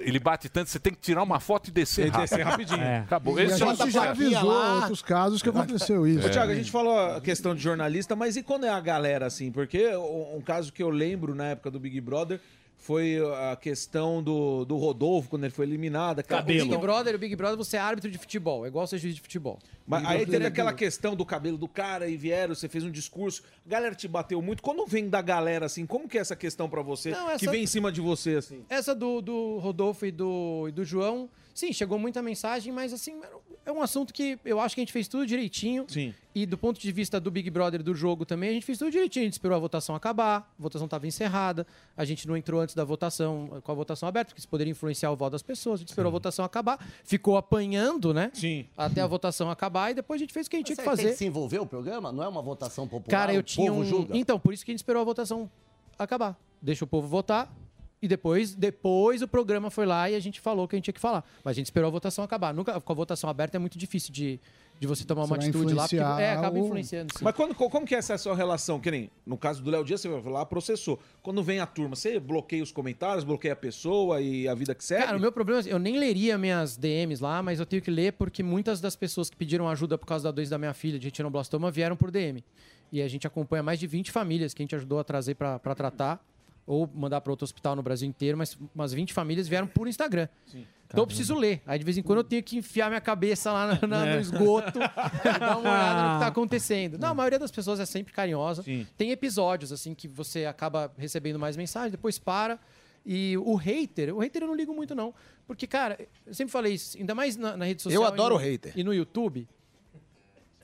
Ele bate tanto, você tem que tirar uma foto e descer
E
rápido.
descer rapidinho. É.
Acabou.
E
Esse é
a
o
gente
sucesso.
já avisou outros casos que aconteceu isso.
Ô, Thiago, a gente falou a questão de jornalista, mas e quando é a galera assim? Porque um um caso que eu lembro na época do Big Brother foi a questão do, do Rodolfo, quando ele foi eliminado. aquela
Então, O Big
questão-
Brother, o Big Brother, você é árbitro de futebol, é igual ser juiz de futebol.
Mas aí teve aquela questão do cabelo do cara e vieram, você fez um discurso, a galera te bateu muito. Quando vem da galera assim, como que é essa questão pra você
Não, essa-
que vem em cima de você assim?
Essa do, do Rodolfo e do, e do João, sim, chegou muita mensagem, mas assim, era, é um assunto que eu acho que a gente fez tudo direitinho.
Sim.
E do ponto de vista do Big Brother do jogo também, a gente fez tudo direitinho. A gente esperou a votação acabar, a votação estava encerrada, a gente não entrou antes da votação, com a votação aberta, porque isso poderia influenciar o voto das pessoas. A gente esperou a votação acabar, ficou apanhando, né?
Sim.
Até a votação acabar e depois a gente fez o que a gente tinha que
Mas aí
fazer.
Tem que se envolver o programa? Não é uma votação popular?
Cara, eu
o
tinha
povo
um.
julga?
Então, por isso que a gente esperou a votação acabar. Deixa o povo votar. E depois, depois o programa foi lá e a gente falou o que a gente tinha que falar. Mas a gente esperou a votação acabar. Nunca, com a votação aberta é muito difícil de, de você tomar uma Você vai atitude lá. Porque, é, influenciar acaba o- influenciando. sim.
Mas quando, co- como que é essa sua relação? Que nem, no caso do Léo Dias, você vai lá, processou. Quando vem a turma, você bloqueia os comentários, bloqueia a pessoa e a vida que segue?
Cara, o meu problema é eu nem leria minhas DMs lá, mas eu tenho que ler porque muitas das pessoas que pediram ajuda por causa da doença da minha filha de retinoblastoma vieram por DM. E a gente acompanha mais de 20 famílias que a gente ajudou a trazer pra pra tratar ou mandar para outro hospital no Brasil inteiro, mas umas 20 famílias vieram por Instagram. Então eu preciso ler. Aí de vez em quando eu tenho que enfiar minha cabeça lá na- na-
É.
no esgoto, dar uma olhada no que tá acontecendo. Não, a maioria das pessoas é sempre carinhosa. Tem episódios, assim, que você acaba recebendo mais mensagem, depois para. E o hater, o hater eu não ligo muito, não. Porque, cara, eu sempre falei isso, ainda mais na, na rede social.
Eu adoro
e no-
o hater.
E no YouTube,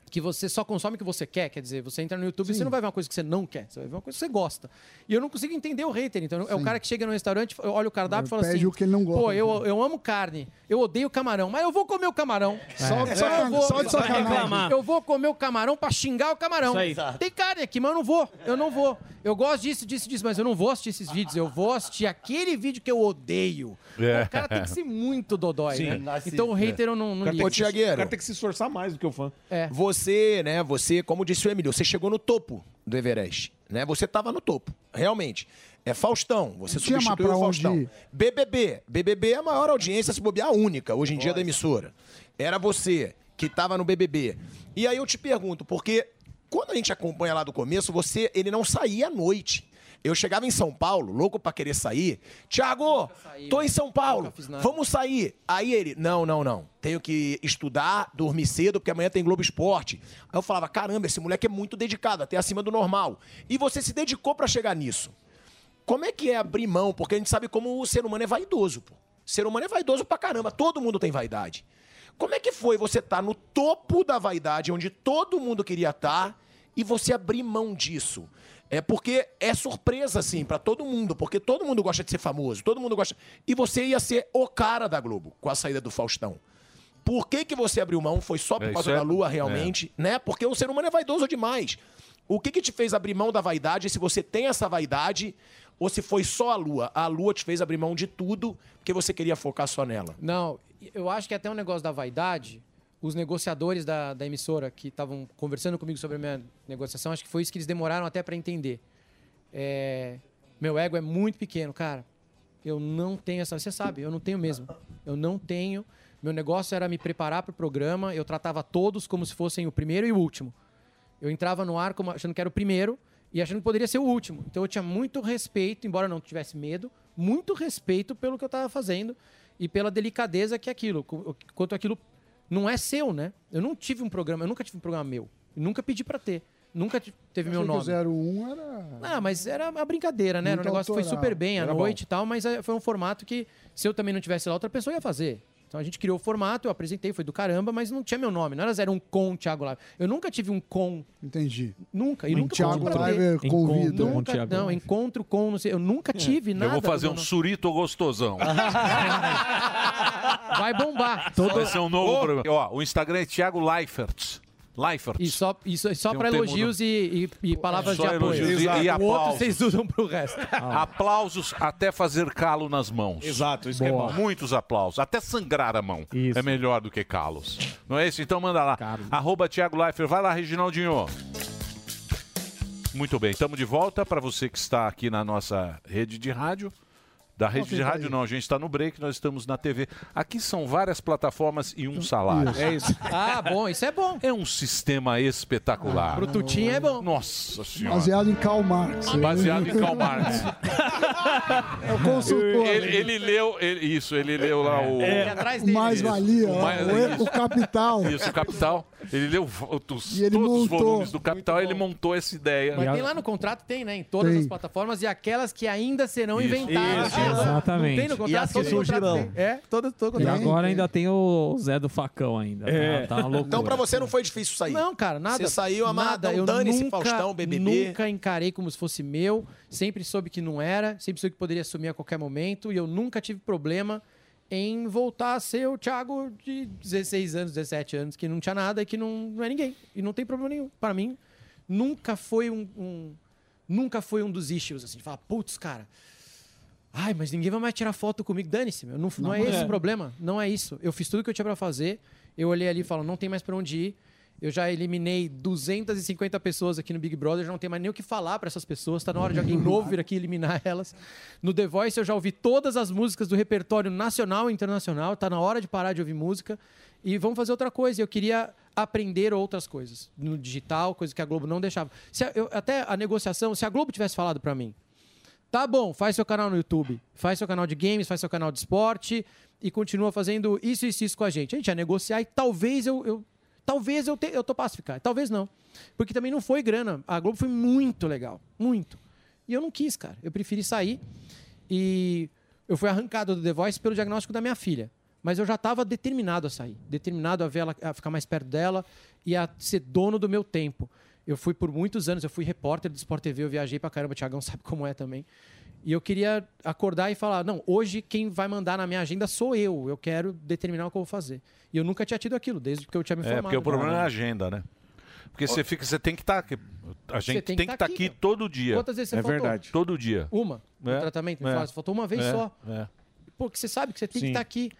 que você só consome o que você quer, quer dizer, você entra no YouTube e você não vai ver uma coisa que você não quer, você vai ver uma coisa que você gosta. E eu não consigo entender o hater, então é o cara que chega no restaurante, olha o cardápio e fala
Pede
assim:
o que ele não gosta.
Pô, eu, eu amo carne, eu odeio camarão, mas eu vou comer o camarão.
É. Só de
eu
sacanagem,
vou-
só de sacanagem. reclamar.
Eu vou comer o camarão pra xingar o camarão.
Isso aí.
Tem carne aqui, mas eu não vou. Eu não vou. Eu gosto disso, disso, disso, mas eu não vou assistir esses vídeos. Eu vou assistir aquele vídeo que eu odeio.
É.
O cara tem que ser muito dodói,
Sim.
né? Então o hater eu não, não ligo.
Ô, Tiagueiro.
que se esforçar mais do que o fã.
É.
Você, né, você, como disse o Emílio, você chegou no topo do Everest, né? Você tava no topo, realmente. É Faustão, você
Não tinha mais
substituiu
pra
o
onde
Faustão.
ir.
BBB, BBB é a maior audiência, se bobear, a única, hoje em dia, da emissora. Era você que tava no BBB. E aí eu te pergunto, porque quando a gente acompanha lá do começo, você, ele não saía à noite. Eu chegava em São Paulo, louco pra querer sair. Tiago, tô em São Paulo, vamos sair. Aí ele, não, não, não. Tenho que estudar, dormir cedo, porque amanhã tem Globo Esporte. Aí eu falava, caramba, esse moleque é muito dedicado, até acima do normal. E você se dedicou pra chegar nisso. Como é que é abrir mão? Porque a gente sabe como o ser humano é vaidoso, pô. O ser humano é vaidoso pra caramba, todo mundo tem vaidade. Como é que foi você estar no topo da vaidade, onde todo mundo queria estar, e você abrir mão disso? É porque é surpresa, assim, pra todo mundo, porque todo mundo gosta de ser famoso, todo mundo gosta. E você ia ser o cara da Globo com a saída do Faustão. Por que, que você abriu mão? Foi só por
É,
causa
isso é-
da lua,
é.
realmente? né? Porque o ser humano é vaidoso demais. O que, que te fez abrir mão da vaidade? Se você tem essa vaidade, ou se foi só a lua? A lua te fez abrir mão de tudo porque você queria focar só nela.
Não, eu acho que até um negócio da vaidade, os negociadores da, da emissora que estavam conversando comigo sobre a minha negociação, acho que foi isso que eles demoraram até pra entender. É, meu ego é muito pequeno, cara. Eu não tenho essa. Você sabe, eu não tenho mesmo. Eu não tenho. Meu negócio era me preparar pro programa, eu tratava todos como se fossem o primeiro e o último. Eu entrava no ar como achando que era o primeiro e achando que poderia ser o último. Então eu tinha muito respeito, embora eu não tivesse medo, muito respeito pelo que eu estava fazendo e pela delicadeza que é aquilo, co- quanto aquilo não é seu, né? Eu não tive um programa, eu nunca tive um programa meu. Nunca pedi para ter. Nunca t- teve meu nome.
Achei que um, o 01 era...
Ah, mas era uma brincadeira, né? Era um
Então,
Muito
negócio que foi
autoral.
super bem à
Era
noite e tal, mas eh, foi um formato que, se eu também não tivesse lá, outra pessoa ia fazer. Então a gente criou o formato, eu apresentei, foi do caramba, mas não tinha meu nome. Não era zero um com Thiago Live. Eu nunca tive um com.
Entendi.
Nunca. E
Um
nunca
Thiago
pedi pra
Live
ter.
convida. Encontro com
Nunca,
Thiago
não,
Live. É.
encontro com, não sei. Eu nunca tive nada.
Eu vou fazer
do
um
meu
surito gostosão.
nome. Vai bombar.
Esse é um novo programa. Ó, o Instagram é Thiago Leifert. Leifert.
E só, e só, e só
Tem um
pra
termo
elogios
no-
e, e- e palavras
é Só
de apoio.
elogios e- e
o outro
aplausos.
vocês usam pro resto.
Ah, Aplausos até fazer calo nas mãos.
Exato, isso
que é Boa. bom.
Muitos aplausos, até sangrar a mão. É melhor do que calos. Não é isso? Então manda lá. Arroba Thiago Leifert. Vai lá, Reginaldinho. Muito bem, estamos de volta para você que está aqui na nossa rede de rádio. Da rede
quem
de
tá
rádio,
aí?
não, a gente está no break, nós estamos na TV. Aqui são várias plataformas e um salário.
Isso. É isso. Ah, bom, isso é bom.
É um sistema espetacular.
Pro Tutinho é bom.
Nossa senhora.
Baseado em Karl Marx.
Baseado em Karl Marx.
É o consultor. É.
Ele, ele leu, ele- isso, ele leu lá o.
O mais valia, né?
O
o,
mais-
o, capital.
Isso, o Capital. Ele leu vo- os-
E ele
todos os
montou.
volumes do Capital, ele montou essa ideia.
Mas tem lá no contrato, tem, né? Em todas
Tem.
as plataformas e aquelas que ainda serão
Isso.
inventadas.
Isso.
Exatamente.
Tem no contrato,
E as que
todo contrato
surgirão.
tem. É, todo, todo
E
contrato.
agora ainda tem o Zé do Facão ainda.
É.
Tá, tá uma loucura.
Então pra você não foi difícil sair?
Não, cara, nada.
Você saiu amarradão,
nada. Eu
dane-se
nunca-
Faustão, BBB.
Nunca encarei como se fosse meu, sempre soube que não era, sempre soube que poderia assumir a qualquer momento e eu nunca tive problema em voltar a ser o Thiago de 16 anos, 17 anos, que não tinha nada e que não, não é ninguém. E não tem problema nenhum. Pra mim, nunca foi um, um- nunca foi um dos issues, assim, de falar, putz, cara, Ai, mas ninguém vai mais tirar foto comigo. Dane-se, meu. Não, não, Não, é mas- esse É. o problema. Não é isso. Eu fiz tudo que eu tinha pra fazer. Eu olhei ali e falo, não tem mais pra onde ir. Eu já eliminei 250 pessoas aqui no Big Brother, já não tem mais nem o que falar pra essas pessoas. Tá na hora de alguém novo vir aqui eliminar elas. No The Voice eu já ouvi todas as músicas do repertório nacional e internacional. Tá na hora de parar de ouvir música. E vamos fazer outra coisa. Eu queria aprender outras coisas no digital, coisa que a Globo não deixava. Se a- eu- até a negociação, se a Globo tivesse falado pra mim, Tá bom, faz seu canal no YouTube, faz seu canal de games, faz seu canal de esporte e continua fazendo isso, isso, isso com a gente. A gente ia negociar e talvez eu. eu- talvez eu, te, eu topasse ficar, talvez não. Porque também não foi grana. A Globo foi muito legal, muito. E eu não quis, cara. Eu preferi sair e eu fui arrancado do The Voice pelo diagnóstico da minha filha. Mas eu já estava determinado a sair, determinado a ver ela a ficar mais perto dela e a ser dono do meu tempo. Eu fui por muitos anos, eu fui repórter do Sport TV, eu viajei pra caramba, o Thiagão sabe como é também. E eu queria acordar e falar: não, hoje quem vai mandar na minha agenda sou eu, eu quero determinar o que eu vou fazer. E eu nunca tinha tido aquilo, desde que eu tinha me formado.
É, porque o problema é a
cara.
agenda, né? Porque você fica, você tem que estar aqui. A gente tem,
tem que
que
tá
estar
aqui,
aqui,
meu.
todo dia.
Quantas vezes você É faltou? verdade.
Todo dia.
Uma, no
É,
tratamento, me
é,
falaram, faltou uma vez
é,
só.
é.
Porque você sabe que você tem que
Sim.
estar aqui.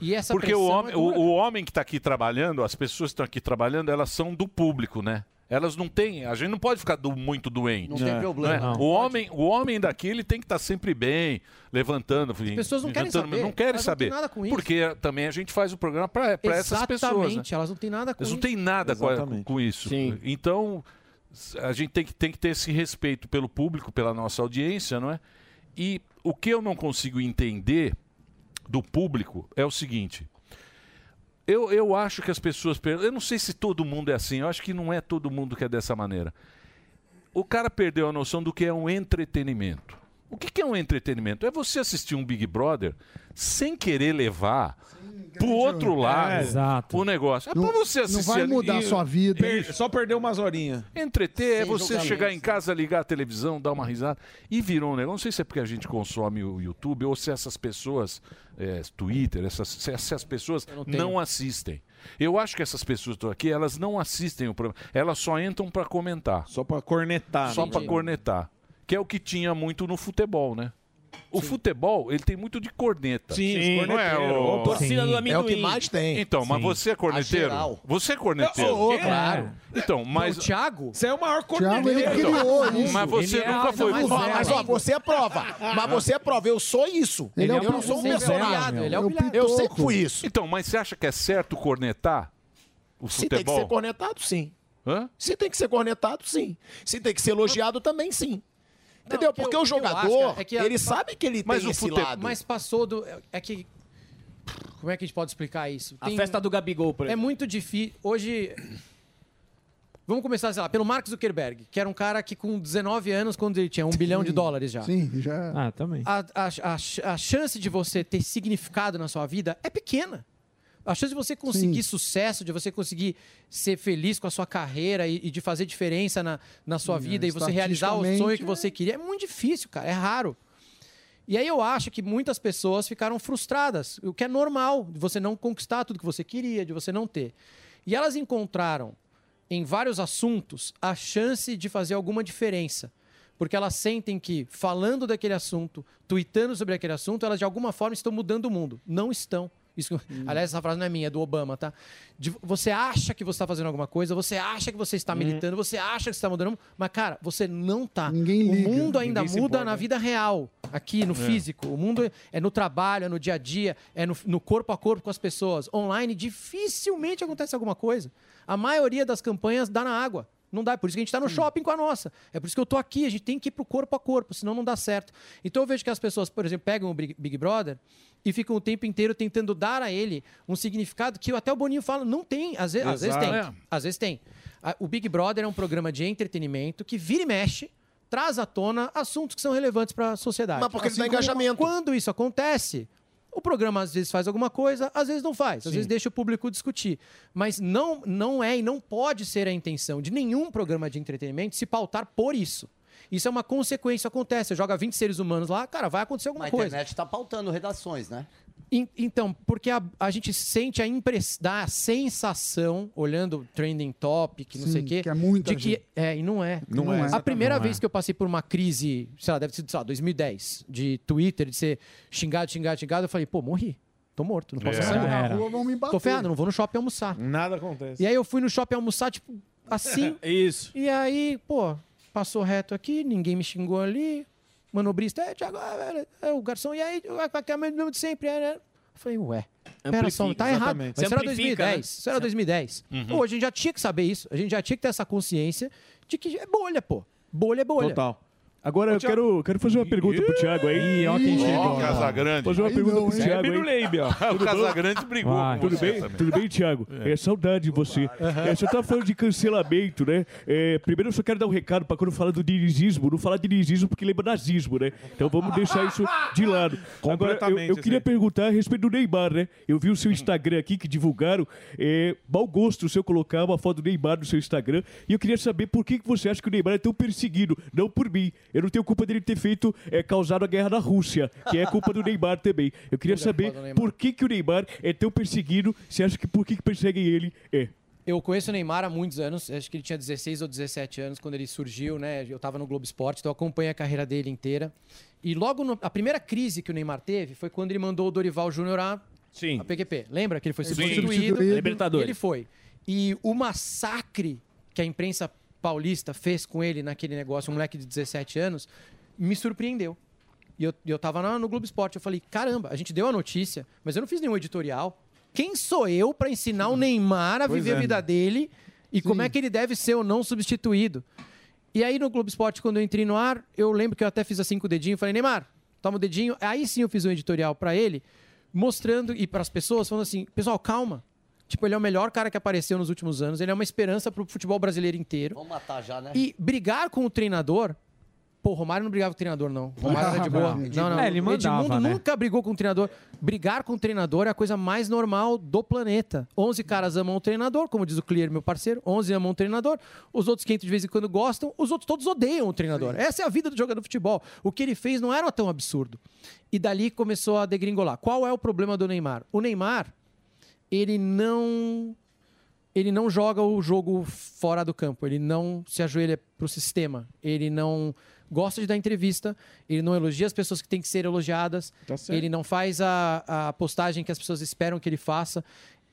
E essa
Porque o
pressão é
homem, o,
dura,
o homem que está aqui trabalhando, as pessoas que estão aqui trabalhando, elas são do público, né? Elas não têm, a gente não pode ficar do- muito doente.
Não tem
né?
problema, não.
O homem, o homem daqui ele tem que estar sempre bem, levantando, as
pessoas não querem saber,
não querem
elas não têm
saber.
nada com isso.
Porque também a gente faz o programa para É essas pessoas. né?
Exatamente, elas não têm nada com
Eles não
isso.
têm nada com, a- com isso. Então, s- a gente tem que, tem que ter esse respeito pelo público, pela nossa audiência, não é? E o que eu não consigo entender do público é o seguinte. Eu, eu acho que as pessoas. per- Eu não sei se todo mundo é assim, eu acho que não é todo mundo que é dessa maneira. O cara perdeu a noção do que é um entretenimento. O que que é um entretenimento? É você assistir um Big Brother sem querer levar pro outro lado
É, exato.
o negócio. É
Não-
pra você
não
assistir.
vai
ali-
mudar a sua vida.
Per-
Só perdeu umas horinhas.
Entreter é
Sem
você
julgamento.
chegar em casa, ligar a televisão, dar uma risada. E virou um negócio. Não sei se é porque a gente consome o YouTube ou se essas pessoas, é, Twitter, essas, se, se as pessoas não,
tenho.
assistem. Eu acho que essas pessoas que estão aqui, elas não assistem o programa. Elas só entram para comentar.
Só para cornetar.
Só
né?
para cornetar. Que é o que tinha muito no futebol, né? O futebol, ele tem muito de corneta.
Sim, os
não é
corneteiros,
o...
opa. Torcida do Sim. amendoim.
É o que mais tem.
Então, mas
Sim.
você é
A
corneteiro?
geral.
Você é corneteiro?
Eu sou, claro.
Então, mas...
Não, o
Thiago?
Você é o maior
Thiago, ele criou isso.
Mas você
é
é
nunca foi...
Mas, então. ó, mas ó, você é prova. Mas você é prova. Eu sou isso.
é
eu não sou um personagem. eu sempre fui isso.
Então, mas você acha que é certo cornetar o
Se tem que ser
futebol?
cornetado, sim.
Hã?
Se tem que ser cornetado, sim. Se tem que ser elogiado, também sim. Entendeu? Porque o
eu
jogador,
acho, cara, é que a-
ele sabe que ele tem esse lado.
Mas passou do. é- É que. Como é que a gente pode explicar isso?
A festa do Gabigol, por
É muito difícil. Hoje. Vamos começar, sei lá, pelo Mark Zuckerberg, que era um cara que com 19 anos, quando ele tinha um bilhão de dólares já.
Sim, já.
Ah, também.
A, a- a- a chance de você ter significado na sua vida é pequena. A chance de você conseguir sucesso, de você conseguir ser feliz com a sua carreira e, e de fazer diferença na, na sua vida e você realizar o sonho que
estatisticamente,
você queria é muito difícil, cara. É raro. E aí eu acho que muitas pessoas ficaram frustradas, o que é normal, de você não conquistar tudo que você queria, de você não ter. E elas encontraram em vários assuntos a chance de fazer alguma diferença. Porque elas sentem que, falando daquele assunto, tweetando sobre aquele assunto, elas de alguma forma estão mudando o mundo. Não estão. Isso,
Hum.
Aliás, essa frase não é minha, é do Obama, tá? De- você acha que você está fazendo alguma coisa, você acha que você
Hum.
está militando, você acha que você está mudando, o mundo, mas, cara, você não tá. o mundo ainda
Ninguém se
muda
importa.
na vida real, aqui no
É.
físico. O mundo é no trabalho, é no dia a dia, é no, no corpo a corpo com as pessoas. Online, dificilmente acontece alguma coisa. A maioria das campanhas dá na água. Não dá, é por isso que a gente está no shopping com a nossa. É por isso que eu tô aqui, a gente tem que ir pro corpo a corpo, senão não dá certo. Então eu vejo que as pessoas, por exemplo, pegam o Big Big Brother e ficam o tempo inteiro tentando dar a ele um significado que até o Boninho fala, não tem. Às, ve- às vezes
Exato.
tem.
É.
Às vezes tem. A- O Big Brother é um programa de entretenimento que vira e mexe. traz à tona assuntos que são relevantes para a sociedade.
Mas porque ele dá
como
engajamento.
Quando isso acontece, o programa às vezes faz alguma coisa, às vezes não faz, às vezes deixa o público discutir. Mas não, não é e não pode ser a intenção de nenhum programa de entretenimento se pautar por isso. Isso é uma consequência, isso acontece. Você joga 20 seres humanos lá, cara, vai acontecer alguma
A
coisa.
internet está pautando redações, né?
In- Então, porque a, a gente sente a impressão, dá a sensação, olhando trending topic, não
Sim,
sei o quê.
que é muita
de que,
gente.
É, e não é.
Não é,
A
exatamente.
primeira
Não
vez
é.
que eu passei por uma crise, sei lá, deve ter sido, sei lá, 2010, de Twitter, de ser xingado, xingado, xingado, eu falei, pô, morri. Tô morto, não posso
É.
sair.
Já era. Na rua vão me bater.
Tô ferrado, não vou no shopping almoçar.
Nada acontece.
E aí eu fui no shopping almoçar, tipo, assim.
Isso.
E aí, pô, passou reto aqui, ninguém me xingou ali. Manobrista, é, Thiago, é, é, é, o garçom, e aí, aquele mesmo de sempre. É, é. Eu falei, ué, pera só,
Amplifica,
tá errado.
exatamente.
Mas isso era
Você
2010.
amplifica, né?
Isso era 2010.
Uhum.
Pô, a gente já tinha que saber isso. A gente já tinha que ter essa consciência de que é bolha, pô. Bolha é bolha.
Total. Agora eu quero, quero fazer uma pergunta pro Thiago aí.
Ih, ó quem chegou. Ó,
Casagrande.
Fazer uma
Aí
pergunta
não,
pro
hein?
Thiago.
É
aí.
Biruleibe, ó. O
bom?
Casagrande brigou
Ah,
com
tudo
você
bem?
também.
Tudo bem, Thiago? É, saudade de você. É, você tá falando de cancelamento, né? É, primeiro eu só quero dar um recado pra quando fala do dirigismo. Não falar dirigismo porque lembra nazismo, né? Então vamos deixar isso de lado. Agora, eu,
Completamente,
eu queria perguntar a respeito do Neymar, né? Eu vi o seu Instagram aqui que divulgaram. É, mau gosto se eu colocar uma foto do Neymar no seu Instagram. E eu queria saber por que que você acha que o Neymar é tão perseguido. Não por mim. Eu não tenho culpa dele ter feito, é, causado a guerra na Rússia, que é culpa do Neymar também. Eu queria
Tudo é culpa
saber
do Neymar.
por que, que o Neymar é tão perseguido. Você acha que por que, que perseguem ele? É.
Eu conheço o Neymar há muitos anos, acho que ele tinha 16 ou 17 anos quando ele surgiu, né? Eu estava no Globo Esporte, então eu acompanho a carreira dele inteira. E logo no- a primeira crise que o Neymar teve foi quando ele mandou o Dorival Júnior à
Sim.
a PQP. Lembra que ele foi
Sim.
substituído?
Substituído. Libertadores.
Ele foi. E o massacre que a imprensa paulista fez com ele naquele negócio, um moleque de 17 anos, me surpreendeu. E eu, e eu tava na- no Globo Esporte. Eu falei, caramba, a gente deu a notícia, mas eu não fiz nenhum editorial. Quem sou eu para ensinar o Neymar a
Pois
viver
é.
a vida dele e como é que ele deve ser ou não substituído? E aí no Globo Esporte, quando eu entrei no ar, eu lembro que eu até fiz assim com o dedinho, falei, Neymar, toma o dedinho. Aí sim eu fiz um editorial para ele, mostrando e para as pessoas, falando assim, pessoal, calma. Tipo, ele é o melhor cara que apareceu nos últimos anos, ele é uma esperança para o futebol brasileiro inteiro.
Vamos matar já, né?
E brigar com o treinador. Pô, o Romário não brigava com o treinador, não. O Romário era de boa.
Não,
Não, não.
é, ele mandava,
Edmundo
né?
nunca brigou com o treinador. Brigar com o treinador é a coisa mais normal do planeta. 11 caras amam o treinador, como diz o Clear, meu parceiro. 11 amam o treinador. Os outros 500 de vez em quando gostam. Os outros todos odeiam o treinador. Essa é a vida do jogador de futebol. O que ele fez não era tão absurdo. E dali começou a degringolar. Qual é o problema do Neymar? O Neymar, ele não ele não joga o jogo fora do campo, ele não se ajoelha pro sistema, ele não gosta de dar entrevista, ele não elogia as pessoas que têm que ser elogiadas,
Tá certo.
ele não faz a, a postagem que as pessoas esperam que ele faça.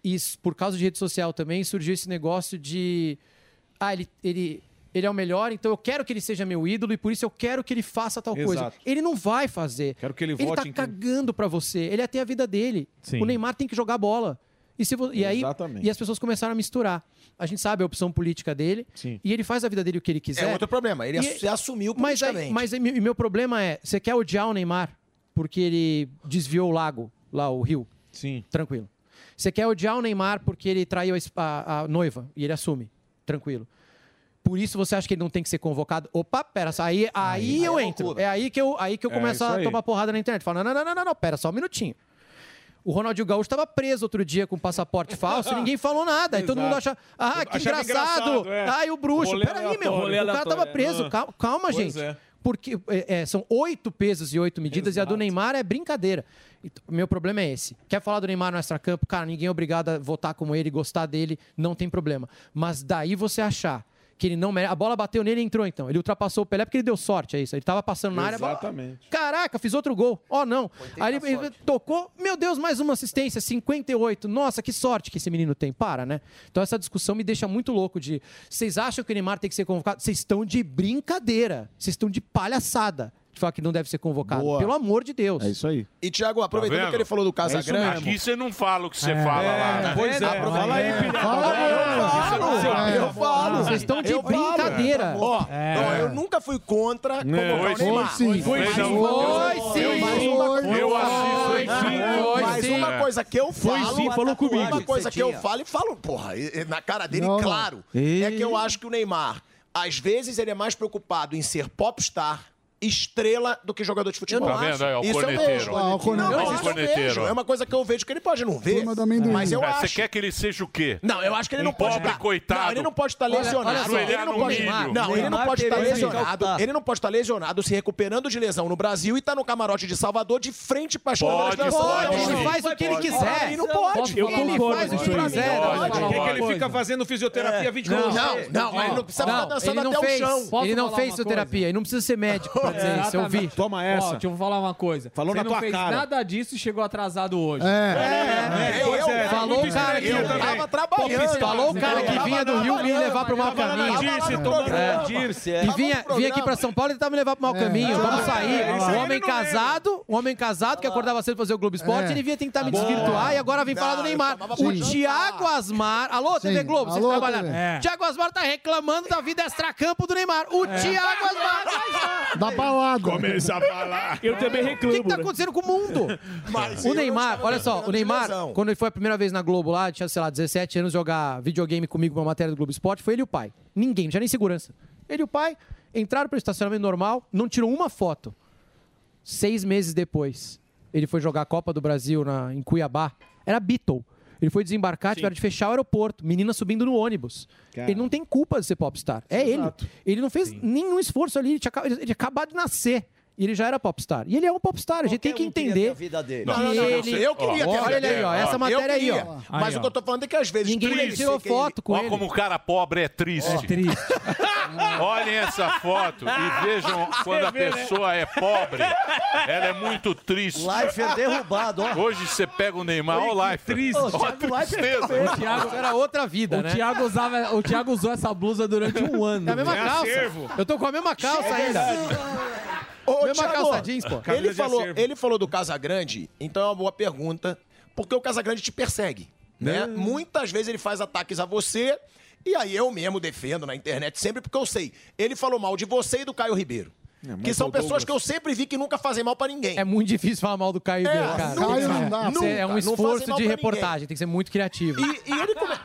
E s- por causa de rede social também surgiu esse negócio de. Ah, ele, ele, ele é o melhor, então eu quero que ele seja meu ídolo e por isso eu quero que ele faça tal coisa.
Exato.
Ele não vai fazer.
Quero que ele
Ele
vote
tá
em quem-
cagando pra você. Ele tem a vida dele.
Sim.
O Neymar tem que jogar bola. E, se vo- e aí
Exatamente.
e as pessoas começaram a misturar. A gente sabe a opção política dele. E ele faz a vida dele o que ele quiser.
É outro problema, ele assu-
assumiu mas aí,
politicamente.
mas aí meu- meu problema é, você quer odiar o Neymar porque ele desviou o lago, lá o rio.
Sim.
Tranquilo. Você quer odiar o Neymar porque ele traiu a es- a- a noiva e ele assume. Tranquilo. Por isso você acha que ele não tem que ser convocado? Opa, pera, só, aí, aí, eu entro. É aí que eu, aí que eu
É
começo
isso
a
aí.
tomar porrada na internet. Falando, não, não, não, não, não, pera só um minutinho. O Ronaldinho Gaúcho estava preso outro dia com passaporte falso e ninguém falou nada. Aí todo
Exato.
mundo acha, ah, que
Achava
engraçado.
engraçado, é.
Ai, o bruxo.
Rolê
Peraí, meu.
aleatório.
o cara tava
Rolê
preso.
aleatório.
Calma, calma,
Pois
gente.
é.
Porque é, é, são oito pesos e oito medidas e a do Neymar é brincadeira. Então, meu problema é esse. Quer falar do Neymar no extracampo? Cara, ninguém é obrigado a votar como ele, gostar dele, não tem problema. Mas daí você achar que ele não merece. A bola bateu nele e entrou então. Ele ultrapassou o Pelé porque ele deu sorte, é isso. Ele tava passando na área. a bola-
Exatamente.
Caraca, fiz outro gol. Ó, não. Aí ele ele tocou, meu Deus, mais uma assistência, 58. Nossa, que sorte que esse menino tem. Para, né? Então essa discussão me deixa muito louco de. Vocês acham que o Neymar tem que ser convocado? Vocês estão de brincadeira. Vocês estão de palhaçada de falar que não deve ser convocado.
Boa.
Pelo amor de Deus. É
isso aí.
E, Thiago, aproveitando
vendo?
que ele falou do Casagrande...
Aqui você não fala o que você fala lá. né?
pois é. Fala aí, Pilha.
É.
Eu falo.
Vocês estão de
Eu falo.
brincadeira.
Ó,
É.
não, eu nunca fui contra convocar o Neymar.
sim. Foi
Mas
sim.
uma-
Foi sim.
mas uma coisa-
Eu assisto,
Mas
foi
Mas
sim.
uma coisa que eu
Foi
falo...
sim, falou comigo.
Uma coisa que eu
Você tinha.
falo e falo, porra, e- e na cara dele,
Não, não.
claro, é que eu acho que o Neymar... Às vezes ele é mais preocupado em ser popstar, estrela, do que jogador de futebol.
Tá vendo? É, o
isso eu
corneteiro.
vejo.
Ah, o corneteiro.
Não,
Ah, o
mas isso eu
corneteiro.
vejo. É uma coisa que eu vejo que ele pode não ver. Mas eu
É,
acho.
Você quer que ele seja o quê?
Não, eu acho que ele não
um
pode
pobre
tá-
coitado.
Não, ele não pode estar
Olha- olha
lesionado.
só,
ele não
no
pode,
milho. é
não, ele não
Neymar
pode estar
teve que
lesionado.
resgatar.
Ele não pode estar lesionado, se recuperando de lesão no Brasil e tá no camarote de Salvador de frente pra
Pode,
câmeras da
pode,
Sony.
sim. Faz o que ele quiser.
Ele não pode.
Pode Eu falar, concordo
Ele faz
com
o
isso
que
aí.
quiser,
Pode,
não,
pode.
não,
O que é que ele
pode.
fica fazendo fisioterapia
Não,
24 horas?
não, não, ele não precisa Não,
ficar dançando
ele não
até o
fez,
chão.
Ele
Posso
não
falar
fez
uma
fisioterapia, ele não precisa ser médico pra dizer
É,
isso, eu vi.
exatamente. Ó, deixa eu falar uma coisa.
Falou
Você
na
não
tua
fez
cara.
nada disso e chegou atrasado hoje.
É. É, é, pois é. Falou o cara que-
eu
tava trabalhando. Falou o cara que vinha do Rio me levar pro mau caminho. É. E vinha, vinha aqui pra São Paulo e tentava me levar pro mau caminho. Vamos sair. Um homem casado, um homem casado que acordava cedo pra fazer o Globo Esporte, É. ele vinha tentar me Boa. desvirtuar e agora vem falar do Neymar. O Thiago Asmar. Alô, TV Sim. Globo, vocês Alô, trabalharam. TV. É. Thiago Asmar tá reclamando da vida extracampo do Neymar. O É. Thiago Asmar.
Da balada.
Começa a falar. Eu também reclamo. O que, que tá acontecendo com o mundo?
Mas
o
eu
Neymar,
não
olha só,
estava
o
vendo
Neymar,
televisão.
quando ele foi a primeira vez na Globo lá, tinha, sei lá, 17 anos, jogar videogame comigo uma matéria do Globo Esporte, foi ele e o pai. Ninguém, não tinha nem segurança. Ele e o pai entraram pro estacionamento normal, não tirou uma foto. Seis meses depois, ele foi jogar a Copa do Brasil na, em Cuiabá. Era Beatle. Ele foi desembarcar, tiveram de fechar o aeroporto. Menina subindo no ônibus.
Cara.
Ele não tem culpa de ser popstar. É ele. Ele não fez nenhum esforço ali. Ele tinha, aca- ele tinha acabado de nascer. E ele já era popstar. E ele é um popstar. A gente tem que entender.
a vida dele.
Não, não, não, ele-
eu queria
Ó,
ter a
olha
vida
ele aí, ó,
dele.
essa
Eu
matéria aí,
queria.
ó.
Mas
Aí,
o que
ó.
eu tô falando é que às vezes
Ninguém
triste, é
tirou
que
foto com
Olha
ele.
como o cara pobre é triste.
É triste.
Olhem essa foto e vejam quando a pessoa é pobre, ela é muito triste.
Life é derrubado, ó.
Hoje você pega o Neymar,
Olha
olha o
que
Life.
triste.
Ó,
Thiago
é
tristeza.
O Thiago-
era outra vida,
o
né?
Thiago usava, o Thiago usou essa blusa durante um ano.
É a mesma
velho.
calça. Eu tô com a mesma calça
Chega
ainda.
Ô,
Mesma
Thiago,
calça jeans, pô. Camisa
Ele
de
falou,
acervo.
ele falou do Casagrande, então é uma boa pergunta, porque o Casagrande te persegue, né?
Hum.
Muitas vezes ele faz ataques a você, e aí eu mesmo defendo na internet sempre, porque eu sei, ele falou mal de você e do Caio Ribeiro.
É, mas
que são
o
pessoas
Douglas-
que eu sempre vi que nunca fazem mal pra ninguém.
É muito difícil falar mal do Caio
É,
Ribeiro, cara.
nunca, Caio não dá.
Isso é- É um
nunca, não fazem
esforço
mal
de
pra
reportagem, tem que ser muito criativo.
E, ele, come-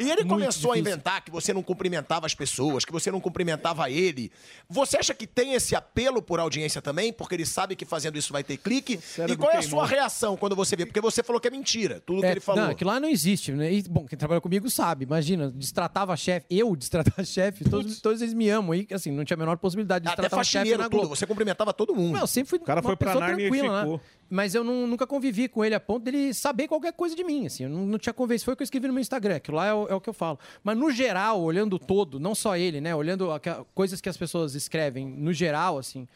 e ele começou a
difícil.
inventar que você não cumprimentava as pessoas, que você não cumprimentava ele. Você acha que tem esse apelo por audiência também? Porque ele sabe que fazendo isso vai ter clique? E qual é a
queimou.
sua reação quando você vê? Porque você falou que é mentira, tudo que
É,
ele falou.
Não, aquilo lá não existe. Né? E, bom, quem trabalha comigo sabe. Imagina, destratava chefe. Eu destratava chefe. Todos, todos eles me amam. E, assim, não tinha a menor possibilidade de
Até
destratar um chefe
faxineiro,
na
tudo.
Globo.
Você um. cumprimentava todo mundo.
Não, eu sempre fui
O cara
uma
foi pra
pessoa
Narnia e
tranquila, né?
ficou.
Mas eu não- nunca convivi com ele a ponto dele saber qualquer coisa de mim, assim. Eu não, não tinha convencido. Foi o que eu escrevi no meu Instagram, que lá é o, é o que eu falo. Mas no geral, olhando todo, não só ele, né? Olhando aqua- coisas que as pessoas escrevem, no geral, assim...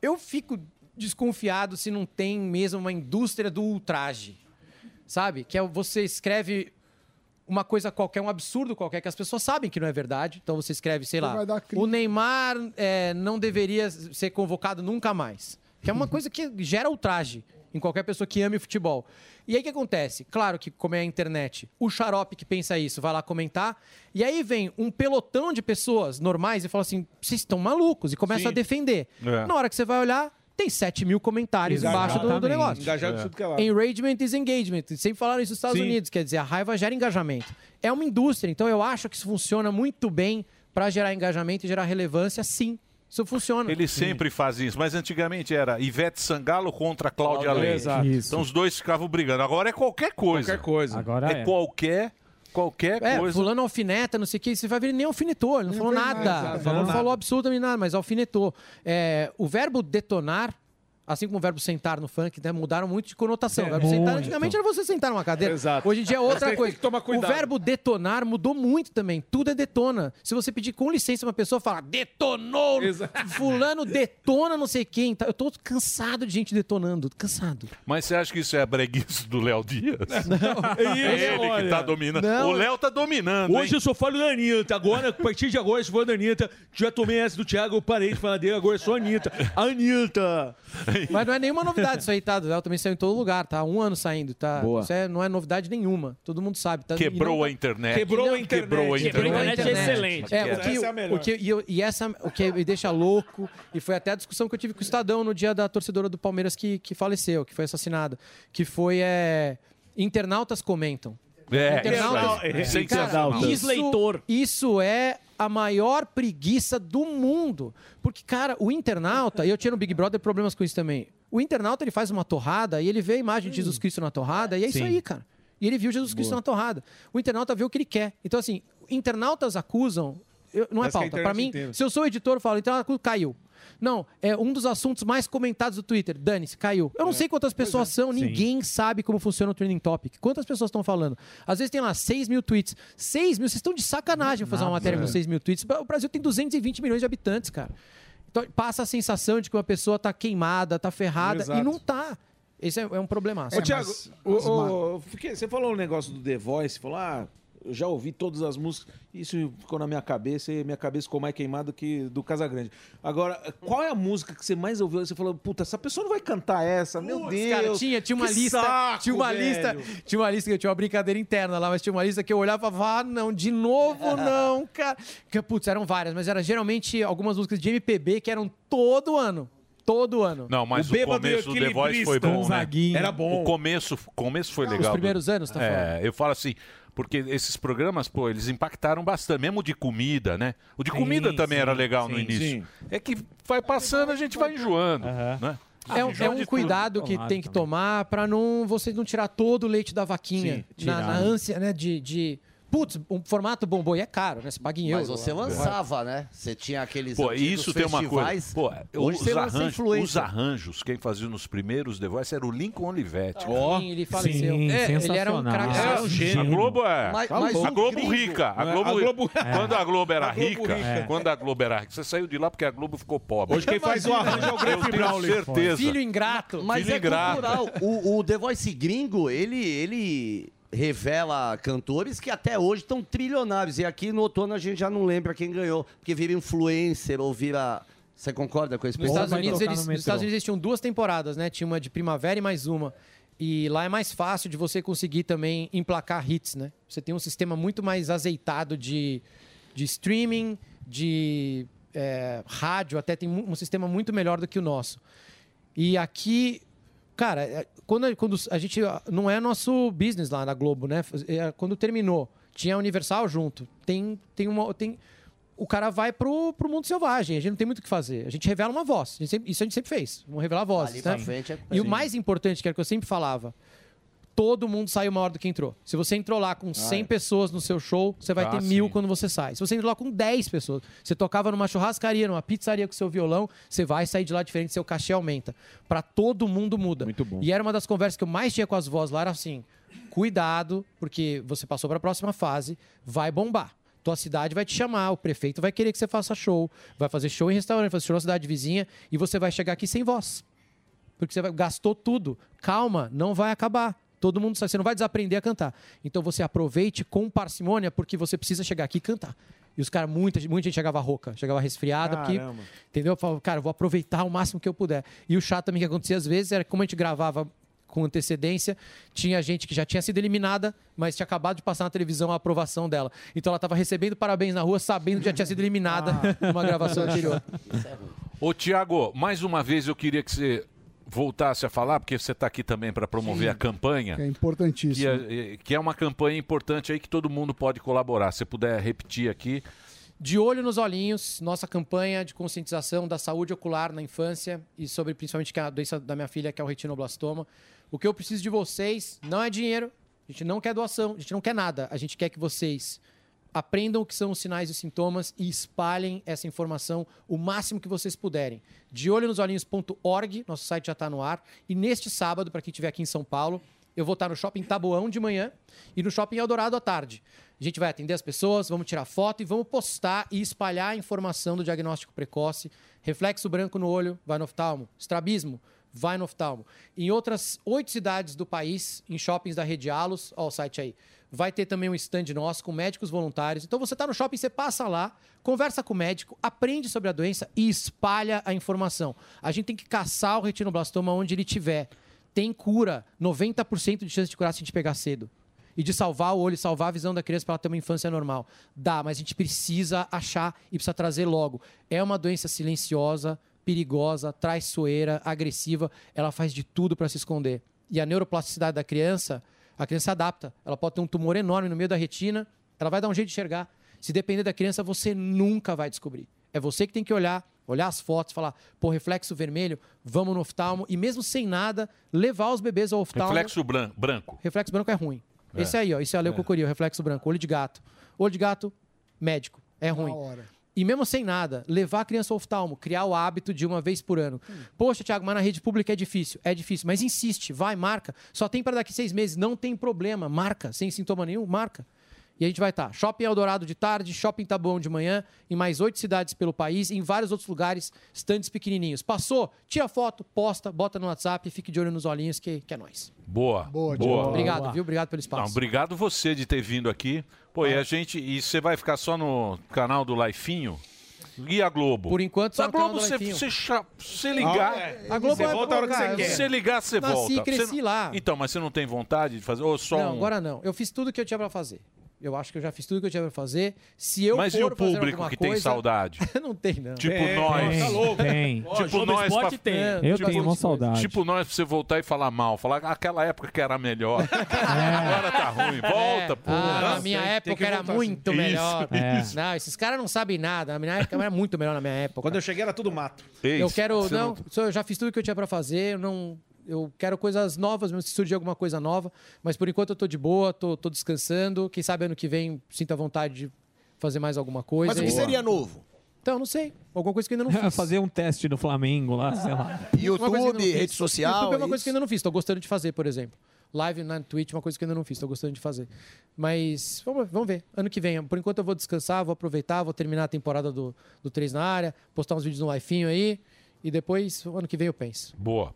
Eu fico desconfiado se não tem mesmo uma indústria do ultraje, sabe? Que é você escreve uma coisa qualquer, um absurdo qualquer, que as pessoas sabem que não é verdade. Então você escreve, sei lá,
vai dar
o Neymar é, não deveria ser convocado nunca mais. Que é uma coisa que gera ultraje em qualquer pessoa que ame futebol. E aí o que acontece? Claro que, como é a internet, o xarope que pensa isso vai lá comentar. E aí vem um pelotão de pessoas normais e fala assim: vocês estão malucos, e começa
Sim.
a defender.
É.
Na hora que você vai olhar, tem 7 mil comentários embaixo do, do
Exatamente.
negócio.
Engajado de tudo que é lado.
Enragement is engagement. Sempre falaram isso nos Estados
Sim.
Unidos. Quer dizer, a raiva gera engajamento. É uma indústria, então eu acho que isso funciona muito bem para gerar engajamento e gerar relevância, sim. Isso funciona.
Eles sempre fazem isso, mas antigamente era Ivete Sangalo contra Cláudia
Cláudia,
Leite.
exato. Isso.
Então os dois ficavam brigando. Agora é qualquer coisa.
Qualquer coisa. Agora
é,
é.
qualquer qualquer
É,
coisa.
fulano alfineta, não sei o que, você vai ver, ele nem é alfinetou, ele não falou
fez nada,
nada.
exato.
Falou-
Não.
não falou absolutamente nada, mas alfinetou. É, o verbo detonar, assim como o verbo sentar no funk, né, mudaram muito de conotação.
É,
o verbo sentar
muito.
antigamente era você sentar numa cadeira.
Exato.
Hoje em dia é
Você
outra
tem
coisa.
que tomar cuidado.
O verbo detonar mudou muito também. Tudo é detona. Se você pedir com licença uma pessoa, fala detonou, fulano detona não sei quem. tá? Eu tô cansado de gente detonando, cansado.
Mas você acha que isso é a breguice do Léo Dias?
Não.
é ele que tá dominando.
Não.
O Léo tá dominando,
Hoje
hein?
eu só falo da Anitta. Agora, a partir de agora, eu só falo da Anitta. Já tomei essa do Thiago, eu parei de falar dele. Agora é só Anitta. Anitta!
Mas não é nenhuma novidade isso aí, tá? Ela também saiu em todo lugar, tá? Um ano saindo, tá?
Boa.
Isso é- não é novidade nenhuma. Todo mundo sabe. tá? E
Quebrou
não-
a internet.
Quebrou a internet.
Quebrou a internet.
É, o que, o que, e, eu- e essa o que me deixa louco, e foi até a discussão que eu tive com o Estadão no dia da torcedora do Palmeiras que, que faleceu, que foi assassinada, que foi é, internautas comentam.
É,
Internautas.
isso aí.
Cara,
Sensacional.
isso, isso é a maior preguiça do mundo. Porque, cara, o internauta, e eu tinha no Big Brother problemas com isso também. O internauta ele faz uma torrada e ele vê a imagem de Jesus Cristo na torrada, e é isso
Sim.
aí, cara. E ele viu Jesus Cristo
Boa.
na torrada. O internauta vê o que ele quer. Então, assim, internautas acusam. eu- não é
Parece que a
pauta.
internet
Pra mim,
inteira.
se eu sou editor, eu falo, então a cu- caiu. Não, é um dos assuntos mais comentados do Twitter. Dane-se, caiu. Eu não
É.
sei quantas pessoas são, ninguém sabe como funciona o Trending Topic. Quantas pessoas estão falando? Às vezes tem lá 6 mil tweets. 6 mil, vocês estão de sacanagem fazer uma
nada,
matéria com
é.
6 mil tweets. O Brasil tem 220 milhões de habitantes, cara. Então passa a sensação de que uma pessoa tá queimada, tá ferrada,
Exato.
e não tá. Esse é, é um problemaço.
Ô, Thiago, o- o- fiquei- você falou um negócio do The Voice, falou, ah, eu já ouvi todas as músicas, isso ficou na minha cabeça e minha cabeça ficou mais queimada que do Casagrande. Agora, qual é a música que você mais ouviu? Você falou, puta, essa pessoa não vai cantar essa, meu Deus.
Cara, tinha, tinha uma
que
lista.
saco,
tinha uma
velho."
lista. Tinha uma lista que eu tinha uma brincadeira interna lá, mas tinha uma lista que eu olhava e falava, ah, não, de novo não, cara. Que, putz, eram várias, mas era geralmente algumas músicas de MPB que eram todo ano. Todo ano.
Não, mas o,
Bêbado e
começo do The Voice foi
Equilibrista. um
bom, né?
Era bom.
O começo, começo foi legal.
primeiros anos, tá
É,
falando?
eu falo assim, porque esses programas, pô, eles impactaram bastante, mesmo de comida, né? O de comida também
sim,
era legal no
sim,
início.
sim.
É que vai passando, a gente vai enjoando, né?
É um, é um cuidado que tem que tomar pra não você não tirar todo o leite da vaquinha
Sim,
na,
tirar,
na
né?
ânsia, né? De, de putz, um formato bombom e é caro, né? Você paga em
Mas
euro.
você
lá.
lançava, né? Você tinha aqueles
Pô,
antigos
isso tem uma
festivais.
coisa. Pô,
Hoje
os,
você lança
arranjos, os
influencer.
arranjos, quem fazia nos primeiros The Voice era o Lincoln Olivetti.
Ó. sim, ele faleceu. Sim, É, ele era um sensacional. craque, era um gênio.
A Globo é.
Mas- mas
a
o
Globo
gringo-
rica. A
Não é?
Globo,
A Globo- É.
Quando a Globo era
A Globo
rica,
rica. É.
quando a Globo era rica, você saiu de lá porque a Globo ficou pobre.
Hoje quem faz o arranjo é o Greg
Eu tenho
Brown,
certeza.
Filho ingrato.
Mas
Filho
é
ingrato.
cultural. O, o The Voice gringo, ele, ele revela cantores que até hoje estão trilionários. E aqui no outono a gente já não lembra quem ganhou, porque vira influencer ou vira... Você concorda com esse
Nos
pensamento?
Estados, Unidos, eles, nos Estados Unidos eles tinham duas temporadas, né? Tinha uma de primavera e mais uma. E lá é mais fácil de você conseguir também emplacar hits, né? Você tem um sistema muito mais azeitado de, de streaming, de é, rádio, até tem mu- um sistema muito melhor do que o nosso. E aqui, cara, é, quando, a- quando a gente. Não é nosso business lá na Globo, né? É, Quando terminou, tinha a Universal junto. Tem, tem uma. Tem, o cara vai pro, pro mundo selvagem. A gente não tem muito o que fazer. A gente revela uma voz. A gente sempre- isso a gente sempre fez. Vamos revelar vozes.
Ali
né?
pra frente é-
E o
Sim.
mais importante, que era o que eu sempre falava. Todo mundo saiu maior do que entrou. Se você entrou lá com 100
é.
pessoas no seu show, você vai
Ah,
ter
sim.
mil quando você sai. Se você entrou lá com 10 pessoas, você tocava numa churrascaria, numa pizzaria com seu violão, você vai sair de lá diferente, seu cachê aumenta. Pra todo mundo muda. Muito bom. E era uma das conversas que eu mais tinha com as vozes lá, era assim: cuidado, porque você passou pra próxima fase, vai bombar. Tua cidade vai te chamar, o prefeito vai querer que você faça show, vai fazer show em restaurante, vai fazer show na cidade vizinha, e você vai chegar aqui sem voz. Porque você vai- gastou tudo. Calma, não vai acabar. Todo mundo sabe, você não vai desaprender a cantar. Então você aproveite com parcimônia, porque você precisa chegar aqui e cantar. E os caras, muita, gente- muita gente chegava rouca, chegava resfriada,
Caramba.
porque. Entendeu? Eu falava, cara, eu vou aproveitar o máximo que eu puder. E o chato também que acontecia às vezes era que como a gente gravava com antecedência, tinha gente que já tinha sido eliminada, mas tinha acabado de passar na televisão a aprovação dela. Então ela estava recebendo parabéns na rua, sabendo que já tinha sido eliminada numa gravação anterior.
Ô, Tiago, mais uma vez eu queria que você voltasse a falar, porque você está aqui também para promover
Sim.
a campanha.
Que é
Que
importantíssimo.
né?
é, que é uma campanha importante aí que todo mundo pode colaborar. Se puder repetir aqui.
De Olho nos Olhinhos, nossa campanha de conscientização da saúde ocular na infância e sobre principalmente que é a doença da minha filha, que é o retinoblastoma. O que eu preciso de vocês não é dinheiro, a gente não quer doação, a gente não quer nada, a gente quer que vocês aprendam o que são os sinais e os sintomas e espalhem essa informação o máximo que vocês puderem. De olho nos olhinhos.org, nosso site já está no ar. E neste sábado, para quem estiver aqui em São Paulo, eu vou estar no shopping Taboão de manhã e no shopping Eldorado à tarde. A gente vai atender as pessoas, vamos tirar foto e vamos postar e espalhar a informação do diagnóstico precoce. Reflexo branco no olho, vai no oftalmo. Estrabismo, vai no oftalmo. Em outras oito cidades do país, em shoppings da rede Alos, ó o site aí, vai ter também um stand nosso com médicos voluntários. Então você está no shopping, você passa lá, conversa com o médico, aprende sobre a doença e espalha a informação. A gente tem que caçar o retinoblastoma onde ele tiver. Tem cura, 90% de chance de curar se a gente pegar cedo. E de salvar o olho, salvar a visão da criança para ela ter uma infância normal. Dá, mas a gente precisa achar e precisa trazer logo. É uma doença silenciosa, perigosa, traiçoeira, agressiva. Ela faz de tudo para se esconder. E a neuroplasticidade da criança A criança se adapta. Ela pode ter um tumor enorme no meio da retina, ela vai dar um jeito de enxergar. Se depender da criança, você nunca vai descobrir. É você que tem que olhar, olhar as fotos, falar, pô, reflexo vermelho, vamos no oftalmo. E mesmo sem nada, levar os bebês ao oftalmo.
Reflexo bran- branco.
Reflexo branco é ruim.
É.
Esse aí, ó, esse é a leucocoria, o reflexo branco, olho de gato. Olho de gato, médico, é ruim. E mesmo sem nada, levar a criança ao oftalmo, criar o hábito de uma vez por ano. Poxa, Thiago, mas na rede pública é difícil. É difícil, mas insiste, vai, marca. Só tem para daqui seis meses, não tem problema, marca. Sem sintoma nenhum, marca. E a gente vai estar Shopping Eldorado de tarde, Shopping Taboão de manhã, em mais oito cidades pelo país, em vários outros lugares, stands pequenininhos. Passou, tira foto, posta, bota no WhatsApp, fique de olho nos olhinhos, que, que é nóis.
Boa. Boa,
Obrigado, viu? Obrigado pelo espaço.
Não, obrigado você de ter vindo aqui. Pô, e a gente. E você vai ficar só no canal do Laifinho? E a Globo?
Por enquanto, só
a
no canal
Globo,
do
você,
Laifinho.
você, cha- você ligar.
Ah, é. A Globo Você é- volta a hora que você quer.
Se você ligar, você
Nasci e
volta.
cresci
Você não-
lá.
Então, mas você não tem vontade de fazer? Ou só
não,
um.
agora não. Eu fiz tudo que eu tinha pra fazer. Eu acho que eu já fiz tudo que eu tinha pra fazer. Se eu
mas
for
e o
fazer
público
alguma
que tem
coisa-
saudade?
não tem, não.
Tipo nós.
Tá louco. Tem.
Tipo
Globo
nós.
Esporte tem. Eu tenho uma saudade.
Tipo nós pra você voltar e falar mal. Falar aquela época que era melhor. Agora tá ruim. Volta, pô.
Ah, na
Nossa,
minha
tem que
época era
voltar
muito
assim.
melhor.
Isso,
É.
isso.
Não, esses caras não sabem nada. Na minha época era muito melhor na minha época. Quando eu
cheguei era tudo mato.
Eu quero.
é
Não, só- eu já fiz tudo que eu tinha pra fazer. Eu não. Eu quero coisas novas, mesmo se surgir alguma coisa nova. Mas por enquanto eu tô de boa, tô, tô descansando. Quem sabe ano que vem sinta vontade de fazer mais alguma coisa.
Mas o que
E-
seria novo?
é. Então, não sei. Alguma coisa que eu ainda não fiz.
Fazer um teste no Flamengo lá, sei lá.
Uma coisa que eu ainda não fiz. YouTube é uma
é
coisa que eu ainda não fiz, tô gostando de fazer, por exemplo. Live na Twitch é uma coisa que eu ainda não fiz, tô gostando de fazer. Mas vamos, vamos ver. Ano que vem, por enquanto eu vou descansar, vou aproveitar, vou terminar a temporada do, do 3 na área, postar uns vídeos no lifinho aí. E depois, ano que vem eu
É.
penso.
Boa.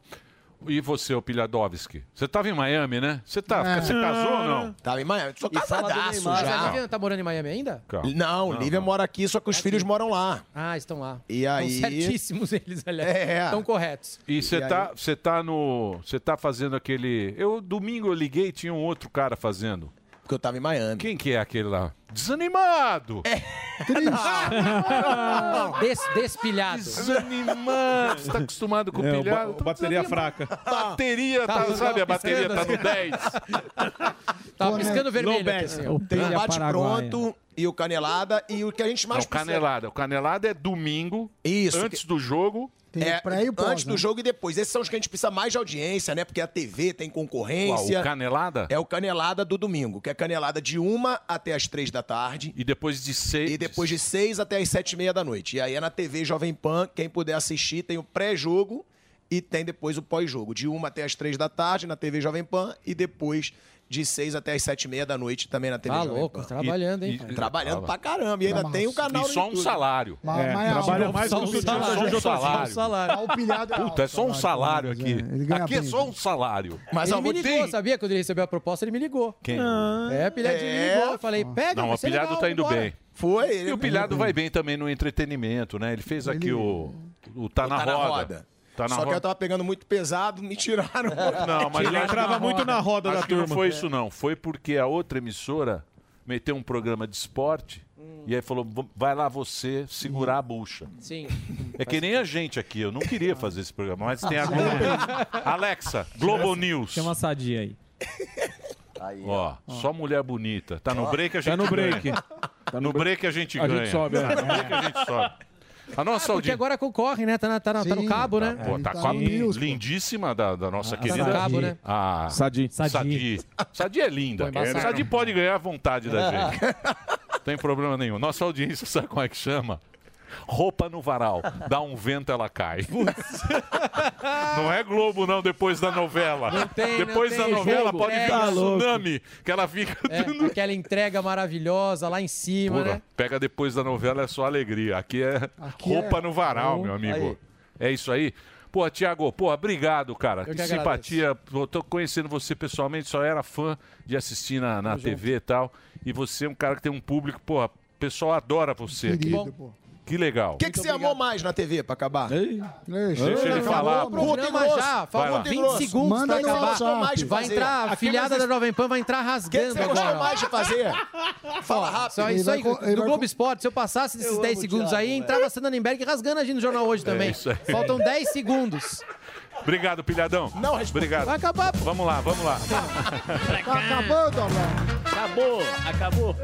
E você, o Piladovski? Você tava em Miami, né? Você, tá,
É.
você casou ou não?
Tava em Miami. Sou
Mas
casadaço
a
é
já.
Lívia tá morando em Miami ainda?
Não, Lívia mora aqui, só que os filhos moram lá.
Ah, estão lá.
E aí...
Estão certíssimos eles, aliás.
É.
Estão corretos.
E você tá, você tá no, você tá fazendo aquele. Eu domingo eu liguei, tinha um outro cara fazendo.
Porque eu tava em Miami.
Quem que é aquele lá? Desanimado.
Des- despilhado.
Desanimado. Você tá acostumado com o
É, o
pilhado?
ba- o bateria fraca.
Bateria,
Tá,
tá,
tá
sabe? A bateria tá
piscando
no
assim.
10.
Tava
Pô, né?
piscando vermelho. aqui, assim, ó.
Tem o bate-pronto e o canelada e o que a gente
Não,
mais
o canelada. O canelada é domingo.
Isso.
Antes do jogo.
Tem é,
pré e o pós,
antes
né?
do jogo e depois. Esses são os que a gente precisa mais de audiência, né? Porque a TV tem concorrência.
Qual, o Canelada?
É o Canelada do domingo, que é Canelada de uma até as três da tarde.
E depois de seis.
E depois de seis até as sete e meia da noite. E aí é na TV Jovem Pan, quem puder assistir, tem o pré-jogo e tem depois o pós-jogo. De uma até as três da tarde na TV Jovem Pan e depois de seis até as sete e meia da noite também na TV
Tá
Jovem
louco,
Pan.
trabalhando, hein,
Então, E-
cara?
trabalhando pra caramba. E ainda
Tá
tem o canal
E só um salário.
Mas- É, mas-
trabalha mais
só
que o
um
Tio
salário.
Jojo,
Só um
só um
salário.
salário.
Ah, o pilhado é
Puta, é só um salário aqui.
ganha
Aqui é
bem,
só um salário.
Mas ele
ó,
me ligou,
tem-
sabia? Quando ele recebeu a proposta, ele me ligou.
Quem?
Ah.
É, pilhadinho me ligou. Eu falei, pega,
Não,
vai
o
ser
Pilhado
legal,
tá indo
vambora.
bem.
Foi. tá
E o Pilhado vai bem também no entretenimento, né? Ele fez aqui o, o Tá na
Tá na
Roda. Tá na
Só que eu
roda.
tava pegando muito pesado, me tiraram.
Não, mas eu acho que- acho que Não foi
É.
isso, não. Foi porque a outra emissora meteu um programa de esporte
Hum.
e aí falou: "Vam- vai lá você segurar a bucha.
Sim.
É que nem a gente aqui, eu não queria fazer esse programa, mas tem a Globo. Alexa, Globo News.
Ah, Tem uma sadia aí.
Ó, só mulher bonita. Tá no
Ó.
break a
Tá
gente
no break.
ganha. no, break a gente
A
ganha.
gente sobe, Ah, é.
Tá, no break a gente sobe. A nossa
Porque
audiência.
agora concorre, né? Tá, na- tá na- tá no cabo, né?
Tá, pô, tá com a lindíssima da, da nossa querida.
Cabo, né?
A
Sadi.
Sadi. Sadi. é
Foi
linda.
embaçado.
Sadi pode ganhar à vontade da gente. Não tem problema nenhum. Nossa audiência, sabe como é que chama? Roupa no varal. Dá um vento, ela cai. Não é Globo, não, depois da novela.
Não tem, não
depois
tem
da novela
jogo.
pode vir
Tá
um
louco.
tsunami, que ela fica...
É, aquela entrega maravilhosa lá em cima,
Porra,
né?
Pega depois da novela, é só alegria. Aqui é roupa
é-
no varal,
Oh,
meu amigo.
aí.
É isso aí. Pô, Tiago, pô, obrigado, cara.
que
Que
agradeço.
simpatia. Pô, tô conhecendo você pessoalmente, só era fã de assistir na, na
Tamo
TV e tal. E você é um cara que tem um público, pô, o pessoal adora você aqui.
Querido, pô.
Que legal.
O que, que você amou mais na TV pra acabar?
Deixa ele falar, pô.
Curto e grosso.
já,
Vai lá.
faltam 20 segundos
Manda
pra
no WhatsApp.
acabar. Vai
fazer.
entrar, a
Aqui
filhada
nós-
da Jovem Pan vai entrar rasgando
que você gostou
agora. ó.
mais de fazer? Fala
Ó,
rápido.
Só
Ele
isso
vai
aí,
co- ele
do
vai
Globo Esporte, se eu passasse esses
Eu
10
amo o
segundos
Thiago,
aí,
velho.
entrava a Sandra Nemberg rasgando a gente no jornal
É
hoje também.
isso aí.
Faltam 10 segundos.
Obrigado, pilhadão. Não, Obrigado.
Vai acabar.
Vamos lá, vamos lá.
Tá acabando, amor.
Acabou, acabou.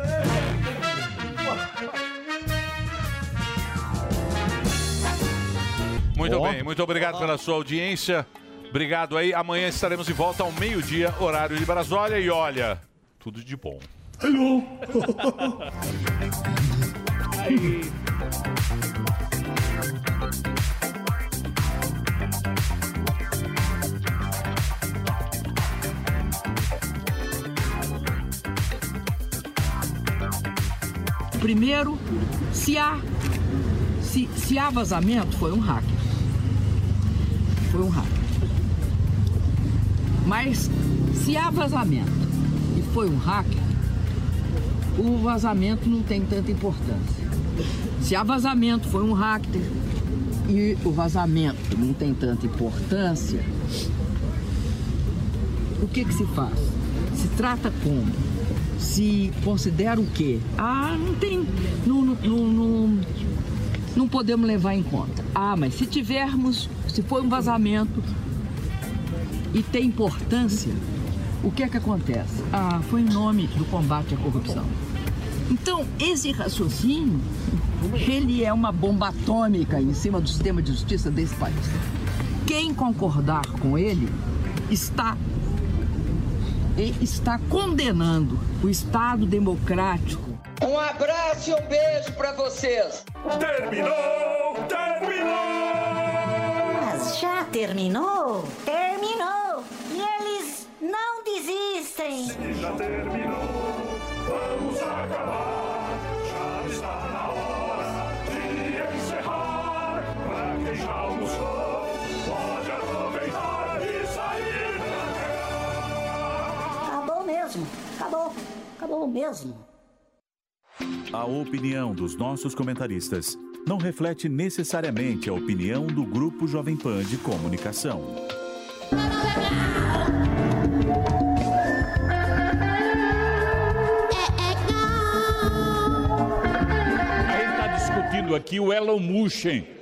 Muito
Ó.
bem, muito obrigado pela sua audiência. Obrigado aí. Amanhã estaremos de volta ao meio-dia, horário de Brasília. E olha, tudo de bom.
Hello. Primeiro, se há, se, se há vazamento, foi um hacker. Foi um hacker. Mas se há vazamento e foi um hacker, o vazamento não tem tanta importância. Se há vazamento, foi um hacker e o vazamento não tem tanta importância, o que, que se faz? Se trata como? Se considera o quê? Ah, não tem. Não, não, não, não, não podemos levar em conta. Ah, mas se tivermos, se for um vazamento e tem importância, o que é que acontece? Ah, foi em nome do combate à corrupção. Então, esse raciocínio, ele é uma bomba atômica em cima do sistema de justiça desse país. Quem concordar com ele está e está condenando o Estado democrático.
Um abraço e um beijo pra vocês. Terminou! Terminou!
Mas já terminou? Terminou! E eles não desistem!
Já terminou, vamos acabar. Já está na hora de encerrar. Pra quem já almoçou, pode aproveitar e sair
Acabou mesmo! Acabou! Acabou mesmo!
A opinião dos nossos comentaristas não reflete necessariamente a opinião do Grupo Jovem Pan de Comunicação.
A gente está discutindo aqui o Elon Musk,